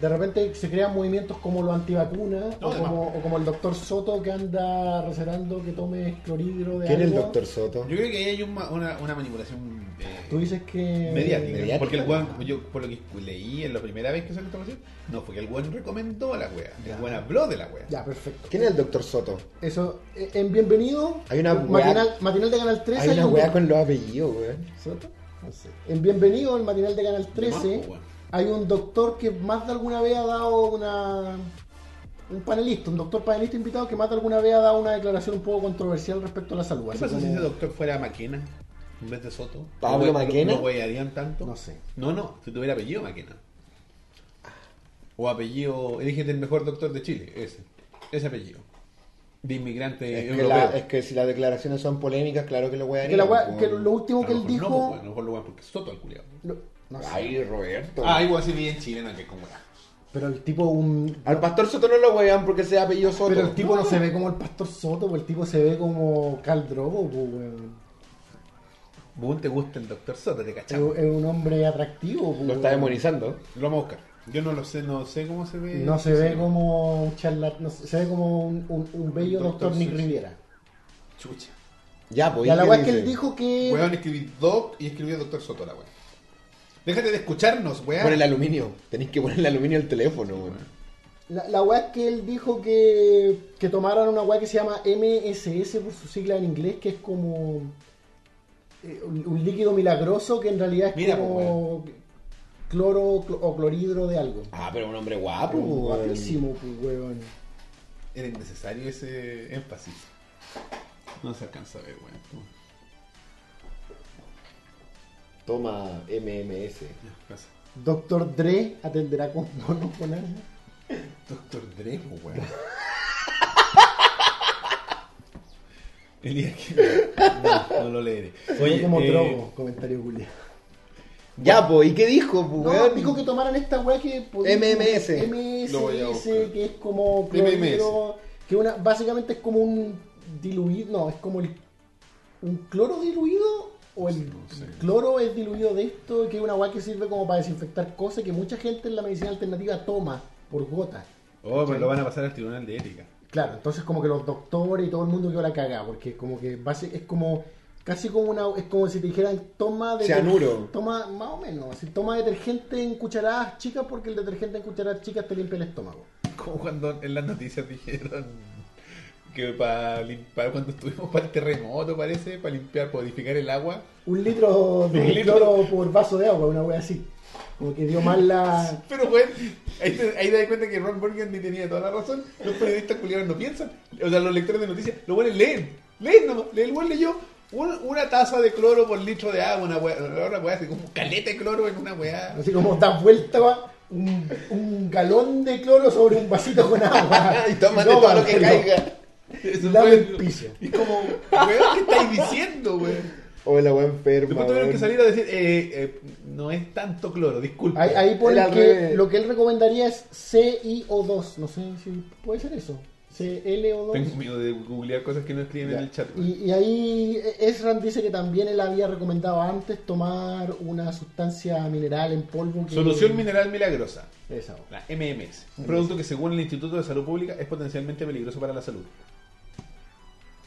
B: de repente se crean movimientos como los antivacunas
A: No,
B: o,
A: de
B: como, o como el doctor Soto que anda recetando que tome clorhidro de
C: ¿Quién es el
B: algo.
C: doctor Soto?
A: Yo creo que ahí hay un ma- una, una manipulación eh,
B: Tú dices que...
A: mediática.
C: mediática.
A: Porque el weón, yo por lo que leí en la primera vez que salió esta información, no, fue que el weón recomendó a la wea. El weón habló de la wea.
B: Ya, perfecto.
C: ¿Quién es el doctor Soto?
B: Eso, eh, en Bienvenido, eh,
C: Hay una weá-
B: matinal, matinal de Canal 13.
C: Hay una
B: un-
C: weá con los apellidos, weón.
B: ¿Soto? No sé. En Bienvenido, el matinal de Canal 13,
A: más, po, weón.
B: hay un doctor que más de alguna vez ha dado una... Un panelista, un doctor panelista invitado que más de alguna vez ha dado una declaración un poco controversial respecto a la salud.
A: ¿Qué
B: así
A: pasa si
B: como-
A: ese doctor fuera Maquena en vez de Soto?
C: ¿Pablo
A: ¿No-
C: Maquena?
A: ¿No huearían tanto?
B: No sé.
A: No, no, si tuviera apellido Maquena. O apellido, elígete el mejor doctor de Chile, ese. Ese apellido. De inmigrante
C: Es que,
A: europeo.
C: la- es que si las declaraciones son polémicas, claro que lo weá.
B: Que, la weá- que lo último que
A: A lo
B: él
A: mejor
B: dijo...
A: No, pues, weón, a lo mejor lo weón porque es Soto el culiao.
B: lo- no sé.
C: Ay, Roberto.
A: Ah, igual así bien chilena que con weá.
B: Pero el tipo un...
C: Al pastor Soto no lo wean porque sea apellido Soto.
B: Pero el tipo no, se ve como el pastor Soto, pues, el tipo se ve como Cal Drogo, pues, weón.
A: Vos te gusta el doctor Soto, te
B: Es,
A: cachamos.
B: es un hombre atractivo, pues,
C: Lo está
B: weón.
C: demonizando.
A: Lo vamos a buscar. Yo no lo sé, no sé cómo se ve.
B: No se ve como un charlatán, no sé, se ve como un, un- un bello
A: Doctor
B: doctor, Nick
A: Seuss.
B: Riviera.
A: Chucha.
C: Ya, pues.
B: Y a la
C: ¿qué
B: weá que
C: dice?
B: él dijo que.
A: Weón, escribí Doc y escribí Doctor Soto, la weá. Déjate de escucharnos, weá.
C: Pon el aluminio. Tenéis que poner el aluminio al teléfono, weón.
B: La, la weá que él dijo que, que tomaran una weá que se llama MSS por su sigla en inglés, que es como. eh, Un, un líquido milagroso que en realidad es
A: Mira,
B: como. cloro cl- o clorhidro de algo.
C: Ah, pero un hombre guapo, weón.
B: Guapísimo, pues, weón.
A: Era innecesario ese énfasis. No se alcanza a ver, weón.
C: Toma MMS.
A: Ya, pasa.
B: Doctor Dre atenderá con bonos con algo.
A: Doctor Dre, po, weón. Elías que. No, no lo leeré.
B: Oye, como
A: eh,
B: drogo, comentario Julián.
C: Ya, pues. ¿Y qué dijo, pues,
B: No,
C: weón?
B: dijo que tomaran esta weá que
C: MMS.
A: Lo voy a buscar.
B: MMS, que es como clorhidro, que una, básicamente es como un diluido, no, es como el un cloro diluido o el
A: No sé.
B: cloro es diluido de esto, que es una weá que sirve como para desinfectar cosas que mucha gente en la medicina alternativa toma por gotas.
A: Oh, pero lo van a pasar al tribunal de ética.
B: Claro, entonces como que los doctores y todo el mundo quedó la cagada, porque como que base, es como casi como una es como si te dijeran toma de
C: Cianuro.
B: toma más o menos, así, toma detergente en cucharadas chicas porque el detergente en cucharadas chicas te limpia el estómago.
A: Como cuando en las noticias dijeron que para limpiar, cuando estuvimos para el terremoto, parece, para limpiar, purificar el agua.
B: Un litro de
A: Un litro.
B: cloro por vaso de agua, una wea así. Como que dio mal la
A: Pero, weón, ahí te, ahí te das cuenta que Ron Burgundy tenía toda la razón. Los periodistas culiados no piensan. O sea, los lectores de noticias, los buenos leen. Leen nomás. El buen leyó un- una taza de cloro por litro de agua, una weá, una weá así como caleta de cloro en una ah, weá.
B: así como das vuelta va, un, un galón de cloro sobre un vasito con agua.
C: Y toma de todo lo que
B: tómatelo.
C: caiga.
A: Eso
B: Dame
A: fue-
B: el piso.
A: Y como, weón, ¿qué estáis diciendo, weón?
C: O la weá enferma.
A: Después tuvieron que
C: weón.
A: salir a decir, eh, eh, no es tanto cloro, disculpe.
B: Ahí, ahí pone
C: Era al
B: que
C: revés.
B: lo que él recomendaría es CIO2. No sé si puede ser eso.
A: Tengo
B: CLO2.
A: miedo de googlear cosas que no escriben en el chat. weón.
B: Y, y ahí Esran dice que también él había recomendado antes tomar una sustancia mineral en polvo. que-
A: Solución mineral milagrosa.
B: Esa.
A: La MMS, un producto que según el Instituto de Salud Pública es potencialmente peligroso para la salud.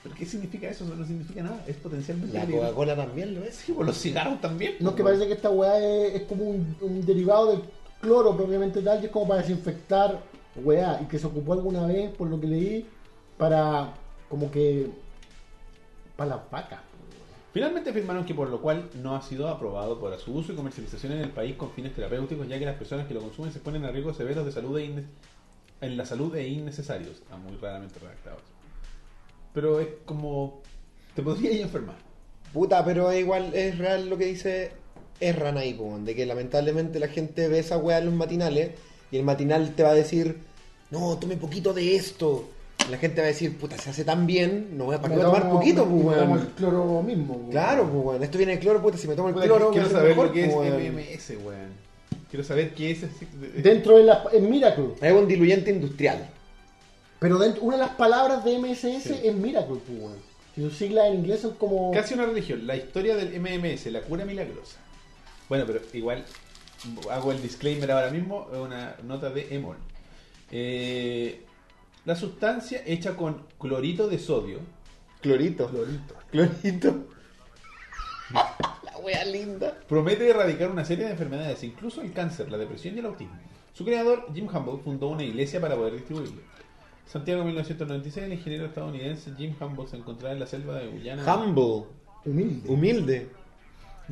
A: ¿Pero qué significa eso? Eso no significa nada. Es potencialmente
C: La
A: peligroso.
C: Coca-Cola también lo es.
A: Sí, pues los cigarros también.
B: No es que parece que esta weá es, es como un, un derivado del cloro propiamente tal, y es como para desinfectar weá, y que se ocupó alguna vez, por lo que leí, para como que para las vacas.
A: Finalmente afirmaron que por lo cual no ha sido aprobado para su uso y comercialización en el país con fines terapéuticos, ya que las personas que lo consumen se ponen a riesgos severos de salud e inne- en la salud e innecesarios, Está muy raramente redactados. Pero es como te podrías enfermar.
C: Puta, pero es igual es real lo que dice Erran ahí, po, de que lamentablemente la gente ve esa weá en los matinales y el matinal te va a decir, no, tome poquito de esto. La gente va a decir, puta, se hace tan bien, no voy a, ¿para qué voy a tomar poquito, po,
B: como
C: weón?".
B: el cloro mismo. weón.
C: Claro, pues, weón. Esto viene de cloro, puta. Si me tomo el
A: Puta,
C: cloro,
A: quiero
C: me
A: saber
C: siento
A: lo que es
C: mejor, pues, weón.
A: MMS, weón. Quiero saber qué es. ese-
B: Dentro de la, en Miracle.
C: Es un diluyente industrial.
B: Pero dentro- una de las palabras de MSS
A: Sí.
B: es Miracle, pues, weón. Si sus siglas en inglés son como.
A: Casi una religión. La historia del MMS, la cura milagrosa. Bueno, pero igual hago el disclaimer ahora mismo, es una nota de Emol. Eh, la sustancia hecha con clorito de sodio.
C: Clorito.
A: Clorito.
C: Clorito. la wea linda.
A: Promete erradicar una serie de enfermedades, incluso el cáncer, la depresión y el autismo. Su creador, Jim Humboldt, fundó una iglesia para poder distribuirlo. Santiago 1996, el ingeniero estadounidense Jim Humboldt se encontraba en la selva de Guyana.
C: Humble.
B: Humilde.
C: Humilde.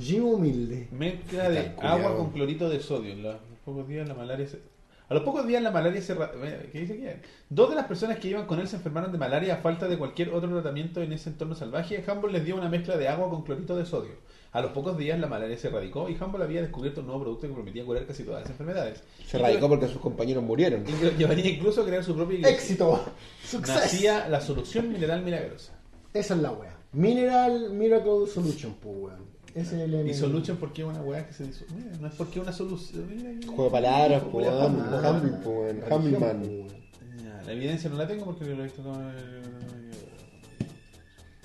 B: Jim humilde.
A: Mezcla de
C: Tan culiao.
A: agua con clorito de sodio. En los pocos días la malaria se... A los pocos días la malaria se... ra- eh, ¿Qué dice aquí? Dos de las personas que iban con él se enfermaron de malaria a falta de cualquier otro tratamiento en ese entorno salvaje. Humboldt les dio una mezcla de agua con clorito de sodio. A los pocos días la malaria se erradicó y Humboldt había descubierto un nuevo producto que prometía curar casi todas las enfermedades.
C: Se radicó porque sus compañeros murieron.
A: Y lo llevaría incluso a crear su propia iglesia.
B: Éxito. Success.
A: Nacía la solución mineral milagrosa.
B: Esa es la wea. Mineral Miracle Solution, pues, weón. Ese es el
A: Y
C: Mm.
B: M-
A: solution porque es una weá que se disuelve. Mira, No es porque una solución. Mira,
C: Juego de palabras,
A: Juego
C: pues,
A: de
C: weón.
A: palabras.
C: Humble, pues, weón.
B: Religión,
C: Humbleman.
B: pues, weón.
A: Ya, La evidencia no la tengo porque lo he visto todo el-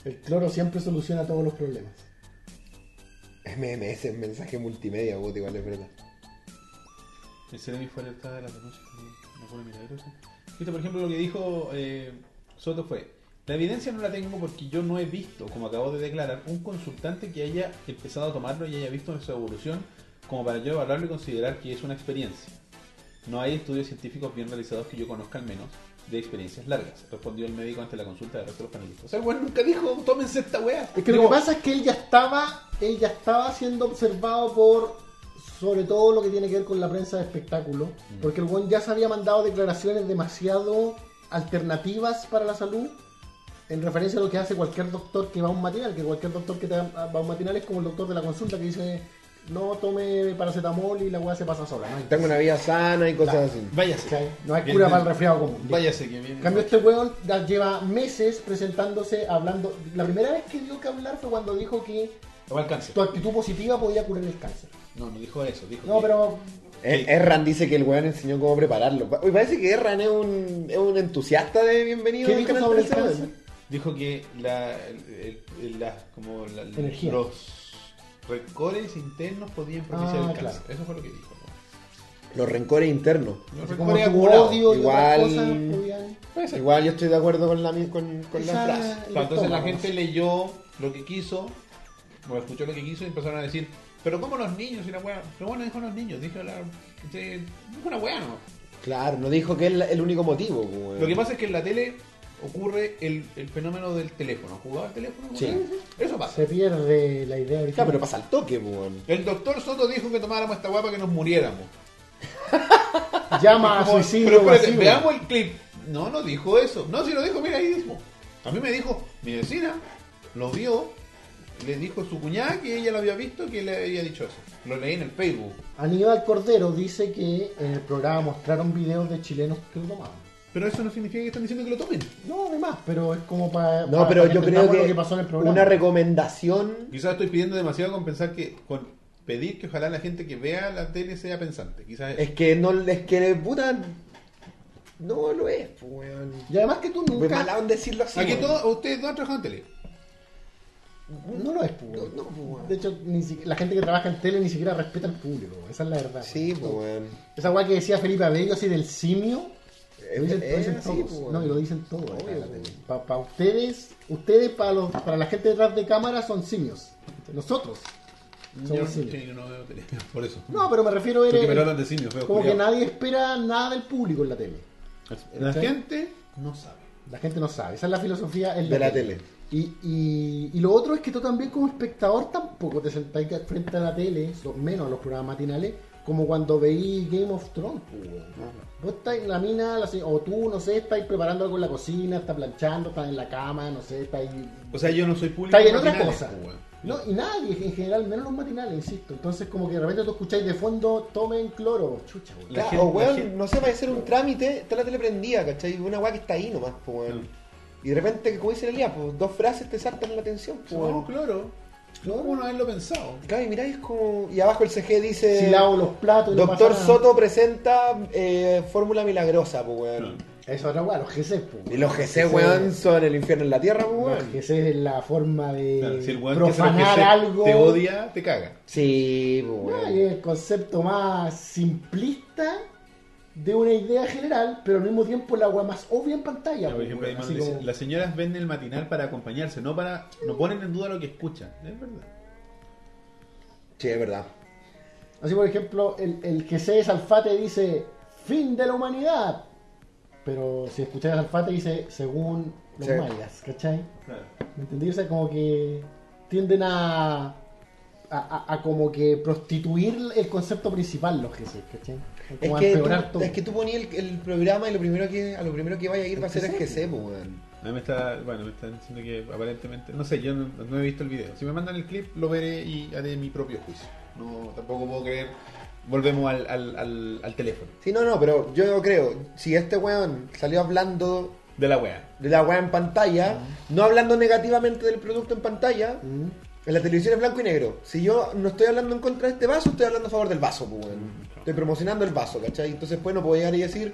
B: El cloro siempre soluciona todos los problemas.
C: MMS, mensaje multimedia, puta, igual es verdad.
A: El Ceremi fue alertada de las denuncias también. Una cura milagrosa. Viste, por ejemplo, lo que dijo eh, Soto fue: La evidencia no la tengo porque yo no he visto, como acabo de declarar, un consultante que haya empezado a tomarlo y haya visto su evolución como para yo evaluarlo y considerar que es una experiencia. No hay estudios científicos bien realizados que yo conozca al menos de experiencias largas, respondió el médico ante la consulta del resto de los panelistas. O sea, el weón nunca dijo, tómense esta weá.
B: Es que lo que pasa es que él ya estaba, él ya estaba siendo observado por, sobre todo lo que tiene que ver con la prensa de espectáculo, porque el buen ya se había mandado declaraciones demasiado alternativas para la salud, en referencia a lo que hace cualquier doctor que va a un matinal, que cualquier doctor que te va va a un matinal es como el doctor de la consulta que dice, no tome paracetamol y la weá se pasa sola. No hay,
C: Tengo una vida sana y cosas así.
A: Váyase.
B: ¿cachai? No hay
A: Bien,
B: cura
A: bien.
B: para el resfriado común.
A: Váyase que viene.
B: En cambio, este weón ya lleva meses presentándose, hablando. La primera vez que dio que hablar fue cuando dijo que
A: No va al cáncer.
B: tu actitud positiva podía curar el cáncer.
A: No, no dijo eso. Dijo
B: No,
A: que-
B: pero
C: Er- Erran dice que el weón enseñó cómo prepararlo. Pa- Uy, parece que Erran es un, es un entusiasta de bienvenido
B: ¿qué
C: del
B: dijo
C: Canal
B: sobre el
C: 13, weón.
B: cáncer?
A: Dijo que la, el- el- la- como la-
B: Energía.
A: los recores internos podían propiciar
B: Ah,
A: el cáncer.
B: claro.
A: Eso fue lo que dijo.
C: Los rencores internos.
A: ¿no? Los
B: Así Como
A: recores
B: tu
A: acumulados.
B: odio y
C: Igual-
B: otras cosas podían.
A: Puede ser.
C: Igual yo estoy de acuerdo con la, mi- con, con la
B: Esa-
C: frase.
A: O sea, entonces la
B: estómago.
A: gente leyó lo que quiso, o escuchó lo que quiso y empezaron a decir, pero como los niños y la wea. Pero bueno, dijo los niños, dijo la. este, Dijo una wea, no.
C: Claro, no dijo que es la- el único motivo. pues, weón.
A: Lo que pasa es que en la tele ocurre el, el fenómeno del teléfono. ¿Jugaba el teléfono?
C: Sí.
A: Eso pasa.
B: Se pierde la idea
C: Ya,
B: ahorita.
C: pero pasa al toque, pues, weón.
A: El doctor Soto dijo que tomáramos esta guapa que nos muriéramos.
B: Llama a
A: Como-
B: suicidio.
A: pero espérate,
B: masivo.
A: veamos el clip. No, no dijo eso. No, si lo dijo, mira, ahí mismo. A mí me dijo, mi vecina lo vio, le dijo a su cuñada que ella lo había visto, que le había dicho eso. Lo leí en el Facebook.
B: Aníbal Cordero dice que en el programa mostraron videos de chilenos que lo tomaban.
A: Pero eso no significa que están diciendo que lo tomen.
B: No, además, pero es como para.
C: No,
B: para-
C: pero
B: para
C: yo creo
B: entendamos
C: que,
B: lo que pasó en el programa.
C: una recomendación.
A: Quizás estoy pidiendo demasiado con pensar que, con pedir que ojalá la gente que vea la tele sea pensante. Quizás
C: Es que no es que puta. No lo es, pues, weón.
B: Y además que tú
C: Pues mala
B: nunca.
C: onda decirlo así.
A: Aquí
C: weón.
A: todos, ustedes no han trabajado en tele.
B: No lo es, pues, weón.
C: No, no, pues, weón.
B: De hecho, ni si- la gente que trabaja en tele ni siquiera respeta al público, esa es la verdad.
C: Sí,
B: weón.
C: pues, weón.
B: Esa weá que decía Felipe Abello así del simio, Lo dicen, lo dicen
C: así,
B: todos.
C: pues,
B: no, y lo dicen
C: Obvio,
B: todos.
C: pues.
B: Para ustedes, ustedes para los, para la gente detrás de cámara son simios. Nosotros
A: Yo no,
B: somos simios.
A: sí, yo no veo tele, por eso.
B: No, pero me refiero a
A: Porque me lo hablan de simios, veo
B: como que
A: culiao.
B: nadie espera nada del público en la tele.
A: La
B: ¿Sí?
A: gente no sabe.
B: La gente no sabe. Esa es la filosofía en
C: De la tele.
B: Y, y- y lo otro es que tú también como espectador tampoco te sentás frente a la tele, so- menos a los programas matinales, como cuando veí Game of Thrones. pues, weón. Vos estás en la mina, la se- o tú, no sé, estás preparando algo en la cocina, estás planchando, estás en la cama, no sé, estás...
A: O sea, yo no soy público.
B: Está ahí en otra
A: matinales,
B: cosa.
A: pues, weón.
B: No, y nadie, en general, menos los matinales, insisto. Entonces, como que de repente tú escucháis de fondo, tomen cloro. Chucha, weón.
A: La
C: Claro,
A: gente-
C: o weón,
A: la gente-
C: no sé, para hacer un trámite, está la tele prendida, ¿cachai? Una weá que está ahí nomás, pues weón. Y de repente, como dice Elías, pues dos frases te saltan la atención, pues
A: No,
C: weón.
A: claro. No, uno haberlo pensado.
C: Claro, y mirá, es como. Y abajo el CG dice.
B: Si lavo los platos... y no
C: Doctor
B: pasa nada.
C: Soto presenta eh, fórmula milagrosa, pues weón.
B: Esa es otra weá, los GC, pues,
C: Y
B: weón.
C: los GC, weón, son el infierno en la tierra, pues
B: Los
C: weón.
B: GC es la forma de
A: Claro, si el weón que se
B: profanar
A: enojece
B: algo.
A: te odia, te caga.
C: Sí, pues
B: No,
C: weón.
B: y es el concepto más simplista de una idea general, pero al mismo tiempo la agua más obvia en pantalla.
A: Por
B: pues,
A: ejemplo, ahí
B: weón,
A: Manuel
B: así
A: dice,
B: como-
A: las señoras ven el matinal para acompañarse, no para no ponen en duda lo que escuchan. Es verdad.
C: Sí, es verdad.
B: Así por ejemplo, el, el que se es Alfate dice fin de la humanidad. Pero si escuchas Alfate dice según los
C: Sí.
B: mayas, ¿cachai? ¿Me entendí? O sea, como que tienden a, a, a- a como que prostituir el concepto principal los jefes, ¿cachai?
C: Es
B: Como a
C: que,
B: empeorar
C: tú,
B: todo.
C: es que tú ponías el, el programa y lo primero que, a lo primero que vaya a ir va a ser el GC, pues weón.
A: A mí me está, bueno, me están diciendo que aparentemente, no sé, yo no, no he visto el video. Si me mandan el clip, lo veré y haré mi propio juicio. No, tampoco puedo creer. Volvemos al, al, al, al teléfono
C: Sí, no, no, pero yo creo, si este weón salió hablando
A: de la wea.
C: de la weá en pantalla, no hablando negativamente del producto en pantalla,
B: Mm.
C: en la televisión es blanco y negro. Si yo no estoy hablando en contra de este vaso, estoy hablando a favor del vaso, pues weón.
B: Mm.
C: Estoy promocionando el vaso, ¿cachai? Entonces, pues no puedo llegar y decir,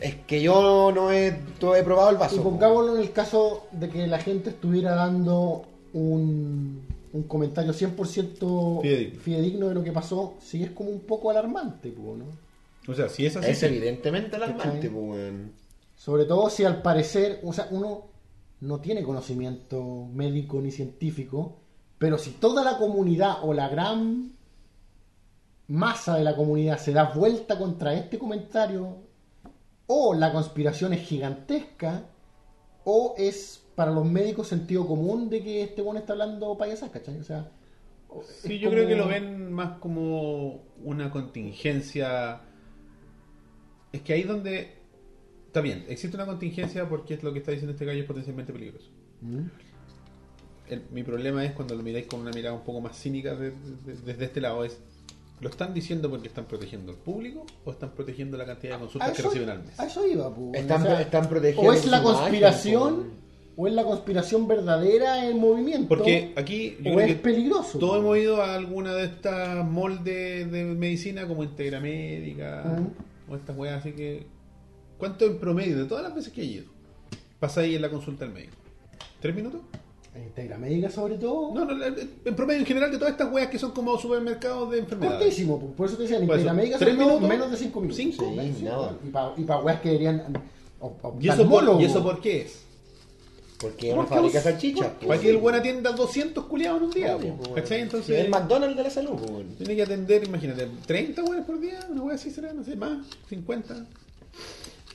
C: es que yo no he, no he probado el
B: Y
C: vaso. pues,
B: pongámoslo en el caso de que la gente estuviera dando un, un comentario 100%
A: Fidedigno.
B: fidedigno de lo que pasó, sí es como un poco alarmante, po, ¿no?
A: O sea, si es así.
C: Es
A: sí.
C: evidentemente alarmante,
B: ¿Cachai?
C: pues weón.
B: Sobre todo si al parecer, o sea, uno no tiene conocimiento médico ni científico, pero si toda la comunidad o la gran masa de la comunidad se da vuelta contra este comentario, o la conspiración es gigantesca, o es para los médicos sentido común de que este bueno está hablando payasas, ¿cachai? O sea, o-
A: Sí,
B: es
A: yo creo que
B: como-
A: lo ven más como una contingencia. Es que ahí donde. Está bien, existe una contingencia porque es lo que está diciendo este gallo es potencialmente peligroso.
B: ¿Mm?
A: El- mi problema es cuando lo miráis con una mirada un poco más cínica de- de- desde este lado: es ¿lo están diciendo porque están protegiendo al público o están protegiendo la cantidad de
B: A
A: consultas que
B: eso,
A: reciben al mes?
B: a eso iba, po.
C: Están,
B: O sea,
C: están protegiendo.
B: O es la
C: su imagen,
B: conspiración,
C: pues, weón.
B: o es la conspiración verdadera en movimiento,
A: Porque aquí yo
B: o
A: creo
B: es
A: que
B: peligroso.
A: todos hemos ido a alguna de estas moldes de medicina como Integra Médica
B: Ujú.
A: o estas weas, así que ¿cuánto en promedio de todas las veces que he ido? Pasa ahí en la consulta al médico. ¿Tres minutos?
B: En Integra Médica sobre todo.
A: No, no, la- en promedio en general de todas estas weas que son como supermercados de enfermedades.
B: Cortísimo, po. por eso te decía, en
A: Por eso,
B: Integra Médica
A: ¿tres
B: sobre todo
A: minutos?
B: menos de 5 minutos.
A: Cinco.
B: Sí,
C: Sí, nada.
B: Y para y pa weas que deberían... mm, o-
A: ¿Y eso, por,
B: oftalmólogo.
A: ¿Y eso por qué es?
C: Porque uno
B: Porque
C: fabrica
B: vos-
C: salchichas.
B: porque-
C: pues,
A: Para que el
C: weón.
A: buen atienda 200 culiados en un día.
C: Obvio,
A: po,
C: pues,
A: ¿Cachai?
C: weón.
A: Entonces...
C: Si es el McDonald's de la salud, pues, weón.
A: Tiene que atender, imagínate, 30 weones por día, una wea así será, no sé, más, 50.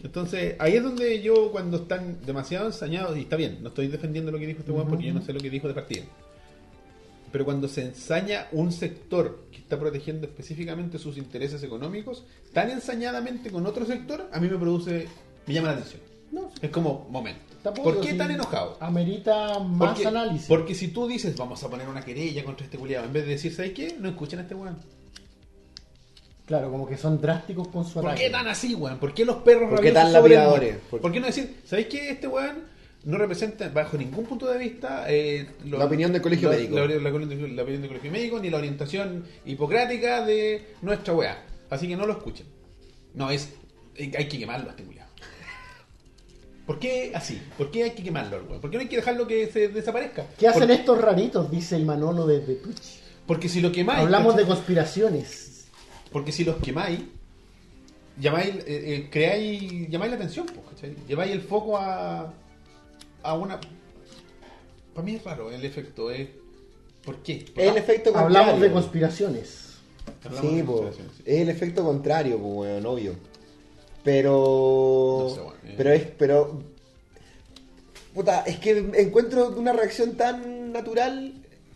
A: Entonces, ahí es donde yo, cuando están demasiado ensañados, y está bien, no estoy defendiendo lo que dijo este weón porque yo no sé lo que dijo de partida. Pero cuando se ensaña un sector que está protegiendo específicamente sus intereses económicos, tan ensañadamente con otro sector, a mí me produce, me llama la atención.
B: No,
A: Es como, momento.
B: tampoco
A: ¿Por qué
B: sí.
A: tan enojado?
B: Amerita más
A: porque,
B: análisis.
A: Porque si tú dices, vamos a poner una querella contra este culiado, en vez de decir, ¿sabes qué? No escuchen a este weón.
B: Claro, como que son drásticos con su
A: ¿Por
B: ataque.
A: qué tan así, weón? ¿Por qué los perros
C: ¿Por qué tan
A: rabiosos sobre el
C: lapidadores?
A: mundo?
C: ¿Por-
A: ¿Por qué no decir, ¿sabéis que este weón no representa bajo ningún punto de vista eh, lo-
C: La opinión del colegio
A: la-
C: médico.
A: La, la- la opinión- la opinión del colegio médico ni la orientación hipocrática de nuestra weá. Así que no lo escuchen. No, es. eh, Hay que quemarlo a este culiao. ¿Por qué así? ¿Por qué hay que quemarlo, weón? ¿Por qué no hay que dejarlo que se desaparezca?
B: ¿Qué hacen
A: Por-
B: estos raritos? Dice el Manolo desde Twitch.
A: Porque si lo quemáis.
B: Hablamos
A: ¿cachai?
B: de conspiraciones.
A: Porque si los quemáis, llamáis, eh, eh, creáis, llamáis la atención, po, ¿cachai? Lleváis el foco a, a una... Para mí es raro el efecto, es... ¿Por qué?
C: Es el efecto contrario.
B: Hablamos de conspiraciones.
A: Hablamos
C: Sí,
A: de
C: po.
A: conspiraciones, sí.
C: Es el efecto contrario, po, weón, obvio. Pero.
A: No sé, weón, eh.
C: Pero es. Pero. Puta, es que encuentro una reacción tan natural.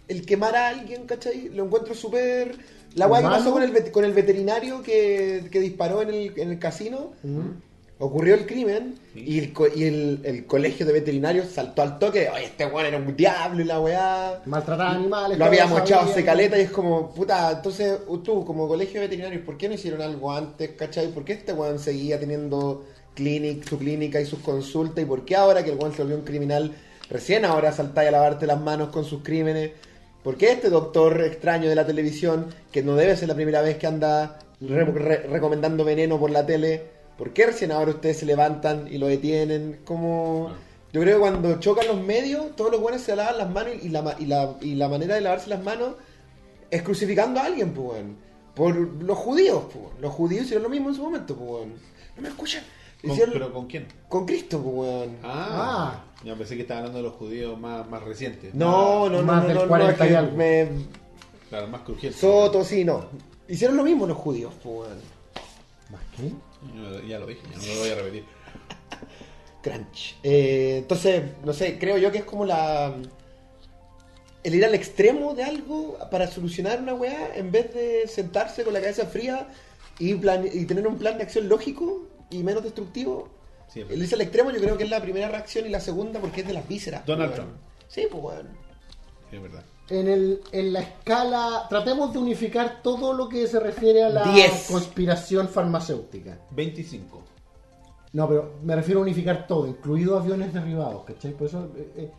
C: El quemar a alguien, ¿cachai? Lo encuentro súper. La guay que
B: Humano.
C: pasó con el, vet- con el veterinario que, que disparó en el, en el casino. Ocurrió el crimen
A: Sí.
C: y, el, co- y el, el colegio de veterinarios saltó al toque. Oye, este weón era un diablo y la weá.
B: Maltratar a animales.
C: Lo habíamos echado
B: se
C: hace caleta y es como, puta, entonces tú, como colegio veterinario, ¿por qué no hicieron algo antes, cachai? ¿Por qué este weón seguía teniendo clinic, su clínica y sus consultas? ¿Y por qué ahora que el weón se volvió un criminal, recién ahora saltáis a lavarte las manos con sus crímenes? ¿Por qué este doctor extraño de la televisión, que no debe ser la primera vez que anda re- re- recomendando veneno por la tele, ¿por qué recién ahora ustedes se levantan y lo detienen? Como... Yo creo que cuando chocan los medios, todos los buenos se lavan las manos y la, ma- y la, y la manera de lavarse las manos es crucificando a alguien, pues, weón. Por los judíos, pues. weón. Los judíos hicieron lo mismo en su momento, pues, weón. No me escuchan.
A: ¿Con-
C: Hicieron
A: ¿Pero con quién?
C: con Cristo, pues, weón.
A: Ah, yo pensé que estaba hablando de los judíos más, más recientes.
C: No,
A: más,
C: no, no,
B: Más
C: no,
B: del
C: no, no,
B: 40
C: es
B: y
C: que
B: algo.
C: me-
A: Claro, más crujientes.
C: Soto, sí, no. Hicieron lo mismo los judíos, pues, weón.
B: ¿Más qué?
A: Yo Eh, Ya lo dije, ya no lo voy a repetir.
C: Crunch. Eh, entonces, no sé, creo yo que es como la. El ir al extremo de algo para solucionar una weá en vez de sentarse con la cabeza fría y, plane- y tener un plan de acción lógico y menos destructivo.
A: Sí, es
C: El irse al extremo yo creo que es la primera reacción y la segunda porque es de las vísceras. pues,
A: Donald
C: weón.
A: Trump.
C: Sí, pues weón.
A: Sí, es verdad.
B: En, el, en la escala, tratemos de unificar todo lo que se refiere a la
C: Diez.
B: conspiración farmacéutica.
A: 25.
B: No, pero me refiero a unificar todo, incluido aviones derribados, ¿cachai? Por eso, eh, eh,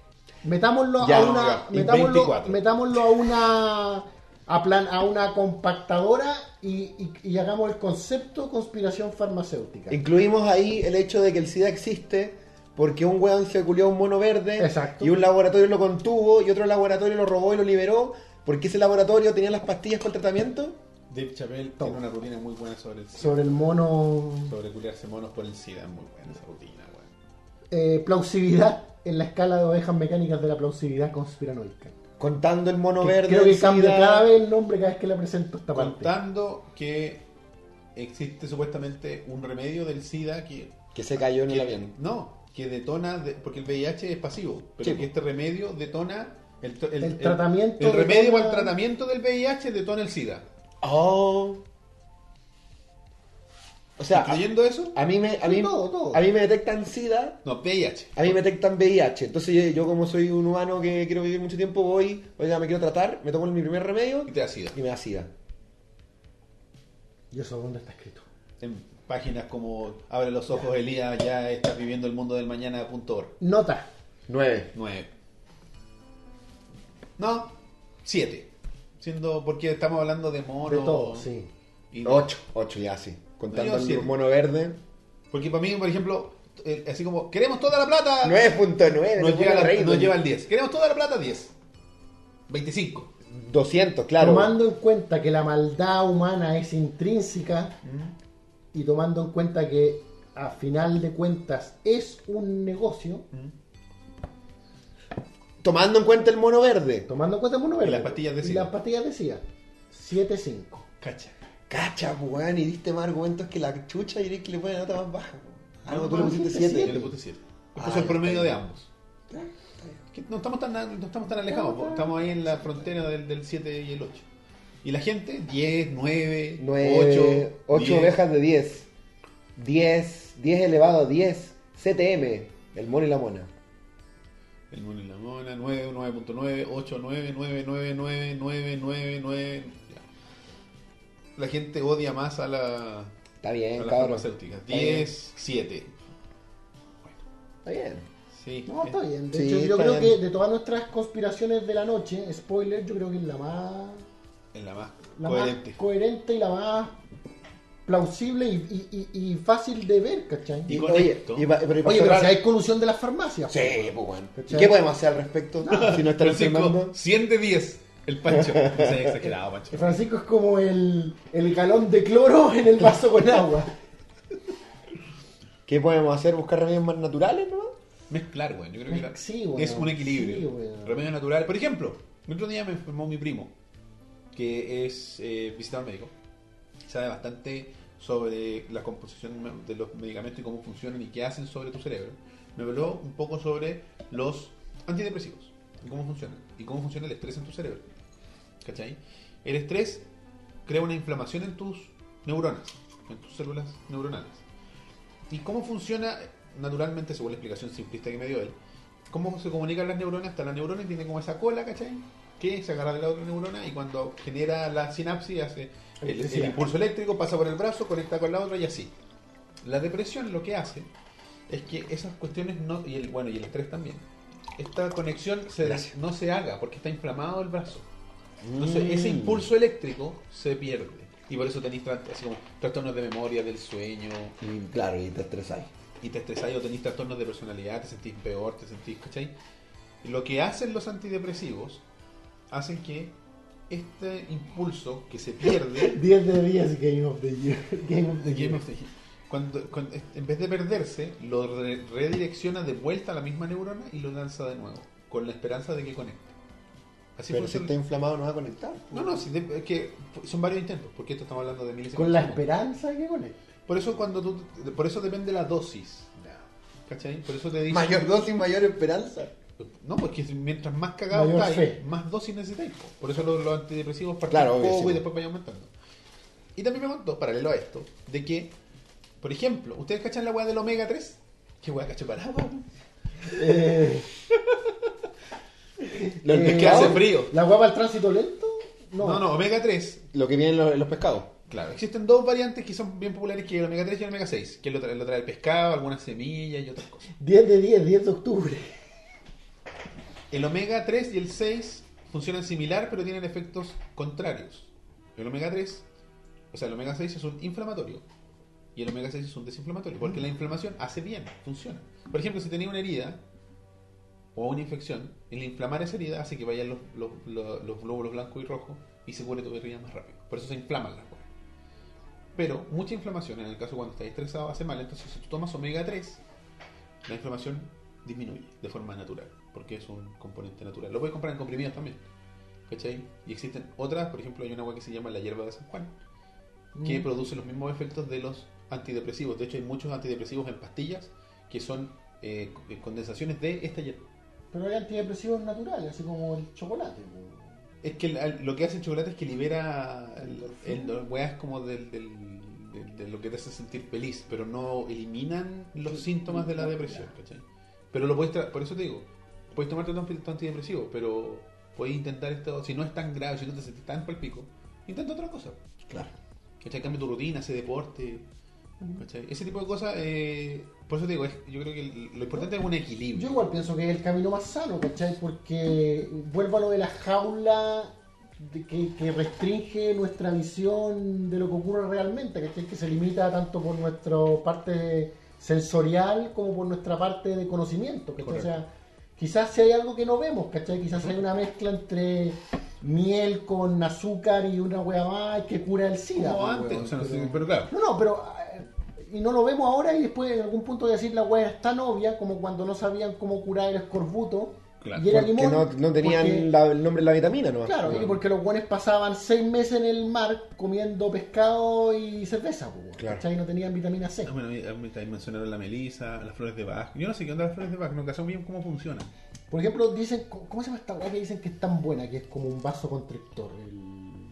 B: metámoslo
C: Ya,
B: a una,
A: ya. Y
B: metámoslo,
A: 24.
B: metámoslo a una, a plan, a una compactadora y, y- y hagamos el concepto conspiración farmacéutica.
C: Incluimos ahí el hecho de que el SIDA existe porque un weón se culió a un mono verde
B: Exacto.
C: y un laboratorio lo contuvo y otro laboratorio lo robó y lo liberó porque ese laboratorio tenía las pastillas para el tratamiento.
A: Dave Chappelle
B: Toma.
A: tiene una rutina muy buena sobre el SIDA.
B: Sobre el mono,
A: Sobre culiarse monos por el SIDA. Muy buena esa rutina, weón.
B: eh, plausibilidad en la escala de ovejas mecánicas de la plausibilidad conspiranoica.
C: Contando el mono
B: Que
C: verde.
B: Creo que
C: el
B: cambia
C: SIDA.
B: cada vez el nombre cada vez que le presento esta parte.
A: Contando que existe supuestamente un remedio del SIDA que.
C: Que se cayó en el
A: que-
C: avión.
A: No, que detona. de- porque el VIH es pasivo. Pero
C: Sí,
A: que
C: po.
A: este remedio detona. El, to-
B: El tratamiento
A: El, remedio
B: detona-
A: al tratamiento del VIH detona el SIDA.
C: Oh. O sea, a,
A: Incluyendo eso.
C: a mí me, a
B: Sí,
C: mí,
B: todo, todo.
C: a mí me detectan SIDA
A: No, VIH.
C: A mí me detectan VIH, entonces yo, yo como soy un humano que quiero vivir mucho tiempo, voy, oiga, me quiero tratar, me tomo mi primer remedio
A: Y te da SIDA.
C: y me da sida.
B: ¿Y eso dónde está escrito?
A: En páginas como Abre los ojos, Elías, ya estás viviendo el mundo del mañana.org.
B: Nota.
C: 9.
A: 9. No, 7. Siendo porque estamos hablando de mono.
B: De todo, sí.
A: Y-
C: 8. 8 ya, sí.
A: Yo
C: Contando el
A: siete.
C: mono verde.
A: Porque para mí, por ejemplo, eh, así como, queremos toda la plata.
C: 9.9.
A: nos, lleva la-
C: reina.
A: nos lleva al 10. Queremos toda la plata, 10. 25.
C: 200, claro.
B: Tomando en cuenta que la maldad humana es intrínseca
A: Mm.
B: y tomando en cuenta que a final de cuentas es un negocio,
C: Tomando en cuenta el mono verde.
B: tomando en cuenta el mono
A: Y
B: verde.
A: las pastillas de
B: Y
A: SIDA.
B: las pastillas de SIDA, 7.5.
A: Cacha.
C: Cacha, pues, weón, y diste más argumentos que la chucha y diréis que le pone nota más baja. weón. Ah, no,
B: No,
C: tú le
B: no,
C: pusiste
B: dijiste
C: 7.
A: Yo le puse 7.
C: Ah,
A: Puso el
C: ya
A: promedio
C: está
A: de
C: bien.
A: ambos. Que no estamos tan, no estamos tan alejados, po. estamos ahí en la frontera del, 7 y el 8. Y la gente, 10, 9,
C: 9,
A: 8,
C: 8 ovejas de 10. 10, 10 elevado a 10. CTM, el mono y la mona.
A: El mono y la mona, 9, 9.9, 8, 9, 9, 9, 9, 9, 9, 9. La gente odia más a la, a
C: Está bien,
A: las
C: Eh, cabrón.
A: farmacéuticas.
C: Está bien.
A: 10, 7.
C: Está bien.
A: Sí.
B: No, está bien. De
C: Sí,
B: hecho, yo
C: está
B: creo
C: bien.
B: que de todas nuestras conspiraciones de la noche, spoiler, yo creo que es la más,
A: Es la más
B: la
A: coherente.
B: más coherente y la más plausible y, y- y- y fácil de ver, ¿cachai?
A: Y con
C: oye,
A: esto-
C: y pa- pero y pa
B: Oye, pero
C: cerrar-
B: si hay colusión de las farmacias.
C: Sí, pues bueno. ¿Y
B: ¿Cachai?
C: qué podemos hacer al respecto? Si no está
A: Francisco,
C: enfermando.
A: 100 de 10. El Pancho. No seas exagerado, Pancho.
B: Francisco es como el, el galón de cloro en el vaso con agua.
C: ¿Qué podemos hacer? ¿Buscar remedios más naturales, no?
A: Mezclar, weón. Yo creo que la-
B: Sí, weón.
A: es un equilibrio.
B: Sí, weón.
A: Remedio natural. Por ejemplo, el otro día me enfermó mi primo, que es eh, visitado al médico. Sabe bastante sobre la composición de los medicamentos y cómo funcionan y qué hacen sobre tu cerebro. Me habló un poco sobre los antidepresivos y cómo funcionan. Y cómo funciona el estrés en tu cerebro. ¿Cachai? El estrés crea una inflamación en tus neuronas, en tus células neuronales. ¿Y cómo funciona? Naturalmente, según la explicación simplista que me dio él, cómo se comunican las neuronas. Hasta la neurona tiene como esa cola, ¿cachai? Que se agarra de la otra neurona y cuando genera la sinapsis, hace el, el
B: Electricidad.
A: impulso eléctrico, pasa por el brazo, conecta con la otra y así. La depresión lo que hace es que esas cuestiones no. Y el, bueno, y el estrés también. Esta conexión se-
C: Gracias.
A: no se haga porque está inflamado el brazo. Entonces ese
C: Mm.
A: impulso eléctrico se pierde. Y por eso tenéis tran- así como trastornos de memoria, del sueño,
C: Y, claro, y te estresáis.
A: y te estresáis o tenéis trastornos de personalidad, te sentís peor, te sentís, ¿cachai? Lo que hacen los antidepresivos, hacen que este impulso que se pierde
B: 10 de 10 Game of the Year. Game of the
A: de Game
B: Year.
A: of the Year. Cuando, cuando- en vez de perderse, lo re- redirecciona de vuelta a la misma neurona y lo lanza de nuevo, con la esperanza de que conecte. Así
C: Pero si
A: funciona.
C: está inflamado no va a conectar.
A: No, no, sí, de- es que son varios intentos, porque esto estamos hablando de miles y
B: Con la
A: miles de segundos.
B: esperanza que con él.
A: Por eso cuando tú, por eso depende la dosis, ¿cachai? Por eso te dicen...
C: Mayor dosis, mayor esperanza.
A: No, porque mientras más cagado
B: Mayor
A: estáis,
B: fe.
A: más dosis necesitáis. po. Por eso los, los antidepresivos parten
C: Claro,
A: un
C: obvio,
A: poco
C: sí.
A: y después vayan aumentando. Y también me contó, paralelo a esto, de que, por ejemplo, ¿ustedes cachan la weá del omega 3? ¿Qué weá cacho para agua?
B: Eh,
C: Lo,
A: Es que
B: la-
A: hace frío.
B: ¿La guapa al tránsito lento? No.
A: No. no, omega 3.
C: lo que vienen los, los pescados.
A: Claro, existen dos variantes que son bien populares, que es el omega 3 y el omega 6, que lo trae, lo trae el pescado, algunas semillas y otras cosas.
B: 10 de 10, 10 de octubre.
A: El omega 3 y el 6 funcionan similar, pero tienen efectos contrarios. El omega 3, o sea, el omega 6 es un inflamatorio y el omega 6 es un desinflamatorio, porque la inflamación hace bien, funciona. Por ejemplo, si tenía una herida o una infección, el inflamar esa herida hace que vayan los, los, los- los glóbulos blancos y rojos y se cure tu herida más rápido. Por eso se inflaman las cosas. Pero mucha inflamación, en el caso cuando estás estresado, hace mal. Entonces, si tú tomas omega 3, la inflamación disminuye de forma natural, porque es un componente natural. Lo puedes comprar en comprimidos también, ¿cachai? Y existen otras, por ejemplo, hay una agua que se llama la hierba de San Juan, que
B: Mm.
A: produce los mismos efectos de los antidepresivos. De hecho, hay muchos antidepresivos en pastillas que son eh, condensaciones de esta hierba.
B: Pero hay antidepresivos naturales, así como el chocolate. po.
A: Es que la- lo que hace el chocolate es que libera el,
B: Endorfina.
A: el- weas como del, del- del- de lo que te hace sentir feliz, pero no eliminan los síntomas de la depresión, ¿cachai? Pero lo puedes tra- por eso te digo, puedes tomarte tanto antidepresivo, pero puedes intentar esto, si no es tan grave, si no te sientes tan palpico, intenta otra cosa,
C: Claro.
A: ¿cachai? Cambia tu rutina, hace deporte, ¿cachai? Ese tipo de cosas, eh, por eso te digo, es- yo creo que el- lo importante es un equilibrio.
B: Yo igual pienso que es el camino más sano, ¿cachai? Porque vuelvo a lo de la jaula de que, que restringe nuestra visión de lo que ocurre realmente, ¿cachai? Que se limita tanto por nuestra parte sensorial como por nuestra parte de conocimiento, ¿cachai? O sea, quizás si hay algo que no vemos, ¿cachai? Quizás hay una mezcla entre miel con azúcar y una hueá más que cura el SIDA.
A: como
B: pues,
A: antes,
B: weón,
A: o sea, no sé,
B: pero-
A: pero claro.
B: no, no, pero. eh, Y no lo vemos ahora y después en algún punto decir la weá es tan obvia como cuando no sabían cómo curar el escorbuto.
A: Claro.
B: y era
C: Porque
B: limón.
C: no, no tenían
B: porque-
C: la- el nombre de la vitamina, ¿no?
B: Claro,
C: Bueno.
B: y porque los buenos pasaban seis meses en el mar comiendo pescado y cerveza, pues, weón,
C: Claro.
B: ¿cachai? No tenían vitamina C.
A: Ah, bueno, a mí, a mí también mencionaron la melisa, las flores de Bach. Yo no sé qué onda las flores de Bach, nunca sé bien cómo funcionan.
B: Por ejemplo, dicen. ¿Cómo se llama esta weá que dicen que es tan buena? Que es como un vaso constrictor. El...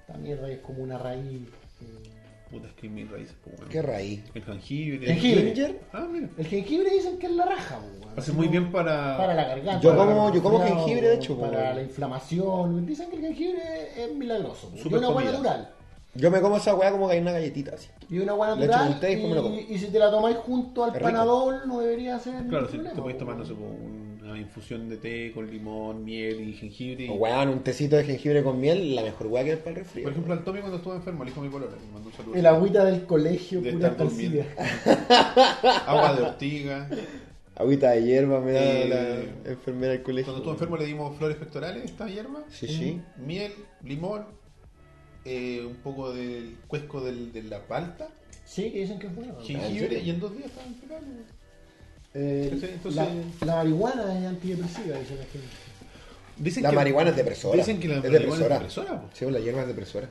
B: Esta mierda que es como una raíz. eh,
A: Puta, es que mis raíces, pues, bueno.
C: Qué raíz.
A: El jengibre.
B: Jengibre.
A: Ah, mira.
B: El jengibre dicen que es la raja, pues, weón.
A: Hace
B: Así
A: muy
B: como-
A: bien para.
B: Para la garganta.
C: Yo
B: para
C: como-
B: el
C: yo como
B: resfriado,
C: jengibre, de hecho,
B: Para
C: pues.
B: la inflamación. Dicen que el jengibre es milagroso. pues. Y
A: Súper
B: una agua
A: comida.
B: natural.
C: Yo me como esa weá como que hay una galletita así.
B: Y una agua
C: Le echo
B: natural.
C: con té y después me lo como.
B: Y, y si te la tomáis junto al
C: Es rico.
B: panadol, no debería ser. ningún
A: Claro, si
B: problema,
A: te podéis tomar, no
B: pues.
A: sé, como una infusión de té con limón, miel y jengibre. y-
B: Oh,
C: O weón, un tecito de jengibre con miel, la mejor weá que es para el refri.
A: Por ejemplo, al Tommy cuando estuvo enfermo, le dijo a mi color, le mandó un saludo.
B: El agüita del colegio,
A: De
B: pura
A: estar durmiendo.
B: calcida.
A: Agua de ortiga.
C: Agüita de hierba me da
A: Eh,
C: la enfermera del colegio.
A: Cuando estuvo enfermo le dimos flores pectorales, esta hierba.
C: Sí, sí.
A: Miel, limón, eh, un poco del cuesco del- de la palta.
B: Sí, que dicen que es bueno.
A: Jengibre y en dos días estaban pegando.
B: Eh,
A: Entonces, entonces-
B: la, la marihuana es antidepresiva, dice la gente.
A: Dicen
C: La marihuana es depresora.
A: Dicen que la
C: es
A: marihuana es
C: depresora.
A: depresora, po.
C: Sí, pues la hierba es depresora.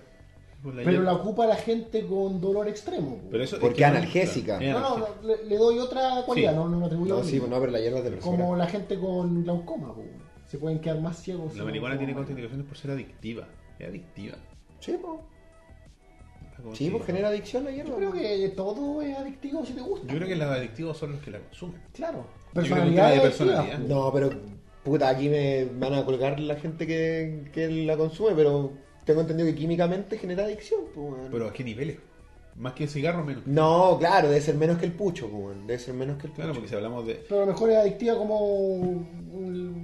A: Con la
B: Pero
A: hierba.
B: la ocupa la gente con dolor extremo. po.
A: Pero eso es
C: Porque
A: que no-
C: analgésica.
A: es
B: no, no,
A: analgésica.
B: no, le, le doy otra cualidad,
A: Sí.
B: no, no la atribuyo
C: No,
B: a mí.
C: sí, pues no, pero la hierba es depresora.
B: Como la gente con glaucoma, po. se pueden quedar más ciegos.
A: La marihuana tiene contraindicaciones por ser adictiva. Es adictiva.
C: Sí, po.
A: Como
C: Sí,
A: si-
C: pues genera adicción la
B: Yo
C: hierba. pues.
B: creo
C: po.
B: que todo es adictivo si te gusta.
A: Yo creo que los adictivos son los que la consumen.
B: Claro.
A: Yo creo que es un tema
B: Personalidad
A: de
B: de
A: personalidad.
B: personalidad.
C: No, pero puta, aquí me van a colgar la gente que, que la consume, pero tengo entendido que químicamente genera adicción, po, weón.
A: Pero ¿a qué niveles? Más que el cigarro, menos.
C: No, claro, debe ser menos que el pucho, po, weón. Debe ser menos que el pucho.
A: Claro, porque si hablamos de.
B: Pero a lo mejor es adictiva como un-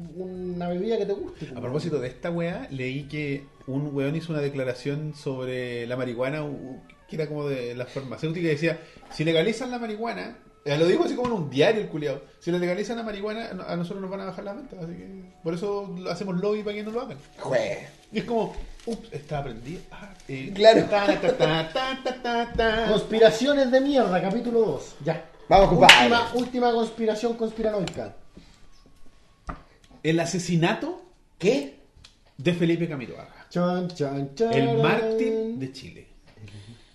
B: una bebida que te guste. po.
A: A propósito de esta weá, leí que un weón hizo una declaración sobre la marihuana, u- que era como de la farmacéutica, y decía: si legalizan la marihuana, eh, lo dijo así como en un diario el culiao, si la legalizan la marihuana, a nosotros nos van a bajar las ventas. Así que por eso hacemos lobby para que no lo hagan.
C: Jue.
A: Y es como, ups, está aprendido. Ah, eh,
C: Claro.
A: ta, ta, ta, ta, ta, ta, ta.
B: Conspiraciones de mierda, capítulo 2. Ya.
C: Vamos, compadre.
B: última, última conspiración conspiranoica.
A: El asesinato
C: ¿Qué?
A: de Felipe Camiroaga.
B: Chan, chan, chan.
A: El mártir de Chile.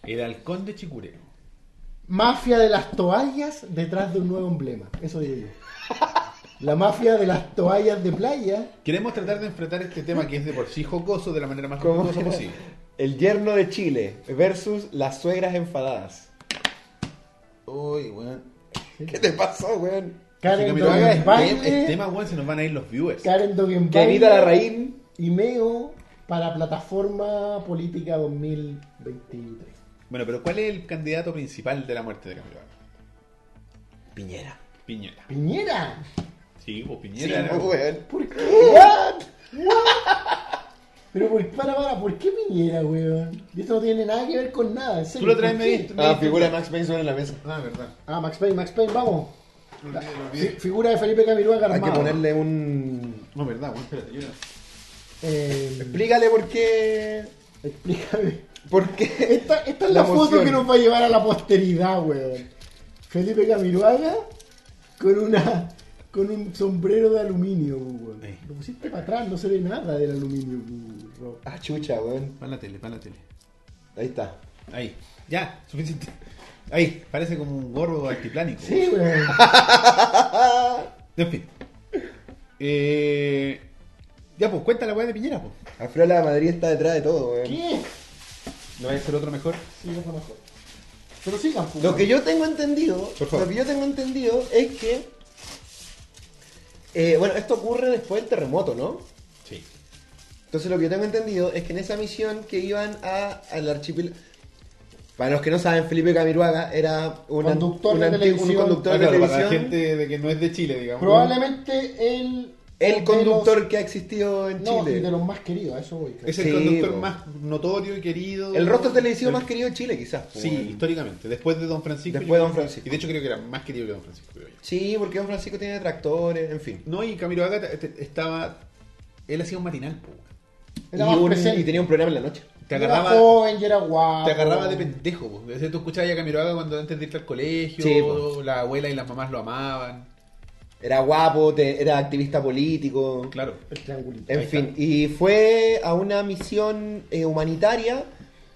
A: El halcón de Chicureo.
B: Mafia de las toallas detrás de un nuevo emblema. Eso digo yo. La mafia de las toallas de playa.
A: Queremos tratar de enfrentar este tema que es de por sí jocoso de la manera más
C: ¿Cómo?
A: jocosa posible.
C: El yerno de Chile versus las suegras enfadadas.
A: Uy, weón.
C: ¿Qué te pasó, weón?
B: Karen
A: Camiroaga, el, tema- el
B: Dogenbaile.
A: este tema, weón, se nos van a ir los viewers.
B: Karen
C: Que
B: Dogenbaile.
C: Anita Larraín
B: Y Meo para plataforma política 2023.
A: Bueno, pero ¿cuál es el candidato principal de la muerte de Camiroaga?
C: Piñera.
A: Piñera.
B: Piñera.
A: Sí, pues
C: Sí,
A: Piñera.
C: po, weón.
B: ¿Por qué? What? Pero por, para, para, ¿por qué Piñera, weón? Y esto no tiene nada que ver con nada, en serio.
A: Tú lo traes
B: ¿por
A: medio.
B: qué?
C: Ah, figura de Max Mason en la mesa.
A: Ah, verdad.
B: Ah, Max Payne, Max Payne, vamos.
A: Lo olvidé, lo
B: Fi-
A: olvidé.
B: figura de Felipe Camiroaga
C: Hay
B: armado.
C: que ponerle un.
A: No, verdad, weón, espérate, yo no-
B: Eh,
C: Explícale por qué.
B: explícame.
C: ¿Por qué?
B: Esta, esta es la, foto
C: emoción.
B: que nos va a llevar a la posteridad, weón. Felipe Camiroaga con una con un sombrero de aluminio, weón.
A: Sí.
B: Lo pusiste para atrás, no se ve nada del aluminio, weón. Rob.
C: Ah, chucha, weón.
A: Va a la tele, va a la tele.
C: Ahí está.
A: Ahí, ya, suficiente. Ahí, parece como un gorro altiplánico.
B: Sí, weón.
A: En fin. Eh, ya, pues cuenta la weá de Piñera, pues.
C: Alfredo la Madrid está detrás de todo, weón.
B: ¿Qué?
A: No vaya a ser otro mejor.
B: Sí, no conozco. Pero sigan, pues,
C: Lo que yo tengo entendido,
A: Por favor.
C: lo que yo tengo entendido es que. eh, bueno, esto ocurre después del terremoto, ¿no?
A: Sí.
C: Entonces lo que yo tengo entendido es que en esa misión que iban a, al archipiélago... Para los que no saben, Felipe Camiruaga era un, an-
B: Conductor
C: un
B: de
C: anti- un
B: televisión. Ah,
C: conductor de
A: para la
C: televisión.
A: gente de que no es de Chile, digamos.
B: Probablemente el.
C: El
B: de
C: conductor
B: los-
C: que ha existido en
B: No,
C: Chile.
B: de los más queridos, a eso voy. creo.
A: Es el
C: Sí,
A: conductor
C: po.
A: más notorio y querido.
C: El rostro televisivo
A: El-
C: más querido de Chile, quizás. po,
A: Sí,
C: weón.
A: históricamente. Después de Don Francisco.
C: Después
A: yo
C: de Don
A: creo que-
C: Francisco.
A: Y de hecho creo que era más querido que Don Francisco. creo yo.
C: Sí, porque Don Francisco tiene tractores, en fin.
A: No, y Camiroaga te- te- estaba... Él hacía un matinal, po.
B: Era
C: y,
B: más
C: un-
B: presente.
C: y tenía un programa en la noche.
A: Te
B: Yo
A: agarraba...
B: Era joven, yo era guapo.
A: Te agarraba de pendejo, po. Desde tú escuchabas a Camiroaga cuando antes de irte al colegio,
C: Sí, po.
A: la abuela y las mamás lo amaban.
C: Era guapo, te- era activista político.
A: Claro.
B: El triangulito.
C: En
A: Ahí
C: fin,
A: está.
C: y fue a una misión eh, humanitaria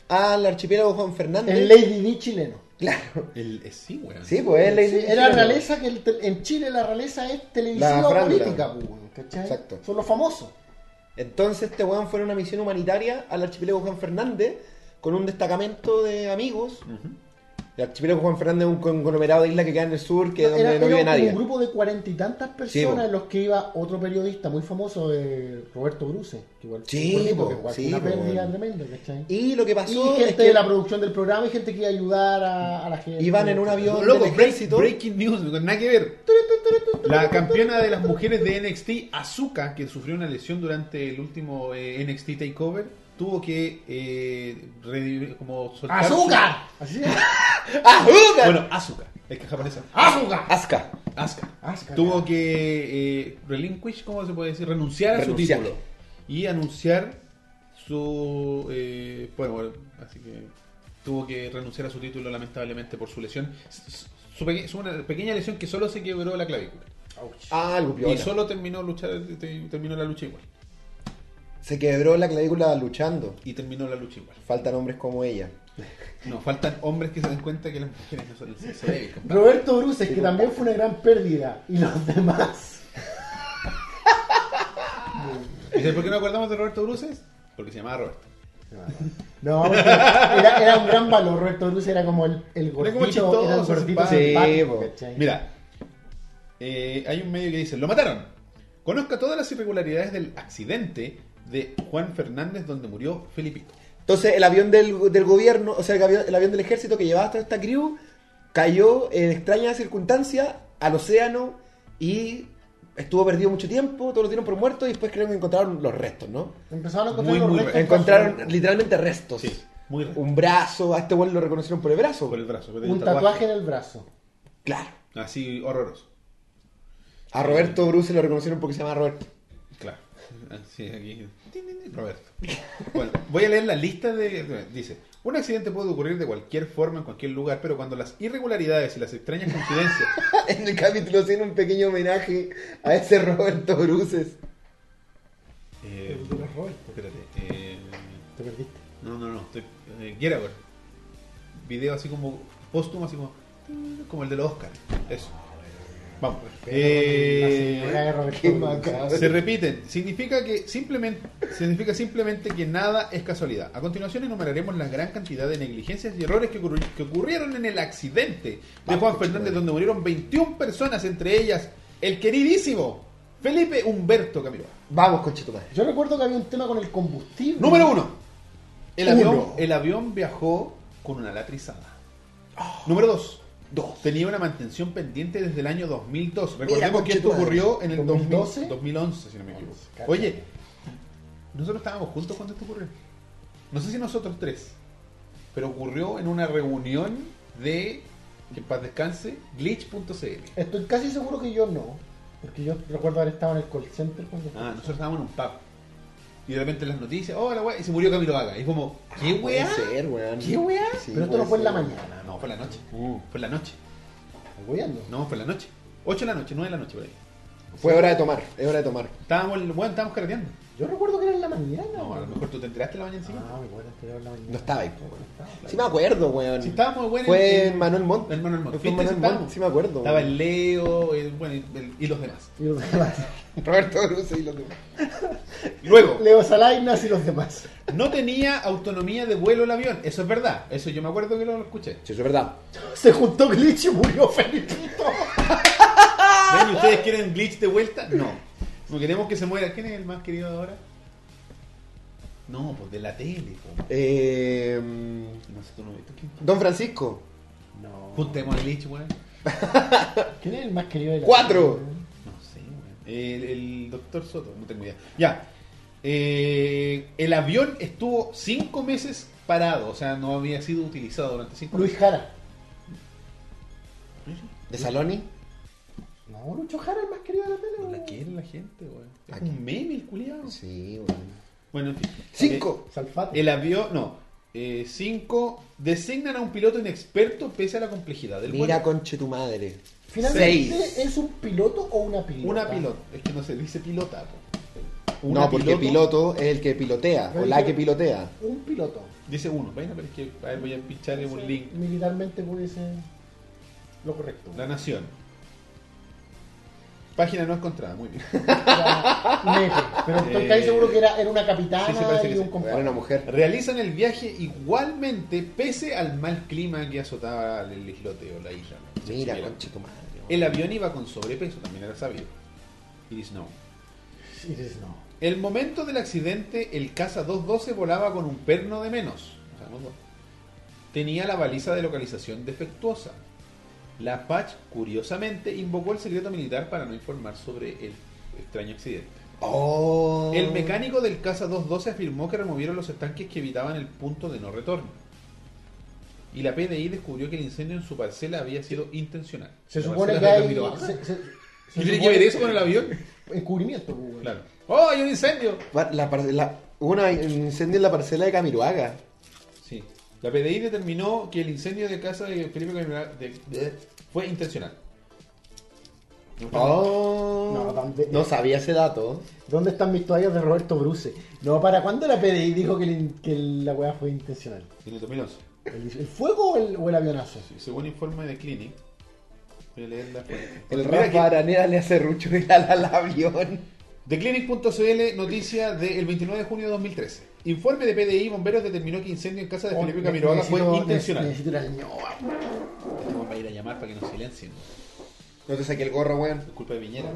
C: al archipiélago Juan Fernández.
B: El Lady D chileno.
C: Claro.
A: El, eh, sí, weón.
C: Sí, pues es Lady
B: Sí,
C: Di
B: era
C: chileno.
B: realeza que el te- en Chile la realeza es televisiva
C: La
B: o
C: farándula.
B: política, pues, weón, ¿cachai?
C: Exacto.
B: Son los famosos.
C: Entonces este weón fue a una misión humanitaria al archipiélago Juan Fernández con un destacamento de amigos.
A: Ujú.
C: El archipiélago Juan Fernández es un conglomerado de islas que queda en el sur, que es donde
B: era
C: no vive
B: era como
C: nadie. pues.
B: un grupo de cuarenta y tantas personas
C: bueno.
B: en los que iba otro periodista muy famoso, eh, Roberto Bruce. Que igual
C: Sí,
B: fue un tipo
C: po,
B: que igual fue
C: sí,
B: una
C: po,
B: pérdida
C: bueno.
B: tremenda, ¿cachai?
C: Y lo que
B: Y
C: pasó
B: gente
C: es que
B: de la producción del programa y gente que iba a ayudar a, a la gente.
C: Iban en un
B: ¿cachai?
C: avión.
A: Loco,
C: del
A: break-
C: ejército.
A: breaking news, no, nada que ver. La campeona de las mujeres de NXT, Azuka, que sufrió una lesión durante el último eh, NXT Takeover, tuvo que eh, revivir- como soltar su-
B: ¡Azúcar! Así es.
C: ¡Azúcar!
A: Bueno, Azuka, es que es japonesa.
B: ¡Azúcar!
C: Azca.
A: Asuka.
B: Asuka,
A: tuvo
B: ya.
A: que eh, relinquish, ¿cómo se puede decir? Renunciar a
C: Renunciar.
A: su título y anunciar su eh, bueno, bueno, así que tuvo que renunciar a su título lamentablemente por su lesión. S- Su peque- su- una pequeña lesión que solo se quebró la clavícula.
C: Ah, algo piola.
A: Y solo terminó luchar, te- terminó la lucha igual.
C: Se quebró la clavícula luchando.
A: Y terminó la lucha igual.
C: Faltan hombres como ella.
A: No, faltan hombres que se den cuenta que las mujeres no son el sexo débil. compadre.
B: Roberto Bruces, que también fue una gran pérdida. Y los demás.
A: ¿Y sabes por qué no acordamos de Roberto Bruces? Porque se llamaba Roberto.
B: No, porque era, era un gran valor. Roberto Bruce era como el, el
A: como
B: gordito,
A: chistoso,
B: era el gordito
A: simpático.
B: simpático,
C: Sí, po.
B: ¿cachai?
A: Mira, eh, hay un medio que dice, lo mataron. Conozca todas las irregularidades del accidente de Juan Fernández donde murió Felipito.
C: Entonces el avión del, del gobierno, o sea, el avión, el avión del ejército que llevaba toda esta crew, cayó en extrañas circunstancias al océano y estuvo perdido mucho tiempo, todos lo dieron por muerto y después creo que encontraron los restos, ¿no?
B: Empezaron a encontrar
A: Muy,
B: los
A: muy
B: restos
C: Encontraron
B: tras-
C: literalmente restos.
A: Sí, muy raro.
C: Un brazo, a este güey lo reconocieron por el brazo.
A: Por el brazo. por el
B: un tatuaje en el brazo.
C: Claro.
A: Así horroroso.
C: A Roberto Bruce lo reconocieron porque se llama Roberto.
A: Claro. Así aquí. Tin, tin, tin, Roberto. Bueno, voy a leer la lista de. Dice: Un accidente puede ocurrir de cualquier forma en cualquier lugar, pero cuando las irregularidades y las extrañas coincidencias.
C: En el capítulo 100 un pequeño homenaje a ese Roberto Bruces.
A: Eh, espérate. eh,
B: Te perdiste.
A: no, no, no. Estoy, eh, Get Over. Video así como póstumo, así como. Como el de los Oscars. Eso. Vamos. Eh,
B: La señora de Roberto
C: qué
B: Bruce.
C: macabro.
A: Se repiten. Significa que simplemente significa simplemente que nada es casualidad. A continuación enumeraremos la gran cantidad de negligencias y errores que, ocurri- que ocurrieron en el accidente de Juan Fernández, donde murieron 21 personas, entre ellas el queridísimo Felipe Humberto Camiroa.
C: Vamos, conchito madre.
B: Yo recuerdo que había un tema con el combustible.
A: Número uno. El
B: Uno.
A: avión, el avión viajó con una latrizada. Número dos.
C: Dos.
A: Tenía una mantención pendiente desde el año 2002.
C: Mira,
A: Recordemos
C: conche
A: que esto
C: tu madre.
A: ocurrió en el
B: 2012?
A: 2000 2011, si no me equivoco.
B: Cacha.
A: Oye, nosotros estábamos juntos cuando esto ocurrió. No sé si nosotros tres, pero ocurrió en una reunión de, que en paz descanse, glitch.cl.
B: Estoy casi seguro que yo no. Porque yo recuerdo haber estado en el call center cuando.
A: Ah, nosotros estábamos en un pub. Y de repente en las noticias, oh, la weá, y se murió Camilo Vaga. Y es como, ¿qué weá?
C: Puede ser, weón.
A: ¿Qué weá?
C: Sí,
B: Pero esto no
C: puede
B: fue en la
C: ser.
B: mañana.
A: Ah, No, fue en la noche.
C: Uh.
A: Fue en la noche.
B: Agobiando.
A: No, fue en la noche. 8 de la noche, 9 de la noche por ahí.
C: Fue hora de tomar, es hora de tomar.
A: Estábamos, bueno, estábamos carreteando.
B: Yo recuerdo que era en la mañana.
A: No, a lo mejor tú te enteraste la mañana encima.
B: Ah, me acuerdo que era en la mañana.
C: No estaba ahí, po, weón. Sí me acuerdo, weón.
A: Sí, estábamos, weón,
C: Fue
A: en-
C: en Manuel Montt.
A: En Manuel Montt.
C: Fue
A: Fuiste,
C: en Manuel
A: sí,
C: Montt,
A: estábamos.
C: sí me acuerdo.
A: Estaba
C: weón.
A: el Leo el- bueno, y- el- y los demás.
B: Y los demás.
C: Roberto Bruce y los demás.
A: Luego,
B: Leo Salainas y los demás.
A: no tenía autonomía de vuelo el avión. Eso es verdad. Eso yo me acuerdo que lo escuché.
C: Sí, eso es verdad.
B: Se juntó Glitch y murió Felipito.
A: ¿Ven? ¿Ustedes quieren glitch de vuelta? No. No queremos que se muera. ¿Quién es el más querido ahora? No, pues de la tele. po.
C: Eh,
A: No sé, tú no viste.
C: Don Francisco.
B: No.
A: Juntemos a glitch, weón.
B: ¿Quién es el más querido de la
C: Cuatro.
A: No sé, weón. El, el doctor Soto, no tengo idea. Ya. Eh, el avión estuvo cinco meses parado, o sea, no había sido utilizado durante cinco
B: Luis
A: meses.
B: Jara.
C: De Saloni.
B: No, Lucho Jara el más querido de la tele.
A: No
B: weón.
A: La quiere la gente, weón. Es
C: ¿A
A: un meme el culiado.
C: Sí, weón.
A: Bueno, en fin.
C: Cinco.
B: Salfate.
A: El avión, no. Eh, cinco. Designan a un piloto inexperto pese a la complejidad del
C: Mira,
A: vuelo.
C: conche tu madre.
B: Finalmente,
C: Seis.
B: ¿es un piloto o una pilota?
A: Una pilota. Es que no se dice pilota. po. Una
C: No, porque piloto es el que pilotea, o la que pilotea.
B: Un piloto.
A: Dice uno. Bueno, pero es que a ver, voy a pinchar en un link.
B: Militarmente puede ser lo correcto.
A: La Nación. Página no encontrada, muy bien.
B: Era Nepe, pero estoy casi
A: Eh,
B: seguro que era, era una
A: sí, sí,
B: capitana
A: parece que
B: y un
A: sí.
C: Era
B: compadre.
C: una mujer.
A: Realizan el viaje igualmente pese al mal clima que azotaba el islote o la isla. ¿no?
C: Mira,
A: Mira,
C: conche tu madre. weón.
A: El avión iba con sobrepeso, también era sabido. Iris no.
B: Y dices, no.
A: El momento del accidente, el Casa 212 volaba con un perno de menos. O sea, no dos. Tenía la baliza de localización defectuosa. La Patch, curiosamente, invocó el secreto militar para no informar sobre el extraño accidente.
C: Oh.
A: El mecánico del Casa 212 afirmó que removieron los estanques que evitaban el punto de no retorno. Y la PDI descubrió que el incendio en su parcela había sido intencional.
B: Se
A: La
B: supone que
A: parcela de
B: hay.
A: Ramiro Baja.
B: se- se- se
A: ¿Y tiene que
B: supone-
A: ver eso con el avión?
B: Encubrimiento, pues, weón.
A: Claro. ¡Oh, hay un incendio!
C: Pa- La, par- la- hubo una- un incendio en la parcela de Camiroaga.
A: Sí. La PDI determinó que el incendio de casa de Felipe Cañuela de- de- fue intencional.
B: No,
C: Oh,
B: tan-
C: no sabía ese dato.
B: ¿Dónde están mis toallas de Roberto Bruce? No, ¿para cuándo la PDI dijo que, el in- que el- la weá fue intencional?
A: En el 2011.
B: ¿El, el fuego o el, o el avionazo?
A: Sí, Según informe de Clinic, voy a leer la fuente.
C: El
A: Pues Mira
C: Rafa
A: que-
C: Araneda le hace ruchuela al avión.
A: de Clinic.cl, noticia del 29 de junio de 2013. Informe de PDI Bomberos determinó que incendio en casa de Felipe Camiroaga fue
B: Oh, Necesito-
A: intencional.
B: Necesito ir al ñoa.
A: Este weón va a ir a llamar para que nos silencien.
C: No te saqué el gorro, weón.
A: Es culpa de Piñera.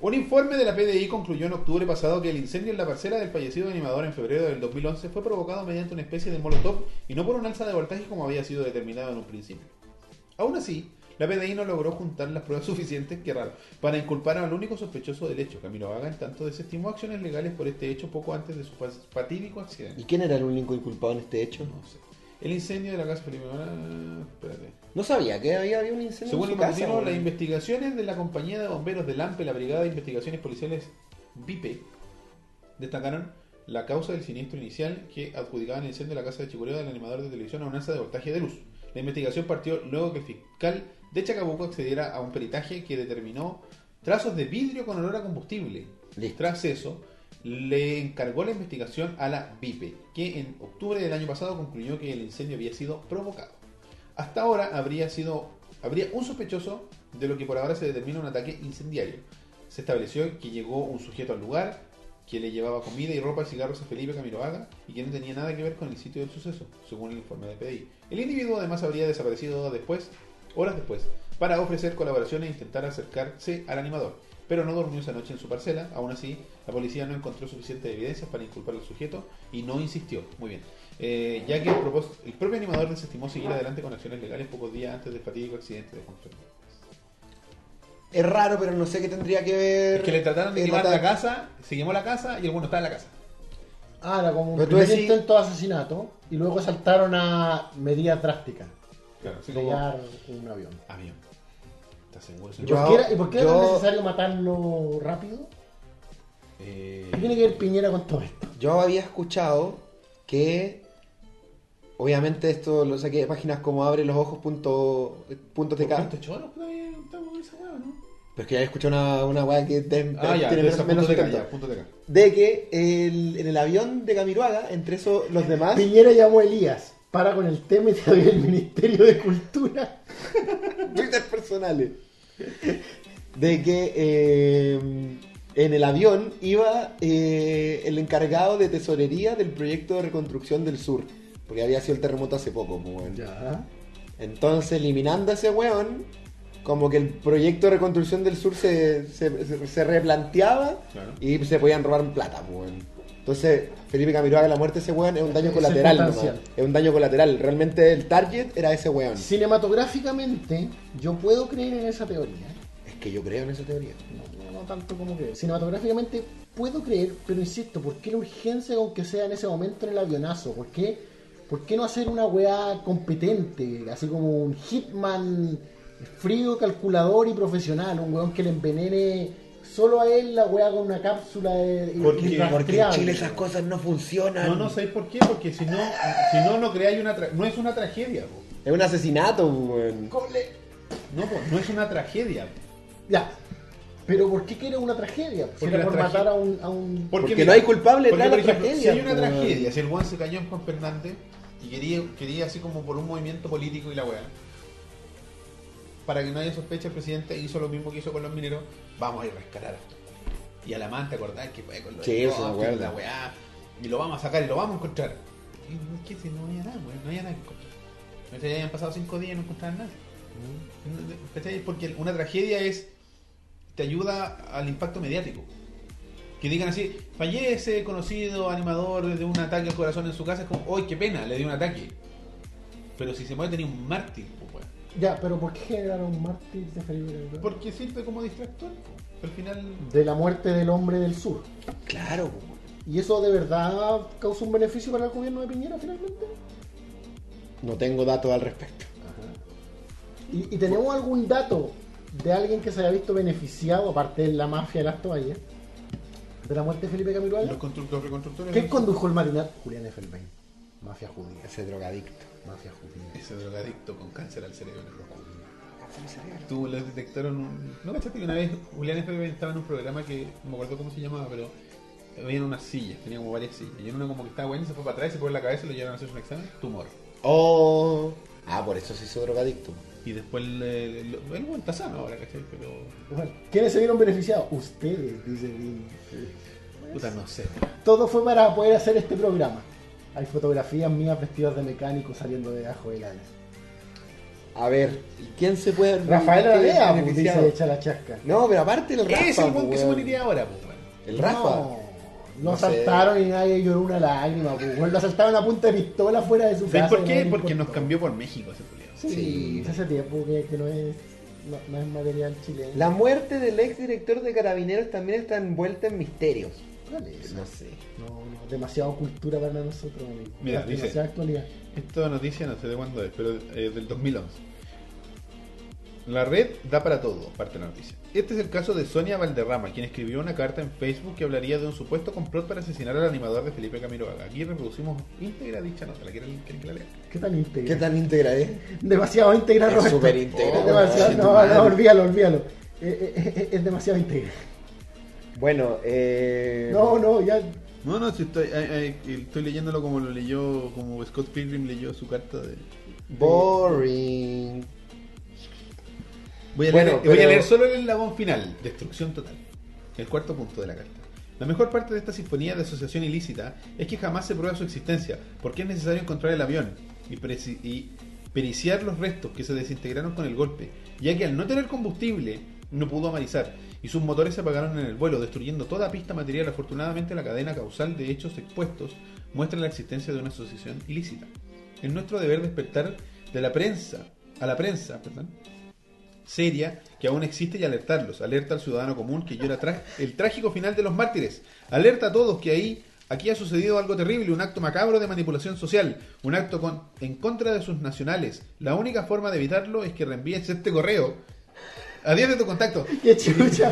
A: Un informe de la PDI concluyó en octubre pasado que el incendio en la parcela del fallecido animador en febrero del 2011 fue provocado mediante una especie de molotov y no por un alza de voltaje como había sido determinado en un principio. Aún así, la PDI no logró juntar las pruebas suficientes, que raro, para inculpar al único sospechoso del hecho, Camilo Haga, en tanto desestimó acciones legales por este hecho poco antes de su fa- fatídico accidente.
C: ¿Y quién era el único inculpado en este hecho?
A: No sé. El incendio de la casa Felipe Haga- espérate.
C: No sabía que había, había un incendio
A: Según
C: en
A: el
C: su casa.
A: matutino,
C: weón.
A: las investigaciones de la compañía de bomberos de Lampe, la Brigada de Investigaciones Policiales BIPE, E, destacaron la causa del siniestro inicial que adjudicaban el incendio de la casa de Chicureo del animador de televisión a un alza de voltaje de luz. La investigación partió luego que el fiscal de Chacabuco accediera a un peritaje que determinó trazos de vidrio con olor a combustible.
C: Listo.
A: Tras eso, le encargó la investigación a la BIPE, que en octubre del año pasado concluyó que el incendio había sido provocado. Hasta ahora habría sido habría un sospechoso de lo que por ahora se determina un ataque incendiario. Se estableció que llegó un sujeto al lugar que le llevaba comida y ropa y cigarros a Felipe Camiroaga y que no tenía nada que ver con el sitio del suceso, según el informe de PDI. El individuo además habría desaparecido después, horas después, para ofrecer colaboración e intentar acercarse al animador. Pero no durmió esa noche en su parcela, aún así la policía no encontró suficientes evidencias para inculpar al sujeto y no insistió. Muy bien. Eh, ya que el, propós- el propio animador desestimó seguir adelante con acciones legales pocos días antes del fatídico accidente de Juan Fernández.
C: Es raro, pero no sé qué tendría que ver.
A: Es que le trataron de
C: el
A: quemar la
C: ataque.
A: casa, se quemó la casa y el bueno está en la casa.
B: Ah, era como un
C: Pero tú
B: primer
C: decís-
B: intento de asesinato y luego saltaron a medidas drásticas.
A: Claro, así como
B: Estrellar un avión.
A: avión. ¿Estás seguro?
B: ¿Y
A: señor?
C: Yo-
B: por qué era, y por qué era
C: yo-
B: tan necesario matarlo rápido?
A: Eh,
B: ¿Qué tiene que ver Piñera con todo esto?
C: Yo había escuchado que. Obviamente, esto lo saqué de páginas como abre los ojos punto, punto
A: ¿Por este
C: TK.
A: cuántos choros todavía estamos en esa hueá, no?
C: Pero es que ya escuché una, una weá que te-
A: Ah, ya,
C: tiene
A: de esa punto
C: menos, menos
A: de acá,
C: sustento.
A: ya, punto de acá.
C: De que el- en el avión de Camiroaga, entre esos los
A: Ah,
C: demás,
B: Piñera llamó a Elías. Para con el tema y te doy el Ministerio de Cultura.
C: Twitter personales. De que eh, en el avión iba eh, el encargado de tesorería del proyecto de reconstrucción del sur. Porque había sido el terremoto hace poco, pues, weón.
B: Ya.
C: Entonces, eliminando a ese weón, como que el proyecto de reconstrucción del sur se, se- se- se replanteaba
A: Claro.
C: y se podían robar plata, pues, weón. Entonces, Felipe Camiroaga, la muerte de ese weón es un daño
B: Es
C: colateral,
B: circunstancial.
C: nomás. Es un daño colateral. Realmente el target era ese weón.
B: Cinematográficamente, yo puedo creer en esa teoría.
C: Es que yo creo en esa teoría.
B: No, no, no tanto como creer. Cinematográficamente puedo creer, pero insisto, ¿por qué la urgencia con que sea en ese momento en el avionazo? ¿Por qué, por qué no hacer una weá competente? Así como un hitman frío, calculador y profesional. Un weón que le envenene solo a él la weá con una cápsula de... y-
A: Porque-
B: y
A: porque en
B: rastreable.
C: cosas no funcionan.
A: No, no, ¿sabéis por qué? Porque si no, si no, no creáis una tra- no es una tragedia, po.
C: Es un asesinato, weón.
A: No, po, no es una tragedia. po.
B: Ya. Pero ¿por qué que era una tragedia? Si
A: Porque
B: era
A: la
B: por
A: trage-
B: matar a un... a un-
C: Porque no hay culpable, trae la tragedia,
A: Si hay una
C: po, weón.
A: tragedia, si el Juan se cayó en Juan Fernández y quería, quería así como por un movimiento político y la weá. Para que no haya sospecha, el presidente hizo lo mismo que hizo con los mineros. Vamos a ir a rescatar a estos weones. Y a la man, ¿te acordás que fue con los
C: Sí,
A: helicópteros
C: eso me acuerdo.
A: y la weá? Y lo vamos a sacar y lo vamos a encontrar. Y es que si no había nada, weón, no había nada que encontrar. Mientras ya hayan pasado cinco días y no encontraban nada.
C: Mm.
A: ¿Cachai? Porque una tragedia es. te ayuda al impacto mediático. Que digan así, fallece conocido animador de un ataque al corazón en su casa, es como, ¡ay, qué pena! Le dio un ataque. Pero si se muere tenía un mártir, pues, weón.
B: Ya, pero ¿por qué generar un mártir de Felipe Calderón?
A: Porque sirve como distractor, pues. Al final.
B: De la muerte del hombre del sur.
C: Claro, weón.
B: ¿Y eso de verdad causa un beneficio para el gobierno de Piñera finalmente?
C: No tengo datos al respecto.
B: ¿Y, y tenemos algún dato de alguien que se haya visto beneficiado, aparte de la mafia de las toallas, de la muerte de Felipe Camiroaga?
A: Los, constru- los reconstructores.
B: ¿Qué condujo el matinal? Julián F. Elbain. Mafia judía.
C: Ese drogadicto.
B: Mafia judía.
A: Ese drogadicto con cáncer al cerebro. Tú lo detectaron. un- ¿No cachaste que una vez Julián F. estaba en un programa que no me acuerdo cómo se llamaba, pero había unas sillas, tenía como varias sillas. Y en una como que estaba bueno y se fue para atrás, se fue en la cabeza y lo llevaron a hacer un examen. Tumor.
C: Oh. Ah, por eso se hizo drogadicto.
A: Y después le- lo- el buen está sano ahora, ¿cachai? Pero.
B: Bueno, ¿Quiénes se vieron beneficiados? Ustedes, dice Vini.
A: Puta, no sé.
B: Todo fue para poder hacer este programa. Hay fotografías mías vestidas de mecánico saliendo debajo del ala.
C: A ver, ¿y quién se puede
B: Rafael
C: qué
B: Alea, pues,
C: beneficiado?
B: dice echa la chasca.
C: No, pero aparte el Rafa.
A: es el buen
C: pues,
A: que se
C: weón.
A: moriría ahora, pues, weón.
C: El Rafa.
B: No, no
C: No sé.
B: saltaron y nadie lloró una lágrima. Pues, bueno, lo saltaron a punta de pistola fuera de su
A: ¿Sabes
B: casa.
A: por
B: y
A: qué?
B: nadie
A: Porque
B: importó.
A: nos cambió por México ese culiao.
B: Sí,
C: Sí.
B: hace tiempo que, que no, es, no, no es material chileno.
C: La muerte del ex director de Carabineros también está envuelta en misterios.
B: ¿Cuál es?
C: No sé.
B: No, no, demasiado cultura para nosotros, amigo.
A: Mira, dice-
B: demasiada actualidad.
A: Esta noticia no sé de cuándo es, pero eh, del 2011. La red da para todo, parte la noticia. Este es el caso de Sonia Valderrama, quien escribió una carta en Facebook que hablaría de un supuesto complot para asesinar al animador de Felipe Camiroaga. Aquí reproducimos íntegra dicha nota. ¿La quieren, quieren que la lea?
B: ¿Qué tan
C: ¿Qué
B: íntegra?
C: tan íntegra es?
B: Demasiado íntegra,
C: Es
B: Roberto.
C: súper íntegra,
B: Es demasiado,
A: weón.
B: no, no, olvídalo, olvídalo. Eh, eh, eh, es demasiado íntegra.
C: Bueno, eh.
B: No, no, ya.
A: No, no, si estoy, eh, eh, estoy leyéndolo como lo leyó, como Scott Pilgrim leyó su carta de...
C: Boring.
A: Voy a,
C: Bueno,
A: leer, voy a
C: pero-
A: leer solo el eslabón final, destrucción total. El cuarto punto de la carta. La mejor parte de esta sinfonía de asociación ilícita es que jamás se prueba su existencia, porque es necesario encontrar el avión y, preci- y periciar los restos que se desintegraron con el golpe, ya que al no tener combustible no pudo amarizar y sus motores se apagaron en el vuelo, destruyendo toda pista material. Afortunadamente la cadena causal de hechos expuestos muestra la existencia de una asociación ilícita. Es nuestro deber despertar de la prensa, a la prensa, perdón, seria que aún existe y alertarlos. Alerta al ciudadano común que llora tra- el trágico final de los mártires. Alerta a todos que ahí aquí ha sucedido algo terrible, un acto macabro de manipulación social, un acto con- en contra de sus nacionales. La única forma de evitarlo es que reenvíes este correo. Adiós de tu contacto.
B: Qué chucha.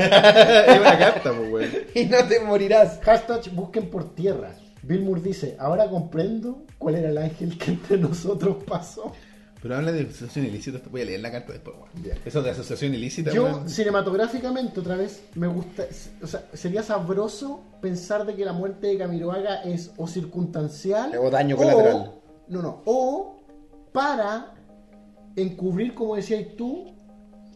A: es una carta, pues, weón.
C: Y no te morirás.
B: Hashtag busquen por tierra. Bill Moore dice, ahora comprendo cuál era el ángel que entre nosotros pasó.
A: Pero habla de asociación ilícita. Voy a leer la carta después, weón.
B: Ya.
A: Eso de asociación ilícita,
B: Yo,
A: weón.
B: cinematográficamente, otra vez, me gusta. O sea, sería sabroso pensar de que la muerte de Camiroaga es o circunstancial.
C: O daño colateral.
B: No, no. O para encubrir, como decías tú,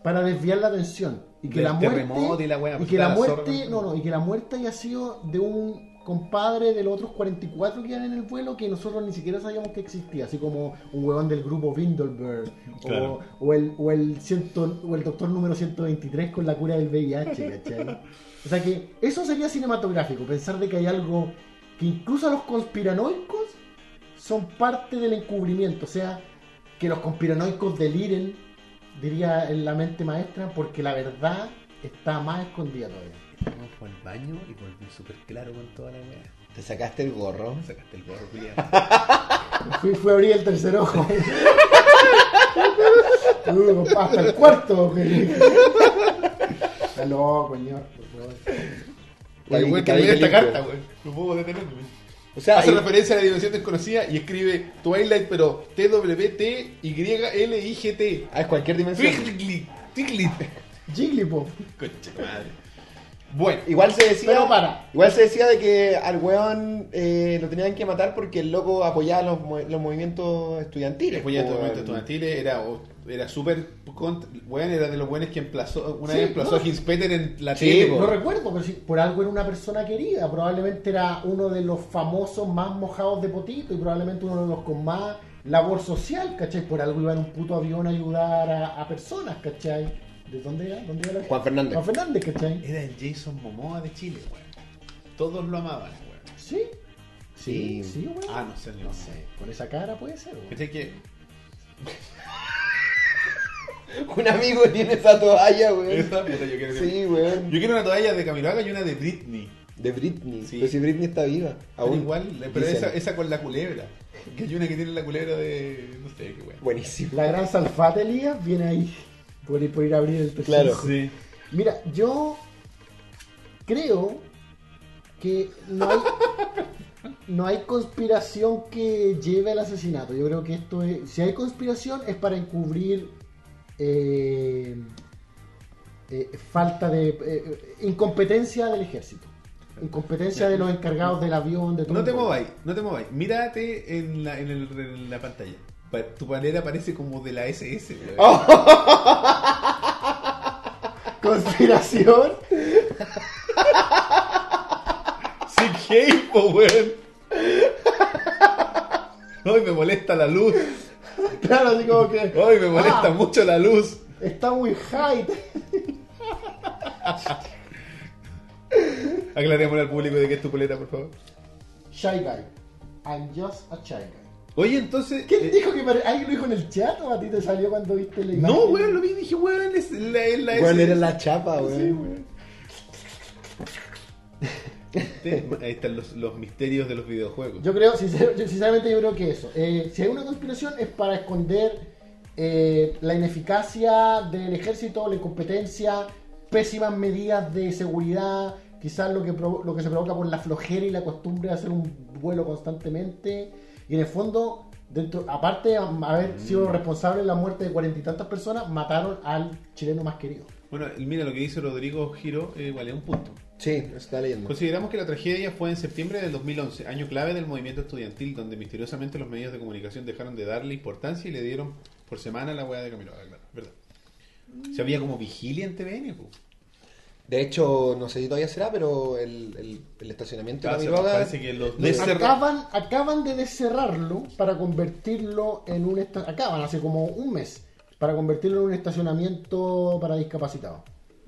B: para desviar la atención. Y que
A: Del
B: la muerte.
A: terremoto y la wea,
B: y
A: pues,
B: que la
A: está la
B: muerte.
A: zorra.
B: No, no. Y que la muerte haya sido de un compadre de los otros 44 que iban en el vuelo que nosotros ni siquiera sabíamos que existía. Así como un huevón del grupo Vindelberg. o-
A: Claro.
B: o el, o, el ciento- o el doctor número 123 con la cura del VIH, ¿cachai? O sea que eso sería cinematográfico, pensar de que hay algo que incluso a los conspiranoicos son parte del encubrimiento, o sea, que los conspiranoicos deliren, diría en la mente maestra, porque la verdad está más escondida todavía.
A: Fue al baño y volví súper claro con toda la weá.
C: Te sacaste el gorro.
A: Sacaste el gorro, Julián.
B: Fui, fui a abrir el tercer ojo. Uh, hasta el cuarto. güey. Está loco, señor, por favor.
A: Oye,
C: Ahí,
A: güey,
C: ahí,
A: terminé esta
C: ahí,
A: carta, güey. No puedo detenerme.
C: O sea,
A: Hace
C: ahí-
A: referencia a la dimensión desconocida y escribe Twilight, pero T-W-T-Y-L-I-G-T.
C: ah, es cualquier dimensión.
A: Twiglit, Twiglit.
B: Jigglypuff.
A: Concha de madre. Bueno,
C: Igual se decía.
B: Pero para.
C: Igual se decía de que al weón eh, lo tenían que matar porque el loco apoyaba los, mo- los movimientos estudiantiles.
A: después ya
C: po,
A: todo momento
C: weón.
A: estudiantiles era, era súper. cont- Bueno, era de los buenos que emplazó, una
B: Sí,
A: vez emplazó
B: no.
A: a Hinspeter en la
C: Sí,
A: tele.
C: po.
B: No recuerdo, pero sí, por algo era una persona querida. Probablemente era uno de los famosos más mojados de potito y probablemente uno de los con más labor social, ¿cachai? Por algo iba en un puto avión a ayudar a, a personas, ¿cachai? ¿De dónde era? ¿Dónde era la-
C: Juan Fernández.
B: Juan Fernández, ¿cachai?
A: Era el Jason Momoa de Chile, güey. Todos lo amaban, güey.
B: Sí. Sí,
C: Sí.
B: sí, güey.
A: Ah, no sé, no
B: No
A: sé.
B: sé, con esa cara puede ser, güey.
A: Pensé que
C: Un amigo tiene esa toalla, weón.
A: Esa puta yo quiero que-
C: Sí, weón.
A: Yo quiero una toalla de Camiroaga y una de Britney.
C: De Britney.
A: Sí.
C: Pero si Britney está viva.
A: Aún
C: Aún.
A: igual, pero
C: Dicen.
A: esa, esa con la culebra. Que hay una que tiene la culebra de. No sé qué wea.
C: Buenísimo.
B: La gran Salfate Elías viene ahí por ir, por ir a abrir el tercer
C: Claro.
B: ojo.
A: Sí.
B: Mira, yo creo que no hay, no hay conspiración que lleve al asesinato. Yo creo que esto es. Si hay conspiración es para encubrir eh, eh, falta de. eh, incompetencia del ejército. Incompetencia de los encargados del avión, de todo.
A: No te
B: el rollo.
A: mováis, no te mováis. Mírate en la, en el- en la pantalla. Pa- Tu panera parece como de la SS, weón.
C: Ah.
B: Conspiración.
A: Sí, qué po, weón. Ay, me molesta la luz.
B: claro, así como que.
A: Ay, me molesta
B: Ah.
A: mucho la luz.
B: Está muy high.
A: Aclarémosle al público de qué es tu polera, por favor.
B: Shy guy. I'm just a shy guy.
A: Oye, entonces.
B: ¿Quién
A: eh,
B: dijo que pare- alguien lo dijo en el chat o a ti te salió cuando viste la imagen?
A: No, weón, lo vi y dije, weón, es la, es la
C: Weón,
A: SS.
C: era la chapa, weón.
B: Sí, weón.
A: Te- Ahí están los, los misterios de los videojuegos.
B: Yo creo, sincer- yo- sinceramente, yo creo que eso. Eh, si hay una conspiración es para esconder eh, la ineficacia del ejército, la incompetencia, pésimas medidas de seguridad, quizás lo que, provo- lo que se provoca por la flojera y la costumbre de hacer un vuelo constantemente. Y en el fondo, dentro, aparte de haber sido responsable de la muerte de cuarenta y tantas personas, mataron al chileno más querido.
A: Bueno, mira lo que dice Rodrigo Giro, eh, vale un punto.
C: Sí, eso está leyendo.
A: Consideramos que la tragedia fue en septiembre del 2011, año clave del movimiento estudiantil, donde misteriosamente los medios de comunicación dejaron de darle importancia y le dieron por semana la hueá de Camilo. Ah, claro, verdad. Se había como vigilia en TVN, po.
C: De hecho, no sé si todavía será, pero el, el, el estacionamiento de
A: Parece-
C: Camiroaga-
A: Ah, pues, parece que los
C: lo-
A: de- Cerra-
B: Acaban, acaban de descerrarlo para convertirlo en un esta- acaban hace como un mes para convertirlo en un estacionamiento para discapacitados.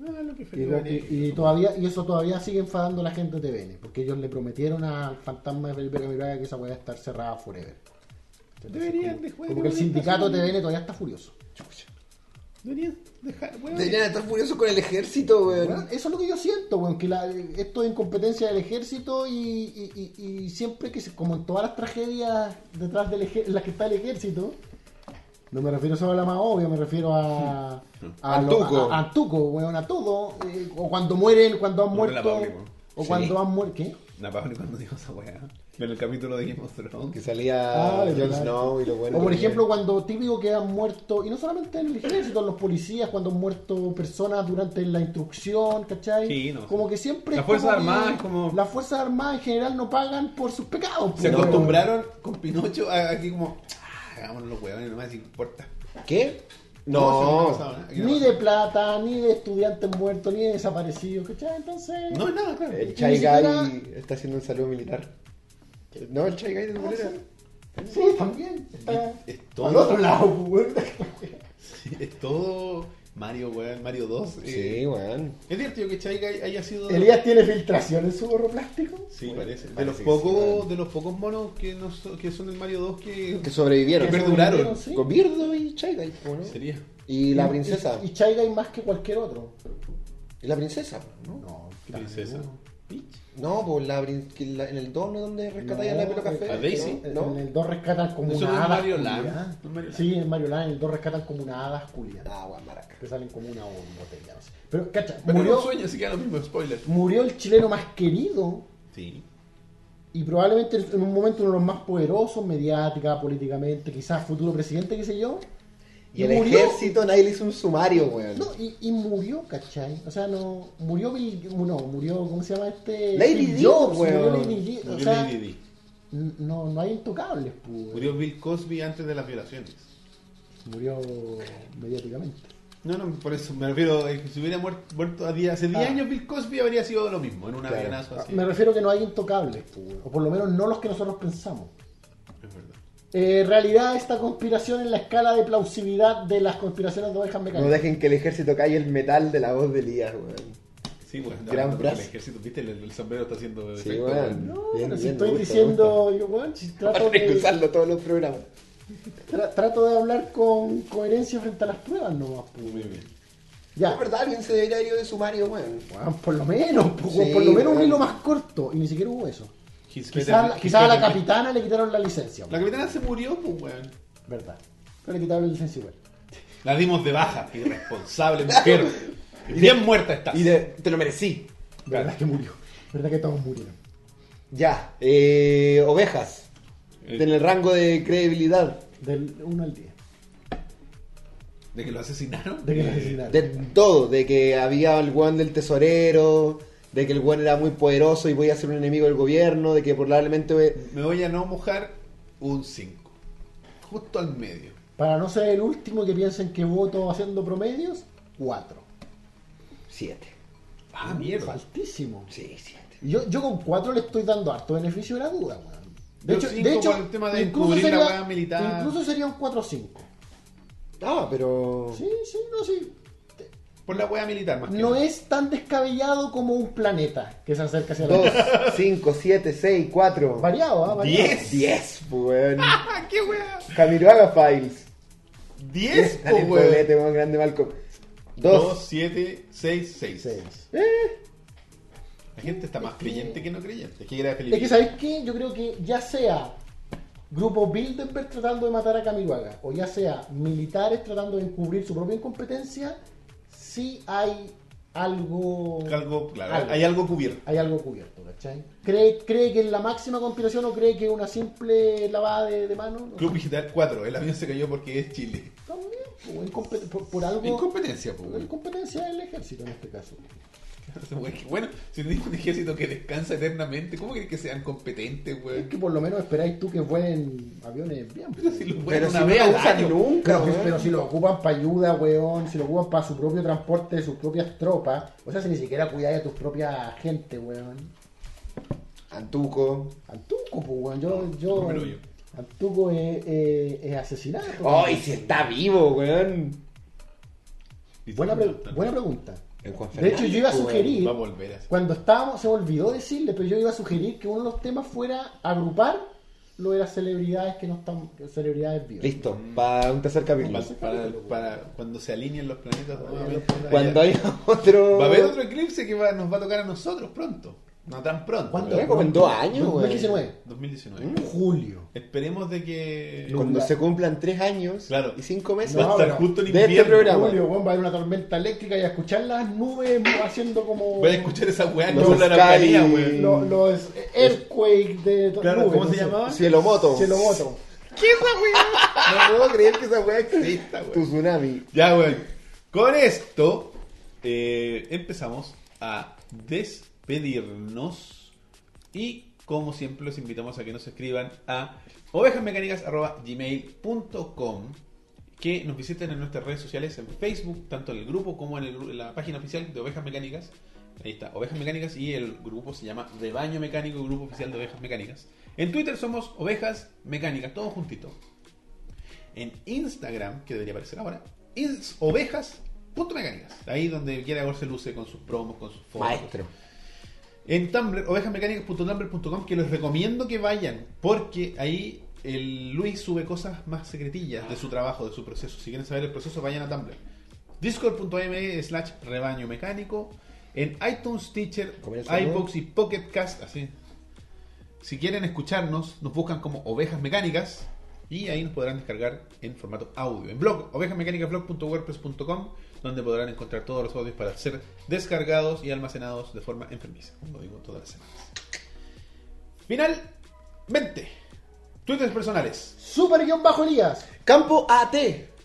A: Ah, lo que fue
B: Y, y- y todavía y eso todavía sigue enfadando a la gente de TVN, porque ellos le prometieron al fantasma de Felipe Camiroaga que esa puede estar cerrada forever. Entonces,
A: Deberían dejar
B: como-
A: de
B: como que
A: poner
B: el sindicato
A: estacionamiento.
B: TVN todavía está furioso.
A: Deberían dejar, weón.
C: Deberían estar furiosos con el ejército,
B: Weón,
C: weón.
B: eso es lo que yo siento, weón, que la- esto es incompetencia del ejército y, y- y- y siempre que, se- como en todas las tragedias detrás del ej- en las que está el ejército, no me refiero solo a la más obvia, me refiero a... A,
C: Hmm. Al
B: lo-
C: tuco.
B: a- a Tuco, weón, a todo. eh, o cuando mueren, cuando han
A: No, la
B: muerto...
A: Pauli, weón.
B: O
C: Sí.
B: cuando han muerto... ¿Qué?
A: Napoli cuando dijo esa weá. En el capítulo de Game of Thrones.
C: Que salía
B: Ah,
C: Jon
B: verdad.
C: Snow y lo bueno. eh,
B: o por ejemplo, cuando típico que han muerto, y no solamente en el ejército, en los policías, cuando han muerto personas durante la instrucción, ¿cachai?
A: Sí, no.
B: Como que siempre.
A: Las
B: es como
A: Fuerzas
B: que
A: Armadas, como-
B: Las Fuerzas Armadas en general no pagan por sus pecados.
A: Se
B: pues,
A: acostumbraron con Pinocho a- aquí como. "Ah, Hagámonos los weones nomás, si importa.
C: ¿Qué?
A: No,
C: No.
A: eso no ha pasado, ¿eh?
B: weón. Ni de plata, ni de estudiantes muertos, ni de desaparecidos, ¿cachai? Entonces.
A: No es nada, claro.
C: El
B: ¿eh? Ni
C: Chai
B: siquiera-
C: Guy está haciendo un saludo militar. No, el Chai Guy de
B: Ah,
C: manera.
B: sí. Sí, también.
C: Eh,
B: Está
A: Es
B: al
A: todo,
B: otro lado, pues, weón.
A: es todo Mario, weón, Mario 2. eh,
C: Sí, weón.
A: Es divertido que Chai Guy haya sido.
B: Elías tiene filtración en su gorro plástico.
A: Sí,
C: Bueno,
A: parece. De
C: parece
A: los,
C: que sí,
A: pocos,
C: bueno.
A: de los pocos monos que, no so- que son del Mario 2 que.
C: Que sobrevivieron.
A: Que perduraron.
B: Sí.
C: Con Birdo y Chai Guy, ¿cómo ¿no?
A: Sería.
C: Y la princesa.
B: Y, y Chai Guy más que cualquier otro.
C: Y la princesa, ¿no?
B: No,
A: ¿Qué princesa? Peach.
C: No, pues la, prin- que la- en el dono donde rescatáis a la pelo café.
A: ¿A Daisy?
C: ¿No?
B: eh, En el 2 rescatan como
A: Eso
B: una
A: no es
B: hada.
A: Mario
B: culiá.
A: Land, no es Mario
B: Sí, en Mario Land, en el 2 rescatan como una hada culia.
C: Ah, weón, maraca.
B: Que salen como una botella, no sé. Pero, cacha,
A: Pero
B: murió,
A: no sueño, así que era lo mismo, spoiler.
B: murió el chileno más querido
A: Sí.
B: y probablemente en un momento uno de los más poderosos, mediática, políticamente, quizás futuro presidente, qué sé yo.
C: Y el
B: murió-
C: ejército nadie le hizo un sumario, weón.
B: No, y, y murió, ¿cachai? O sea, no. Murió Bill. No, murió, ¿cómo se llama este?
C: Lady
B: Bill
C: Di,
B: Jobs,
C: weón.
B: Murió Lady Di. O
A: Murió
B: sea,
A: Lady Di.
B: n- no, no hay intocables, pues.
A: Murió Bill Cosby antes de las violaciones.
B: murió mediáticamente.
A: No, no, por eso me refiero. eh, Si hubiera muer- muerto a día- hace 10
B: Ah.
A: años, Bill Cosby habría sido lo mismo, en un
C: Claro.
A: avionazo así.
B: Me refiero que no hay intocables, pues, weón. o por lo menos no los que nosotros pensamos.
A: Es verdad.
B: Eh, realidad esta conspiración en la escala de plausibilidad de las conspiraciones de Ah, ovejas
C: No
B: mecánicas.
C: dejen que el ejército calle el metal de la voz de Elías, weón.
A: Sí, bueno,
C: Gran
A: hablando con
C: frase.
A: El ejército, viste, el, el sombrero está haciendo.
C: Sí,
A: efecto,
C: weón.
B: No,
C: Bien,
B: pero si
C: bien,
B: estoy
C: me gusta,
B: diciendo, yo, weón, si trato,
C: Para
B: de,
C: usarlo todos los programas.
B: tra- trato de hablar con coherencia frente a las pruebas nomás. pues.
A: Muy bien.
B: Ya,
C: Es verdad, alguien se debería ir de sumario, weón.
B: Weón, por lo menos, pues, weón,
C: Sí,
B: por lo menos un
C: weón.
B: hilo más corto, y ni siquiera hubo eso.
A: He's
B: Quizás
A: better- he's
B: quizá a la
A: better-
B: capitana le quitaron la licencia,
A: La
B: weón.
A: capitana se murió, pues, weón.
B: verdad. Pero le quitaron la licencia igual.
A: La dimos de baja, irresponsable mujer. Bien muerta está.
C: Y de- te lo merecí.
B: Verdad que murió. Verdad que todos murieron.
C: Ya, eh, ovejas.
A: Eh.
C: En el rango de credibilidad.
B: Del 1 al 10.
A: ¿De que lo asesinaron?
B: De que lo
A: Eh,
B: asesinaron.
C: De todo, de que había el guan del tesorero, de que el guan era muy poderoso y podía ser un enemigo del gobierno, de que probablemente...
A: Me voy a no mojar un 5. Justo al medio.
B: Para no ser el último que piensen que voto haciendo promedios, 4.
C: Siete.
A: Ah, mierda.
B: Altísimo.
C: Sí, siete.
B: Yo, yo con 4 le estoy dando harto beneficio de la duda, weón. De
A: Yo
B: hecho,
A: cinco
B: de hecho
A: por el tema de cubrir la weá militar.
B: incluso sería un 4-5.
C: Ah, pero...
B: Sí, sí, no, sí.
A: Por la wea militar, más que
B: No
A: nada.
B: es tan descabellado como un planeta que se acerca hacia la
C: Dos,
B: Tierra.
C: cinco, siete, seis, cuatro.
B: Variado, ¿ah? Variado.
A: Diez.
C: Diez, pues. weón.
A: ¡Ah, qué wea!
C: Camiroaga Files.
A: 10
C: Dale,
A: o wea.
C: polete, weón, grande Malcolm. Dos.
A: 2, 7, 6, 6.
B: Seis.
A: La gente está más creyente que no creyente. Es que era
B: Es que,
A: Felipe.
B: ¿sabes qué? Yo creo que ya sea Grupo Bilderberg tratando de matar a Camiruaga, o ya sea militares tratando de encubrir su propia incompetencia, sí hay algo.
A: Algo, claro,
B: Algo.
A: Hay algo cubierto.
B: Hay algo cubierto, ¿cachai? ¿Cree, ¿Cree que es la máxima conspiración o cree que es una simple lavada de, de mano? No.
A: Club Digital 4. El avión se cayó porque es Chile.
B: También, o pues, incompet- por, por algo.
A: Incompetencia, po, weón.
B: Incompetencia del ejército en este caso.
A: Bueno, si tenés un ejército que descansa eternamente, ¿cómo crees que sean competentes,
B: Es
A: weón?
B: que por lo menos esperáis tú que vuelen aviones bien. pues.
A: Si los
C: Pero
A: weones
C: si
A: una
C: no
A: vez
C: la
A: al
C: usan
A: año.
C: nunca,
B: Pero, que-
C: weón.
B: pero si lo ocupan para ayuda, weón, si lo ocupan para su propio transporte, sus propias tropas, o sea, si ni siquiera cuidáis a tus propias gente, weón.
C: Antuco.
B: Antuco, pues, weón, yo...
A: no
B: yo
A: me lo oyo.
B: Antuco es, es, es asesinato.
C: ¡Ay, si está vivo, weón!
B: buena, pre- buena pregunta.
C: En Juan
B: De hecho, yo iba a
C: Fernández,
B: sugerir-
A: Va a volver a hacer.
B: Cuando estábamos, se me olvidó decirle, pero yo iba a sugerir que uno de los temas fuera agrupar lo de las celebridades que no están... celebridades
C: weón.
B: vivas.
C: Listo, para un tercer capítulo.
A: Para, para- para cuando se alineen los planetas nuevamente.
C: Cuando
A: Allá.
C: hay otro.
A: Va a haber otro eclipse que va- nos va a tocar a nosotros pronto. No tan pronto.
B: ¿Cuándo?
A: pero
C: Como en dos años, weón.
B: 2019.
A: 2019.
B: Julio.
A: Esperemos de que...
C: Cuando se cumplan tres años
A: Claro.
C: y cinco meses.
A: va a
B: No,
A: estar
B: pero
A: justo en
C: de este
A: invierno.
C: programa.
B: Julio, weón, va a haber una tormenta eléctrica y a escuchar las nubes haciendo como...
A: Voy a escuchar esa weá que
C: Los
A: habla la
C: Sky-
A: Araucanía, weón.
B: Lo- los Earthquake de
A: Claro,
B: nubes,
A: ¿cómo
B: no
A: se
B: sé.
A: llamaba?
C: Cielo moto.
B: Cielo Moto.
A: ¿Qué es esa weá?
C: No puedo creer que esa weá exista,
A: weón.
C: Tu tsunami.
A: Ya, weón. Con esto eh, empezamos a despedirnos y como siempre los invitamos a que nos escriban a ovejasmecánicas.gmail.com que nos visiten en nuestras redes sociales en Facebook, tanto en el grupo como en, el gru- en la página oficial de Ovejas Mecánicas. Ahí está, Ovejas Mecánicas y el grupo se llama De Baño Mecánico, Grupo Oficial de Ovejas Mecánicas. En Twitter somos Ovejas Mecánicas, todo juntito en Instagram, que debería aparecer ahora, ins- ovejas.mecánicas. Ahí donde quiera Gor se luce con sus promos, con sus fotos.
C: Maestro.
A: En Tumblr, ovejasmecánicas.tumblr.com, que les recomiendo que vayan, porque ahí el Luis sube cosas más secretillas de su trabajo, de su proceso. Si quieren saber el proceso, vayan a Tumblr. Discord.me slash rebaño mecánico. En iTunes, Teacher,
C: Comienza, ¿no?
A: iBox y Pocket Cast, así. Si quieren escucharnos, nos buscan como Ovejas Mecánicas y ahí nos podrán descargar en formato audio. En blog, ovejasmecánicasblog.wordpress.com, donde podrán encontrar todos los audios para ser descargados y almacenados de forma enfermiza, como digo todas las semanas. Finalmente, Twitter personales.
B: Super guión bajo Elías.
C: Campo AT.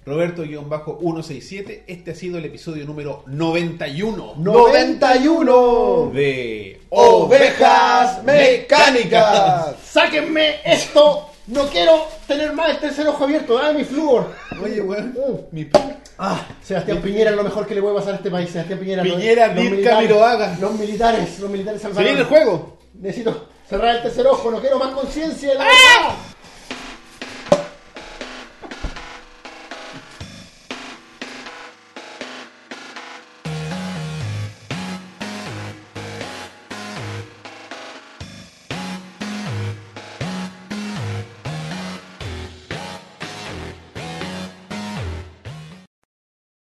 A: Roberto-167, este ha sido el episodio número 91
C: 91.
A: de
C: Ovejas Mecánicas.
B: Sáquenme esto. No quiero tener más el tercer ojo abierto. Dame mi flúor.
A: Oye, weón,
B: Uh,
A: mi
B: Ah, Sebastián Piñera es lo mejor que le puede pasar a este país. Sebastián Piñera. los-
A: Piñera, Dirk Camiroaga.
B: Los militares, los militares
A: Se
B: salvaron.
A: viene el juego. ¡Ah!
B: Necesito cerrar el tercer ojo. No quiero más conciencia de la verdad.